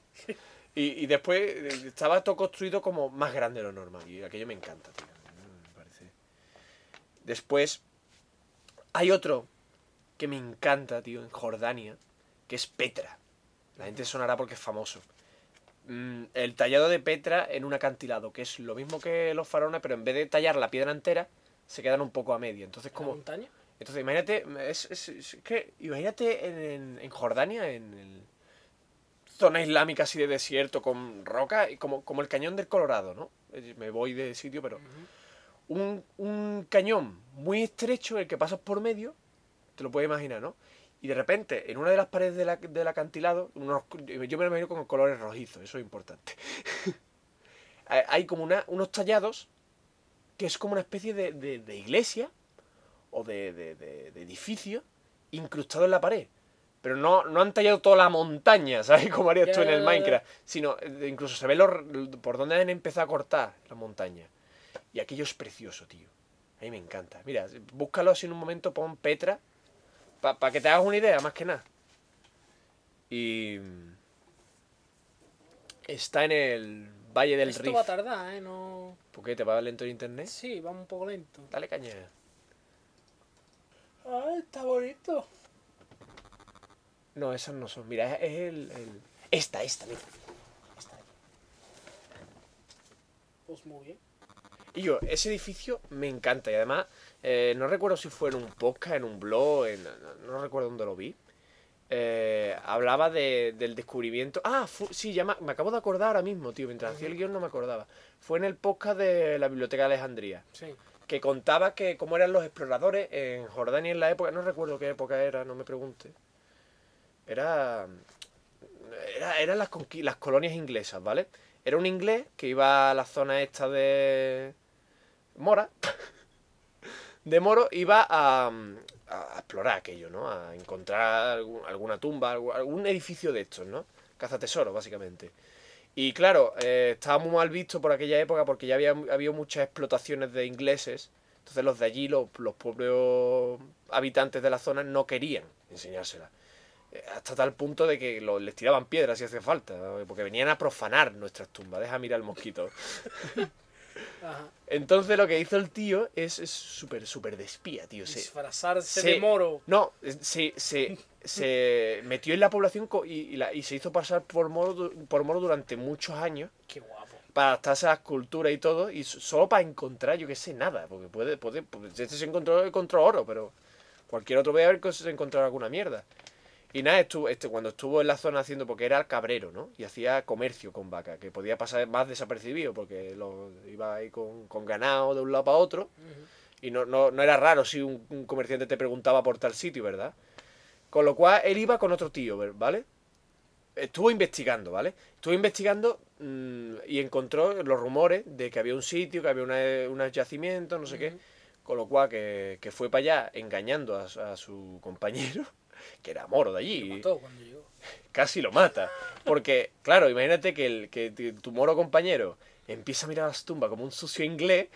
A: Y, y después eh, estaba todo construido como más grande de lo normal. Y aquello me encanta, tío. Mm, Me parece. Después hay otro que me encanta, tío, en Jordania, que es Petra. La gente sonará porque es famoso. Mm, el tallado de Petra en un acantilado, que es lo mismo que los faraones, pero en vez de tallar la piedra entera, se quedan un poco a media. Entonces,
B: ¿Como
A: como.
B: montaña?
A: Entonces, imagínate, es, es- es que, imagínate en, en- en Jordania, en el zona islámica así de desierto con roca, y como, como el cañón del Colorado, ¿no? Eh, Me voy de sitio, pero. Un, un cañón muy estrecho en el que pasas por medio, te lo puedes imaginar, ¿no? Y de repente, en una de las paredes de la- del acantilado, unos- yo me lo imagino con colores rojizos, eso es importante. [laughs] Hay- Hay como una, unos tallados que es como una especie de, de- de iglesia o de, de- de- de edificio incrustado en la pared. Pero no, no han tallado toda la montaña, [laughs] ¿sabes? Como harías
B: Ya,
A: tú en
B: ya,
A: el
B: ya, ya.
A: Minecraft. Sino, eh, incluso se ve los- por dónde han empezado a cortar la montaña. Y aquello es precioso, tío. A mí me encanta. Mira, búscalo así en un momento, pon Petra, para que te hagas una idea, más que nada. Y... mm, Está en el Valle del ¿Eh?
B: Esto
A: Rift.
B: va a tardar, ¿eh? No...
A: ¿Por qué? ¿Te va lento el internet?
B: Sí, va un poco lento.
A: Dale caña.
B: Ah, está bonito.
A: No, esas no son. Mira, es, es el, el- Esta, esta, mira.
B: Pues muy bien.
A: Y yo, ese edificio me encanta. Y además, eh, no recuerdo si fue en un podcast, en un blog, en- no, no recuerdo dónde lo vi. Eh, hablaba de- del descubrimiento. Ah, fu- sí, ya me, me acabo de acordar ahora mismo, tío. Mientras hacía el guión no me acordaba. Fue en el podcast de la Biblioteca de Alejandría.
B: Sí.
A: que contaba que cómo eran los exploradores en Jordania en la época, no recuerdo qué época era, no me pregunte. Era, era eran las, conqui- las colonias inglesas, ¿vale? Era un inglés que iba a la zona esta de Mora, [laughs] de Moro, iba a, a explorar aquello, ¿no? A encontrar algún- alguna tumba, algún- algún edificio de estos, ¿no? Cazatesoros, básicamente. Y claro, eh, estaba muy mal visto por aquella época porque ya había habido muchas explotaciones de ingleses. Entonces los de allí, los, los propios habitantes de la zona no querían enseñársela. Eh, Hasta tal punto de que lo- les tiraban piedras si hacía falta, ¿no? porque venían a profanar nuestras tumbas. Deja mirar el mosquito.
B: Ajá.
A: Entonces lo que hizo el tío es es súper, súper de espía, tío. Se,
B: Disfrazarse
A: Sí.
B: de moro.
A: no, es- se, se, se metió en la población co- y, y la- y se hizo pasar por moro, du- por moro durante muchos años
B: Qué guapo.
A: para adaptarse a las culturas y todo, y so- solo para encontrar, yo qué sé, nada, porque puede, puede, pues, este se encontró, encontró oro, pero cualquier otro puede haber que se encontrara alguna mierda. Y nada, estuvo, este, cuando estuvo en la zona haciendo, porque era cabrero, ¿no? Y hacía comercio con vaca, que podía pasar más desapercibido, porque lo, iba ahí con, con ganado de un lado para otro, y no, no, no era raro si un, un comerciante te preguntaba por tal sitio, ¿verdad? Con lo cual él iba con otro tío, ver- ¿vale? Estuvo investigando, ¿vale? Estuvo investigando mm, y encontró los rumores de que había un sitio, que había una- unos yacimientos, no sé qué.
B: Ujú.
A: Con lo cual que, que fue para allá engañando a, su- a su compañero, [laughs] que era moro de allí
B: Lo mató cuando llegó.
A: casi lo mata. Porque, claro, imagínate que, el, que tu- tu moro compañero empieza a mirar las tumbas como un sucio inglés.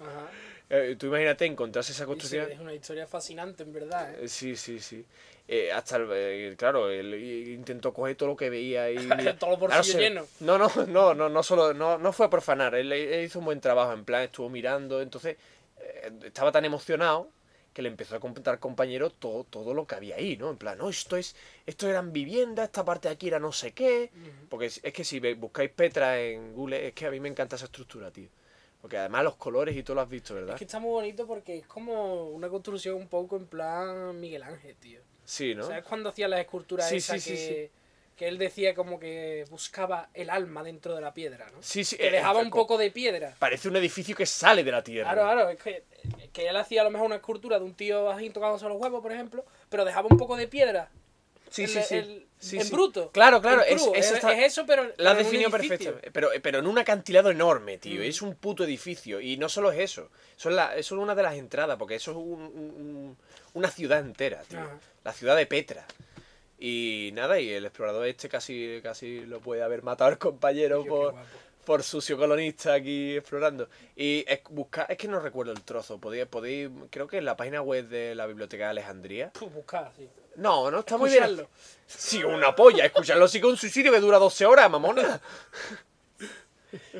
B: Ajá.
A: Eh, tú imagínate encontrarse esa
B: Y sí,
A: construcción.
B: Es una historia fascinante, en verdad. ¿eh?
A: Eh, Sí, sí, sí. Eh, hasta, el- eh, claro, él intentó coger todo lo que veía
B: [laughs]
A: y... mira-
B: Todos los
A: Claro,
B: bolsillos
A: se-
B: llenos.
A: No, [laughs] no, no, no, no solo, no, no fue a profanar, él, él hizo un buen trabajo, en plan, estuvo mirando, entonces eh, estaba tan emocionado que le empezó a contar compañero todo, todo lo que había ahí, ¿no? En plan, no, esto es, esto eran viviendas, esta parte de aquí era no sé qué,
B: Ujú.
A: porque es, es que si ve- buscáis Petra en Google, es que a mí me encanta esa estructura, tío. Porque además los colores y todo lo has visto, ¿verdad?
B: Es que está muy bonito porque es como una construcción un poco en plan Miguel Ángel, tío.
A: Sí, ¿no?
B: ¿Sabes cuando hacía las esculturas
A: Sí,
B: esas
A: sí, sí,
B: que, que él decía como que buscaba el alma dentro de la piedra, ¿no?
A: Sí, sí.
B: Que
A: eh,
B: dejaba
A: eh,
B: un
A: co-
B: poco de piedra.
A: Parece un edificio que sale de la tierra.
B: Claro, claro, es que, que él hacía a lo mejor una escultura de un tío bajín tocándose los huevos, por ejemplo, pero dejaba un poco de piedra.
A: Sí,
B: en,
A: sí, sí.
B: el-
A: Sí,
B: en
A: sí.
B: bruto.
A: Claro, claro,
B: en
A: es-
B: crudo.
A: es
B: es,
A: esta-
B: es eso, pero.
A: La
B: pero
A: has
B: en un
A: definido
B: edificio.
A: perfectamente. Pero, eh, pero en un acantilado enorme, tío.
B: Mm.
A: Es un puto edificio. Y no solo es eso. Son la, eso es una de las entradas, porque eso es un- un- un- una ciudad entera, tío.
B: Ajá.
A: La ciudad de Petra. Y nada, y el explorador este casi, casi lo puede haber matado al compañero
B: Qué
A: por,
B: guapo.
A: por sucio colonista aquí explorando. Y es, buscar, es que no recuerdo el trozo. Podéis, podéis, creo que en la página web de la Biblioteca de Alejandría.
B: Puh, buscaba, sí.
A: No, no está muy bien.
B: Escuchadlo.
A: Sí, una polla. Escucharlo sí que un suicidio que dura 12 horas, mamona.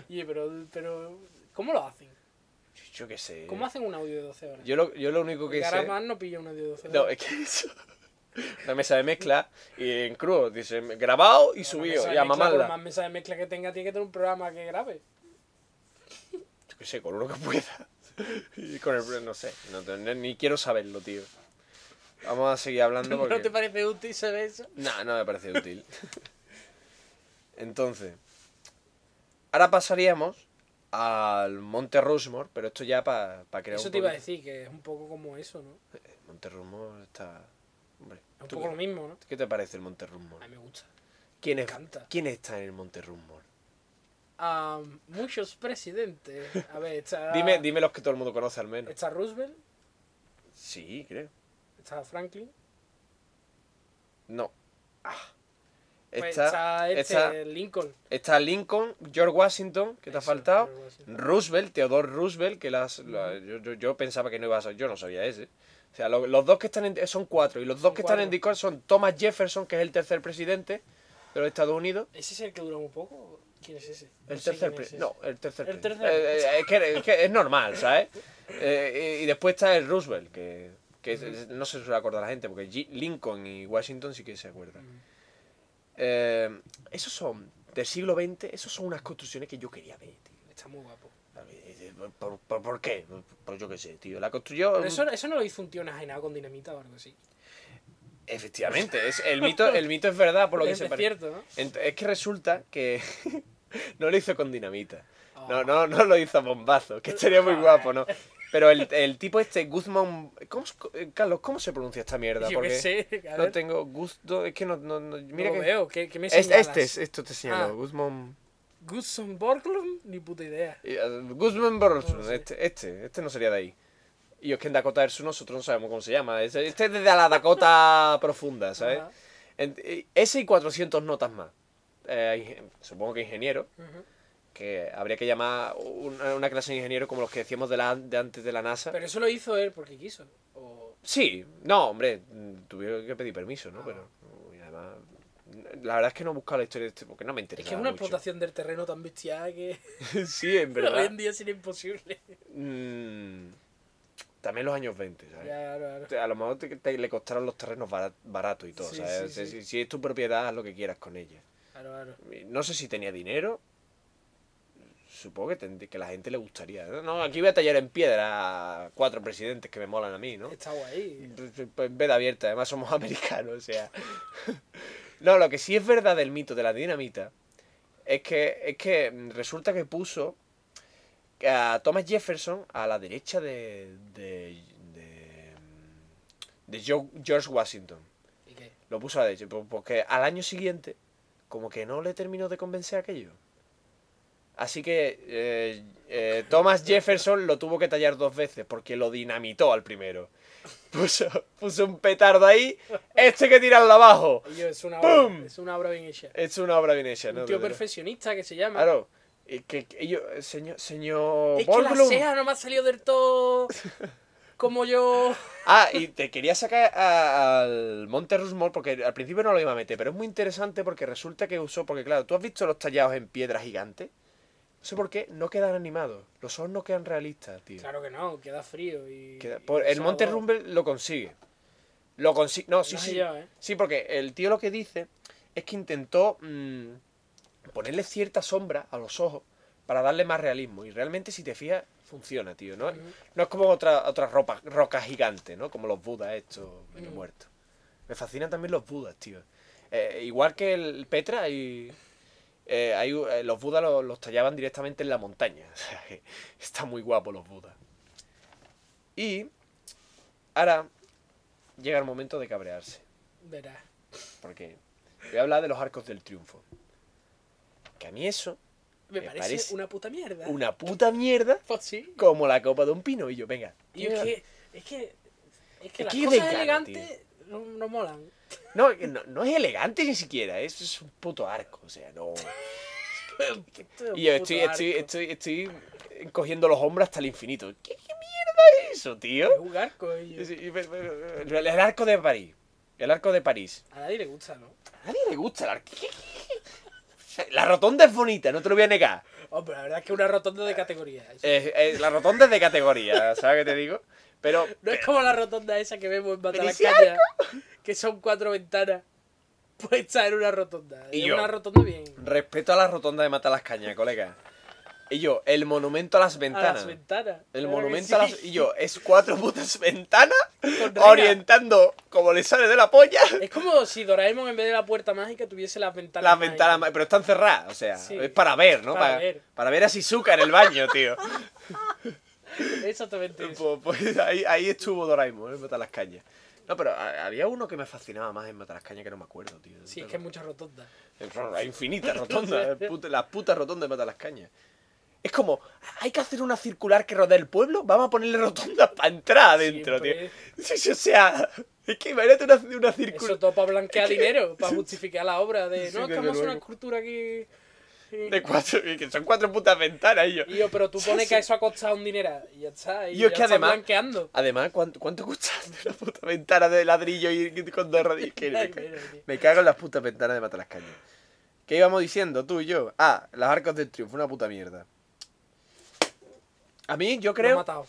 B: Oye, pero, pero. ¿Cómo lo hacen?
A: Yo qué sé.
B: ¿Cómo hacen un audio de 12 horas?
A: Yo lo, yo lo único que
B: Porque ahora
A: sé...
B: más no pillo un audio de 12 horas.
A: No, es que eso... Una mesa de mezcla y en crudo. Dice, grabado y
B: Una
A: subido.
B: mesa
A: Y
B: de
A: a
B: mezcla, Por
A: mamarla.
B: más mesa de mezcla que tenga, tiene que tener un programa que
A: [laughs]
B: grabe.
A: Yo qué sé, con uno que pueda. [laughs] Y con el... No sé. no te- ni quiero saberlo, tío.
B: [laughs]
A: Vamos a seguir hablando porque...
B: ¿No te parece útil saber eso?
A: No, no me parece útil. Entonces, ahora pasaríamos al Monte Rushmore, pero esto ya para crear
B: Eso
A: un
B: te iba a
A: poquito-
B: decir, que es un poco como eso, ¿no?
A: El Monte Rushmore está... Hombre,
B: Es un
A: ¿tú
B: poco lo mismo, ¿no?
A: qué, qué te parece el Monte
B: A
A: Rushmore?
B: mí me gusta.
A: ¿Quién,
B: me
A: es-
B: encanta.
A: ¿Quién está en el Monte Rushmore?
B: A muchos presidentes. A ver, está.
A: [laughs] Dime, dime los que todo el mundo conoce al menos.
B: Está Roosevelt,
A: Sí, creo.
B: está Franklin,
A: No. Ah.
B: pues
A: Está,
B: está este,
A: está-
B: Lincoln.
A: está Lincoln, George Washington, que te ha
B: Eso,
A: faltado.
B: George Washington.
A: Roosevelt, Theodore Roosevelt, que las, la- yo, yo- yo pensaba que no iba a ser, yo no sabía ese. O sea, lo- los dos que están en, son cuatro, y los dos
B: Son
A: que
B: cuatro.
A: están en Discord son Thomas Jefferson, que es el tercer presidente de los Estados Unidos.
B: ¿Ese es el que dura muy poco? ¿Quién es ese?
A: El
B: sé
A: tercer
B: quién es
A: pre-
B: ese.
A: No, el tercer
B: El
A: pre-
B: tercer.
A: eh, eh, es, que, es que es normal, ¿sabes? Eh, y, y después está el Roosevelt, que, que es- es- no se suele acordar la gente, porque G- Lincoln y Washington sí que se acuerdan.
B: Mm.
A: Eh, esos son del siglo XX, esos son unas construcciones que yo quería ver, tío.
B: Está muy guapo.
A: A ver, eh, ¿Por, por, por qué? Pues yo qué sé, tío. La construyó.
B: Pero eso, eso no lo hizo un tío enajenado con dinamita o algo así.
A: Efectivamente, es, el, mito, el mito es verdad, por lo que
B: es,
A: se
B: es
A: parece.
B: cierto, ¿no?
A: Ent- Es que resulta que [laughs] no lo hizo con dinamita.
B: Ah.
A: No, no, no lo hizo a bombazo, que estaría
B: [laughs]
A: muy guapo, ¿no? Pero el, el tipo este, Guzmán. ¿cómo, se- eh, Carlos, ¿cómo se pronuncia esta mierda?
B: Yo qué
A: Porque
B: sé. A
A: no
B: ver,
A: tengo gusto. Es que no. no, no-
B: no
A: mira
B: lo
A: que.
B: veo. ¿Qué, qué me
A: Es-
B: señalas?
A: este es, esto te señalo,
B: Ah.
A: Guzmán.
B: Gusson Borglum, ni puta idea.
A: eh, Guzmán Borrelson,
B: No lo sé.
A: este, este, este no sería de ahí. Y es que en Dakota del Sur nosotros no sabemos cómo se llama. Este este es desde la Dakota [laughs] profunda, ¿sabes?
B: Ajá.
A: En- eh, Ese y 400 notas más. Eh, ingen- supongo que ingeniero,
B: Ujú.
A: que habría que llamar una, una clase de ingeniero como los que decíamos de, la, de antes de la NASA.
B: Pero eso lo hizo él porque quiso. O...
A: Sí, no, hombre, mm, tuvieron que pedir permiso, ¿no?
B: Ah.
A: Pero, y además, la verdad es que no he buscado la historia de este porque no me interesa.
B: Es que es una explotación del terreno tan bestial que
A: [laughs] sí,
B: [laughs]
A: en
B: hoy
A: verdad.
B: en día sería imposible.
A: Mm, también los años 20, ¿sabes?
B: Ya, claro, claro.
A: Te- A lo mejor te, te- le costaron los terrenos bara- baratos y todo,
B: Sí,
A: ¿sabes?
B: sí,
A: Si-
B: sí.
A: Si, si es tu propiedad, haz lo que quieras con ella.
B: claro, claro.
A: No sé si tenía dinero. Supongo que, tendrí- que la gente le gustaría. ¿no? No, aquí voy a tallar en piedra a cuatro presidentes que me molan a mí, ¿no?
B: Está guay.
A: Pues En veda abierta, además somos [laughs] americanos, o sea. No, lo que sí es verdad del mito de la dinamita es que, es que mm, resulta que puso a Thomas Jefferson a la derecha de, de, de, mm, de Jo- George Washington.
B: ¿Y qué?
A: Lo puso a la derecha, po- porque al año siguiente, como que no le terminó de convencer aquello. Así que eh, eh, Thomas Jefferson lo tuvo que tallar dos veces, porque lo dinamitó al primero. [laughs] Puso, puso un petardo ahí, este que tirarlo abajo.
B: Ello es una
A: ¡Pum!
B: obra, es una obra bien hecha.
A: Es una obra bien hecha, ¿no?
B: Un tío
A: Desde-
B: perfeccionista que se llama.
A: Claro. Y que, que ello- eh, señor, señor
B: Es que la
A: Goldblum.
B: ceja no me ha salido del
A: [laughs]
B: todo como yo.
A: Ah, y te quería sacar a- al Monte Rushmore porque al principio no lo iba a meter, pero es muy interesante porque resulta que usó, porque claro, tú has visto los tallados en piedra gigante. No sé por qué, no quedan animados. Los ojos no quedan realistas, tío.
B: Claro que no, queda frío y.
A: Queda-
B: y
A: por-
B: pasa
A: el Monte
B: algo.
A: Rushmore lo consigue. Lo consigue. No, sí,
B: No sé
A: sí.
B: yo, ¿eh?
A: Sí, porque el tío lo que dice es que intentó mm, ponerle cierta sombra a los ojos para darle más realismo. Y realmente, si te fijas, funciona, tío. No,
B: Ujú.
A: no es como otra, otra ropa, roca gigante, ¿no? Como los budas estos medio
B: Mm.
A: muertos. Me fascinan también los budas, tío. Eh, igual que el Petra y... eh, hay u- eh, los budas los, los tallaban directamente en la montaña. [laughs] O sea que están muy guapos los budas. Y ahora llega el momento de cabrearse.
B: Verás.
A: Porque voy a hablar de los arcos del triunfo. Que a mí eso,
B: Me
A: Me
B: parece,
A: parece
B: una puta mierda.
A: una puta mierda,
B: [laughs] Pues sí.
A: como la copa de un pino. Y yo, venga.
B: Y es que. Es que. Es que
A: Es
B: las
A: que
B: cosas
A: desgana,
B: elegantes no, no molan.
A: No, que no, no es elegante ni siquiera, es, es un puto arco, o sea,
B: [laughs]
A: no.
B: Esto es un
A: Y yo
B: puto
A: estoy, estoy,
B: arco.
A: estoy, estoy eh, cogiendo los hombros hasta el infinito. ¿Qué, qué mierda es eso, tío?
B: Es un arco, ello.
A: Sí, pero- pero- pero El arco de París. El arco de París.
B: A nadie le gusta, ¿no?
A: A nadie le gusta el arco. ¿Qué- qué- qué? La rotonda es bonita, no te lo voy a negar.
B: Oh, pero la verdad es que una rotonda de categoría. eso.
A: Eh, eh, la rotonda es de categoría, ¿sabes qué te digo? Pero
B: No es como la rotonda esa que vemos en Mata
A: Pero
B: las
A: ¿y si
B: Cañas, [laughs] que son cuatro ventanas [laughs] puestas en una rotonda.
A: Y
B: es
A: yo.
B: una rotonda bien.
A: respeto a la rotonda de Mata las Cañas, colega. Y yo, el monumento a las
B: A
A: ventanas.
B: las ventanas.
A: El
B: Claro que
A: monumento
B: sí. [laughs]
A: a las... Y yo, es cuatro putas ventanas [laughs]
B: Con
A: orientando como le sale de la polla
B: Es como si Doraemon en vez de la puerta mágica tuviese las ventanas.
A: las
B: mágicas.
A: ventanas... ma- Pero están cerradas, o sea,
B: Sí.
A: es para ver, ¿no?
B: Para
A: Para,
B: ver.
A: para ver a Shizuka en el baño,
B: [laughs]
A: tío.
B: Exactamente. eso.
A: Pues, pues ahí, ahí estuvo Doraemon, ¿eh? en Matar las Cañas. No, pero a- había uno que me fascinaba más en Matar las Cañas que no me acuerdo, tío.
B: Sí, es que hay muchas rotondas.
A: Hay
B: [laughs]
A: infinitas rotondas, el put- las putas rotondas de Matar las Cañas. Es como, hay que hacer una circular que rodea el pueblo, vamos a ponerle rotondas para entrar adentro,
B: Siempre.
A: tío. Sí, sí, o sea, es que imagínate una, una
B: Eso
A: circular.
B: todo para
A: [laughs]
B: blanquear dinero, para justificar la obra de.
A: Sí,
B: No, es que
A: desde
B: vamos a hacer una
A: luego. [laughs]
B: escultura aquí.
A: De cuatro, que son cuatro putas ventanas y yo.
B: Y yo, pero tú
A: Sí,
B: pones
A: sí.
B: que eso ha costado un dinero. Y ya está. Y
A: Y es
B: ya
A: que
B: está
A: además-
B: blanqueando.
A: Además, ¿cuánto, cuánto cuesta [laughs] hacer una puta ventana de ladrillo y y con dos rodillas? Que me,
B: Ay,
A: ca-
B: mira, tío.
A: me cago en las putas ventanas de Matalascañas. ¿Qué íbamos diciendo tú y yo? Ah, las arcos del triunfo, una puta mierda. A mí, yo
B: Lo ha
A: creo,
B: matado.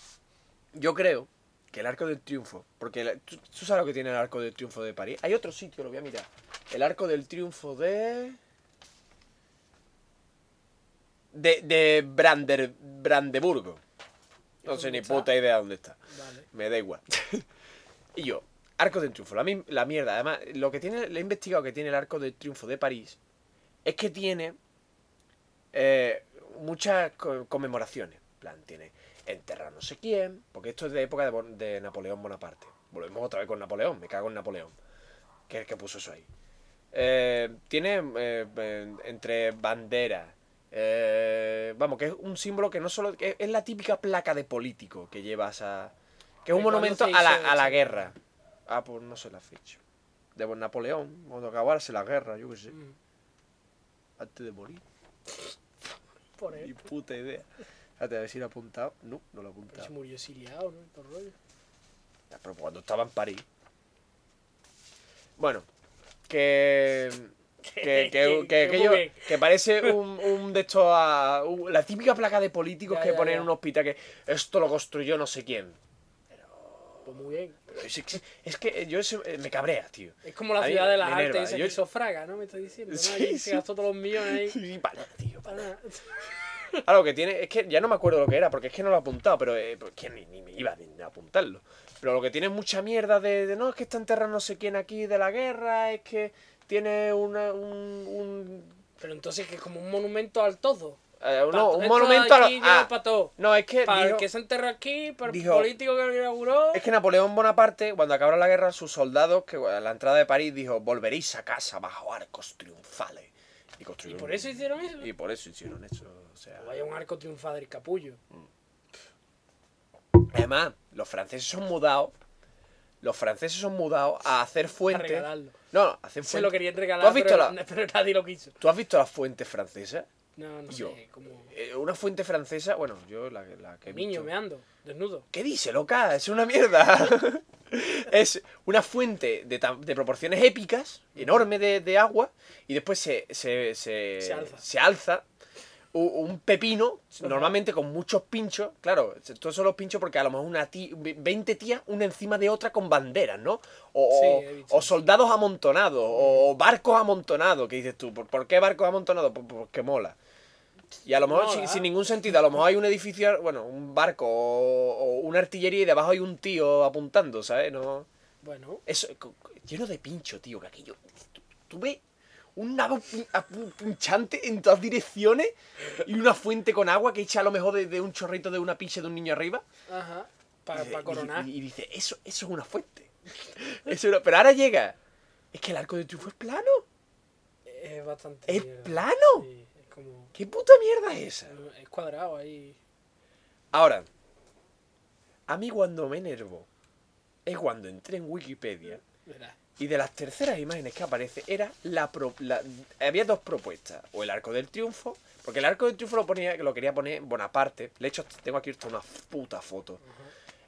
A: yo creo que el arco del triunfo, porque la- ¿tú, tú sabes lo que tiene el arco del triunfo de París. Hay otro sitio, lo voy a mirar. El arco del triunfo de. de, de Brander- Brandeburgo. No sé ni
B: ¿Dónde está?
A: puta idea dónde está.
B: Vale.
A: Me da igual. [laughs] y yo, Arco del Triunfo, la, mi- la mierda. Además, lo que tiene, le he investigado que tiene el Arco del Triunfo de París es que tiene eh, muchas co- conmemoraciones. En plan, tiene enterrar no sé quién, porque esto es de época de, Bon- de Napoleón Bonaparte. Volvemos otra vez con Napoleón, me cago en Napoleón, que es el que puso eso ahí. Eh, tiene eh, eh, entre banderas. eh, vamos, que es un símbolo que no solo. que es la típica placa de político que llevas a. Que es un
B: ¿De cuándo
A: monumento
B: se
A: a la,
B: hizo
A: a la
B: eso?
A: guerra. Ah, pues no sé la fecha. De Napoleón, cuando acabase la guerra, yo qué sé.
B: Mm.
A: Antes de morir.
B: Por
A: Ni
B: él.
A: puta idea. Espérate, a ver si lo he apuntado. No, no lo he
B: Se
A: apuntado.
B: murió exiliado, ¿no? Y Todo el rollo.
A: Ya, Pero cuando estaba en París. Bueno, que.
B: [laughs]
A: Que, que, que,
B: que
A: que yo-
B: bugue.
A: que parece un, un de estos. a- u- la típica placa de políticos
B: Ya,
A: que
B: ya,
A: ponen
B: ya.
A: en un hospital que esto lo construyó no sé quién.
B: Pues muy bien.
A: Pero es, es- es que yo eso, eh, me cabrea, tío.
B: Es como la
A: A mí
B: ciudad de las
A: me
B: artes,
A: enerva,
B: esa
A: yo-
B: que hizo Fraga, ¿no? Me estás diciendo. ¿no?
A: Sí,
B: Ahí
A: sí.
B: Se gastó todos los millones ahí.
A: Y para, tío, para.
B: Para nada.
A: Ahora lo que tiene es que ya no me acuerdo lo que era, porque es que no lo he apuntado, pero eh, pues, que ni, ni me iba ni a apuntarlo. Pero lo que tiene es mucha mierda de, de, no, es que está enterrado no sé quién aquí de la guerra, es que tiene una, un. un
B: Pero entonces que es como un monumento al todo.
A: eh,
B: Pa-
A: no, un
B: esto
A: monumento a lo-
B: aquí lleva
A: ah,
B: pa' todo.
A: No, es que.
B: Para el
A: dijo-
B: que se enterró aquí, para el
A: dijo-
B: político que lo inauguró.
A: Es que Napoleón Bonaparte, cuando acabó la guerra, sus soldados, que a la entrada de París, dijo: Volveréis a casa bajo arcos triunfales. Y,
B: Y
A: construyeron-
B: por eso hicieron eso.
A: Y por eso hicieron eso. O sea.
B: Vaya un arco triunfal del capullo.
A: Además, los franceses son mudados. Los franceses son mudados a hacer fuentes.
B: regalarlo.
A: No, no, hacen
B: Se
A: fuentes.
B: lo querían regalar,
A: ¿Tú has visto,
B: pero,
A: la,
B: pero nadie lo quiso.
A: ¿tú has visto la fuente francesa?
B: No, no
A: Yo.
B: sé, como...
A: Eh, una fuente francesa, bueno, yo la, la que. he
B: Niño,
A: visto-
B: meando, desnudo.
A: ¿Qué dice, loca? Es una mierda. [laughs] es una fuente de, tam- de proporciones épicas, enorme de, de agua, y después se, se, se,
B: Se alza.
A: se alza u- un pepino, normalmente con muchos pinchos. Claro, se- todos son los pinchos porque a lo mejor una ti- 20 tías una encima de otra con banderas, ¿no? O,
B: Sí, he visto.
A: o soldados amontonados, o barcos amontonados, que dices tú. ¿Por, por qué barcos amontonados? Pues porque mola. Y a lo mejor,
B: Mola.
A: sin, sin ningún sentido, a lo mejor hay un edificio, bueno, un barco o, o una artillería y debajo hay un tío apuntando, ¿sabes? No.
B: Bueno,
A: Eso, co- co- lleno de pincho, tío, que aquello. tu- Tuve un nabo pin- apu- pinchante en todas direcciones y una fuente con agua que echa a lo mejor de, de un chorrito de una pinche de un niño arriba.
B: ajá, para
A: Eh, Y dice-
B: coronar.
A: Y, y dice, eso, eso es una fuente. [laughs] Eso era- pero ahora llega. Es que el arco de triunfo es plano.
B: Es bastante...
A: Es
B: mierda.
A: plano.
B: Sí, es como...
A: ¿Qué puta mierda es esa?
B: Es cuadrado ahí.
A: Ahora, a mí cuando me enervo es cuando entré en Wikipedia
B: Verás.
A: y de las terceras imágenes que aparece era la, pro- la- había dos propuestas, o el arco del triunfo, porque el arco del triunfo lo ponía lo quería poner Bonaparte, de hecho tengo aquí hasta una puta foto.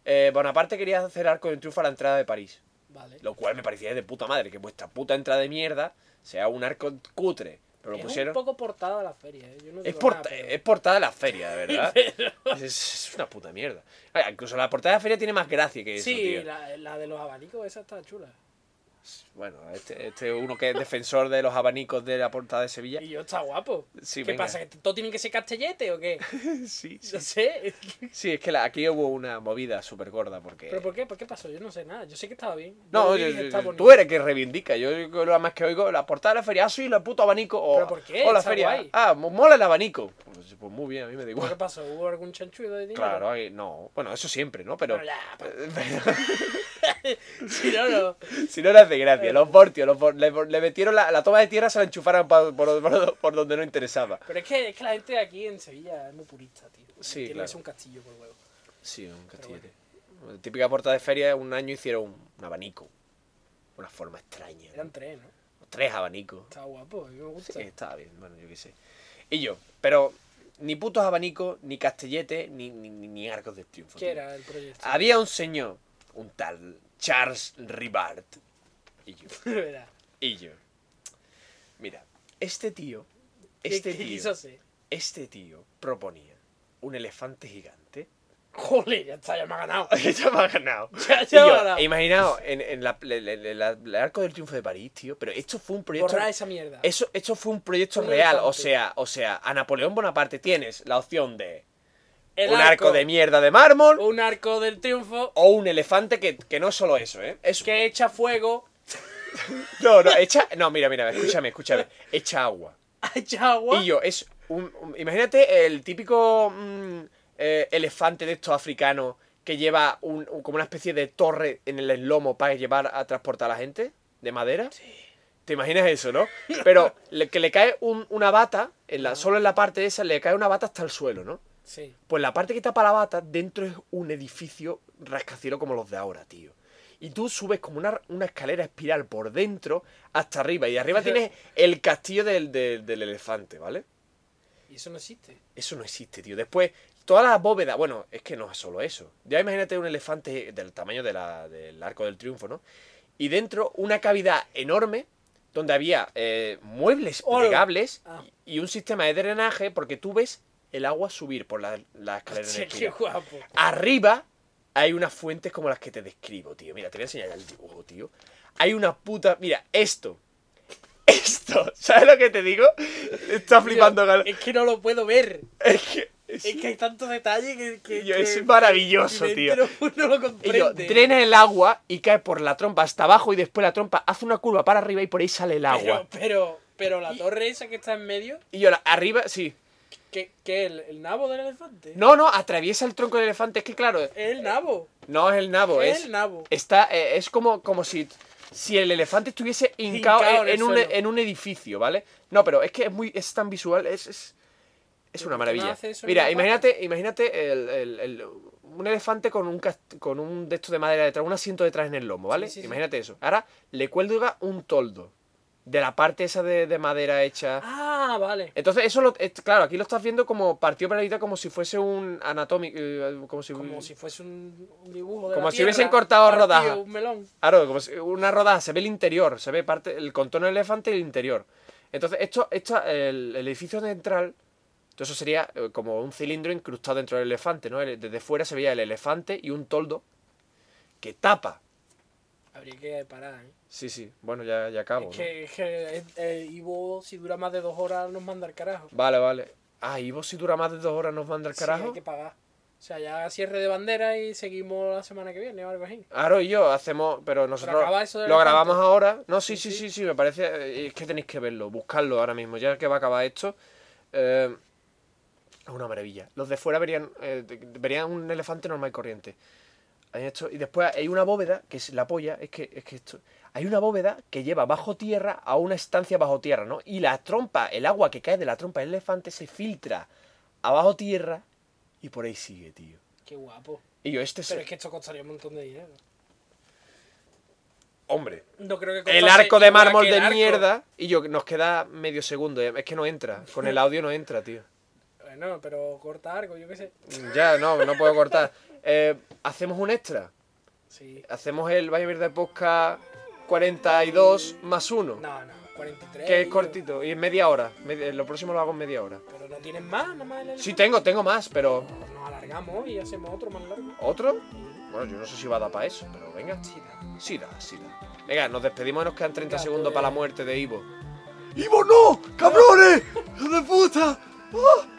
A: Eh, Bonaparte quería hacer arco del triunfo a la entrada de París,
B: Vale.
A: lo cual me parecía de puta madre que vuestra puta entrada de mierda sea un arco cutre, pero lo
B: es
A: pusieron
B: un poco portada a la feria, ¿eh? Yo no
A: es,
B: digo
A: porta-
B: nada, pero-
A: es portada de la feria, de
B: [laughs]
A: verdad. Es, es una puta mierda. Ah, incluso la portada de la feria tiene más gracia que eso,
B: Sí,
A: tío.
B: la, la de los abanicos, esa está chula.
A: Bueno, este, este es uno que es defensor de los abanicos de la portada de Sevilla.
B: Y yo está guapo.
A: Sí,
B: ¿Qué
A: venga.
B: pasa? ¿Que todo tiene que ser castellete o qué?
A: [laughs] Sí, [laughs] sí.
B: No sé.
A: Sí, es [laughs] que la- aquí hubo una movida súper gorda porque...
B: ¿Pero por qué? ¿Por qué pasó? Yo no sé nada. Yo sé que estaba bien. Yo
A: No,
B: vi
A: yo-
B: que
A: yo-
B: estaba
A: yo-
B: bonito.
A: tú eres que reivindica. Yo, yo lo más que oigo, la portada de la feria, ah, sí, el puto abanico. O,
B: ¿Pero por qué?
A: o la
B: Está
A: feria.
B: guay.
A: Ah, mo- mola el abanico. Pues, pues muy bien, a mí me da
B: ¿Pero ¿Qué
A: igual.
B: pasó? ¿Hubo algún chanchudo de dinero?
A: Claro, ahí- no. Bueno, eso siempre, ¿no? Pero, eh,
B: Pero ya, pa-
A: pero-
B: sí, no, no.
A: si no le hace gracia, los vortios, los vor- le, le metieron la, la toma de tierra, se la enchufaron pa- por, por- por donde no interesaba.
B: Pero es que, es que la gente aquí en Sevilla es muy purista, tío.
A: Sí,
B: Tiene
A: claro.
B: que ser un castillo, por huevo.
A: Sí, un castillete.
B: bueno.
A: Bueno, Típica portada de feria, un año hicieron un, un abanico. Una forma extraña.
B: Eran tres, ¿no?
A: Tres abanicos.
B: Estaba guapo, a mí me gusta.
A: Sí, estaba bien, bueno, yo qué sé. Y yo, pero ni putos abanicos, ni castellete, ni, ni, ni- ni arcos de triunfo.
B: ¿Qué
A: tío. Ah,
B: era el proyecto?
A: Había un señor, un tal Charles Ribard. Y yo,
B: [laughs] De verdad.
A: y yo. Mira, este tío,
B: ¿Qué-
A: este
B: qué
A: tío,
B: quiso hacer?
A: este tío proponía un elefante gigante. [laughs]
B: Jole, ya está, ya me ha ganado.
A: ya me ha
B: [laughs]
A: ganado.
B: Ya,
A: Y
B: ya me
A: yo,
B: ha ganado.
A: imaginaos, en, en la- en la- en la- el arco del triunfo de París, tío, pero esto fue un proyecto...
B: Borrar esa mierda.
A: Eso, esto fue un proyecto
B: Un
A: real, o
B: elefante.
A: sea, o sea, a Napoleón Bonaparte tienes la opción de
B: El
A: un arco. de mierda de mármol
B: Un arco del triunfo
A: o un elefante que, que no es solo eso, ¿eh? Es,
B: que echa fuego, [laughs]
A: no, no, echa, no, mira, mira, escúchame, escúchame, echa agua.
B: echa agua.
A: Y yo, es un, un- imagínate el típico mm, eh, elefante de estos africanos que lleva un- un- como una especie de torre en el lomo para llevar a transportar a la gente de madera. ¿Te imaginas eso, no? Pero le- que le cae un- una bata, en la, solo en la parte esa, le cae una bata hasta el suelo, ¿no?
B: Sí.
A: Pues la parte que tapa la bata, dentro es un edificio rascacielos como los de ahora, tío. Y tú subes como una, una escalera espiral por dentro hasta arriba. Y arriba tienes el castillo del, del- del elefante, ¿vale?
B: Y eso no existe.
A: Eso no existe, tío. Después, todas las bóvedas. Bueno, es que no es solo eso. Ya imagínate un elefante del tamaño de la- del arco del triunfo, ¿no? Y dentro, una cavidad enorme donde había eh, muebles
B: Oro.
A: plegables
B: Ah.
A: y, y un sistema de drenaje porque tú ves el agua subir por la, la escalera. en
B: Hostia, qué
A: espiral.
B: guapo.
A: Arriba hay unas fuentes como las que te describo, tío. Mira, te voy a enseñar el dibujo, tío. Hay una puta. Mira, esto. [laughs] Esto. ¿Sabes lo que te digo? Está flipando, Galo.
B: Es que no lo puedo ver.
A: Es que. es-
B: Es que hay tantos detalles que. que-
A: Yo,
B: que-
A: es maravilloso,
B: mi
A: tío.
B: mente No, [laughs] no lo
A: Y
B: comprende.
A: yo, drena el agua y cae por la trompa hasta abajo y después la trompa hace una curva para arriba y por ahí sale el agua.
B: Pero, pero, pero la torre esa que está en medio,
A: Y yo, la- arriba, sí.
B: ¿qué, qué el, el nabo del elefante?
A: No, no, atraviesa el tronco del elefante. Es que claro,
B: Es el nabo.
A: no es el nabo,
B: es
A: Pues es.
B: el nabo.
A: Está, eh, es como, como si, si el elefante estuviese hincado,
B: Hincado
A: en,
B: en el
A: en un, e,
B: suelo.
A: en un edificio, ¿ale? No, pero es que es muy es tan visual, es, es, es
B: ¿Pero por qué
A: una
B: no
A: maravilla.
B: hace eso en
A: Mira,
B: una
A: imagínate, imagínate el- el- el- un elefante con un, cast- con un de esto de madera detrás, un asiento detrás en el lomo, ¿vale?
B: Sí, sí, sí.
A: imagínate eso. Ahora le cuelga un toldo de la parte esa de, de madera hecha.
B: Ah, vale.
A: Entonces, eso lo, es- claro, aquí lo estás viendo como partido para la mitad, como si fuese un anatómico, eh, como si,
B: Como si fuese un, un dibujo de
A: Como
B: la
A: si hubiesen
B: tierra,
A: cortado
B: partido,
A: rodajas.
B: Un melón.
A: Claro, como si- una rodaja, se ve el interior, se ve parte, el contorno del elefante y el interior. Entonces, esto, esto el, el edificio central, todo eso sería eh, como un cilindro incrustado dentro del elefante, ¿no? El- Desde fuera se veía el elefante y un toldo que tapa.
B: Habría que parar, ¿eh?
A: Sí, sí, bueno, ya, ya acabo.
B: es
A: ¿no?
B: que, es que eh, el, el Ivo, si dura más de dos horas, nos manda al carajo.
A: Vale, vale. Ah, ¿y vos si dura más de dos horas nos manda el
B: Sí,
A: carajo?
B: hay que pagar. O sea, ya cierre de bandera y seguimos la semana que viene o algo así.
A: Aro y yo hacemos, pero nosotros
B: acaba eso del
A: lo
B: elefante.
A: grabamos ahora. No, sí, sí, sí,
B: Sí,
A: sí, me parece. eh, Es que tenéis que verlo, buscarlo ahora mismo, ya que va a acabar esto. Eh, es una maravilla. Los de fuera verían, eh, de- verían un elefante normal y corriente. Hay esto, y después hay una bóveda, que es la polla, es que, es que esto. Hay una bóveda que lleva bajo tierra a una estancia bajo tierra, ¿no? Y la trompa, el agua que cae de la trompa del elefante se filtra abajo tierra y por ahí sigue, tío.
B: Qué guapo.
A: Y yo, este es.
B: Pero es que esto costaría un montón de dinero.
A: Hombre,
B: No creo que
A: El
B: costase
A: arco de
B: igual
A: mármol
B: que el
A: de
B: arco.
A: mierda. Y yo, nos queda medio segundo. eh, Es que no entra. Con
B: [laughs]
A: el audio no entra, tío.
B: Bueno, pero corta arco, yo qué sé.
A: Ya, no, no puedo cortar. Eh, hacemos un extra.
B: Sí.
A: Hacemos el Valle Verde Posca 42 más 1.
B: No, no, 43.
A: Que es
B: tío.
A: cortito. Y es media hora. Medi- lo próximo lo hago en media hora.
B: Pero no tienes más, nada más el elefante.
A: Sí, tengo, tengo más, pero.
B: Pues nos alargamos y hacemos otro más largo.
A: ¿Otro? Bueno, yo no sé si va a dar para eso, pero venga.
B: Sí, da.
A: Sí da, sí da. Venga, nos despedimos y nos quedan 30
B: Venga,
A: segundos
B: pues.
A: para la muerte de Ivo. ¡Ivo no! ¡Cabrones! ¡Hijo de puta! ¡Ah!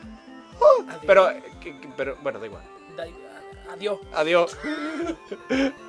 B: Adiós.
A: Pero, eh, que- que- pero, bueno, da igual.
B: Da igual. Adiós.
A: Adiós.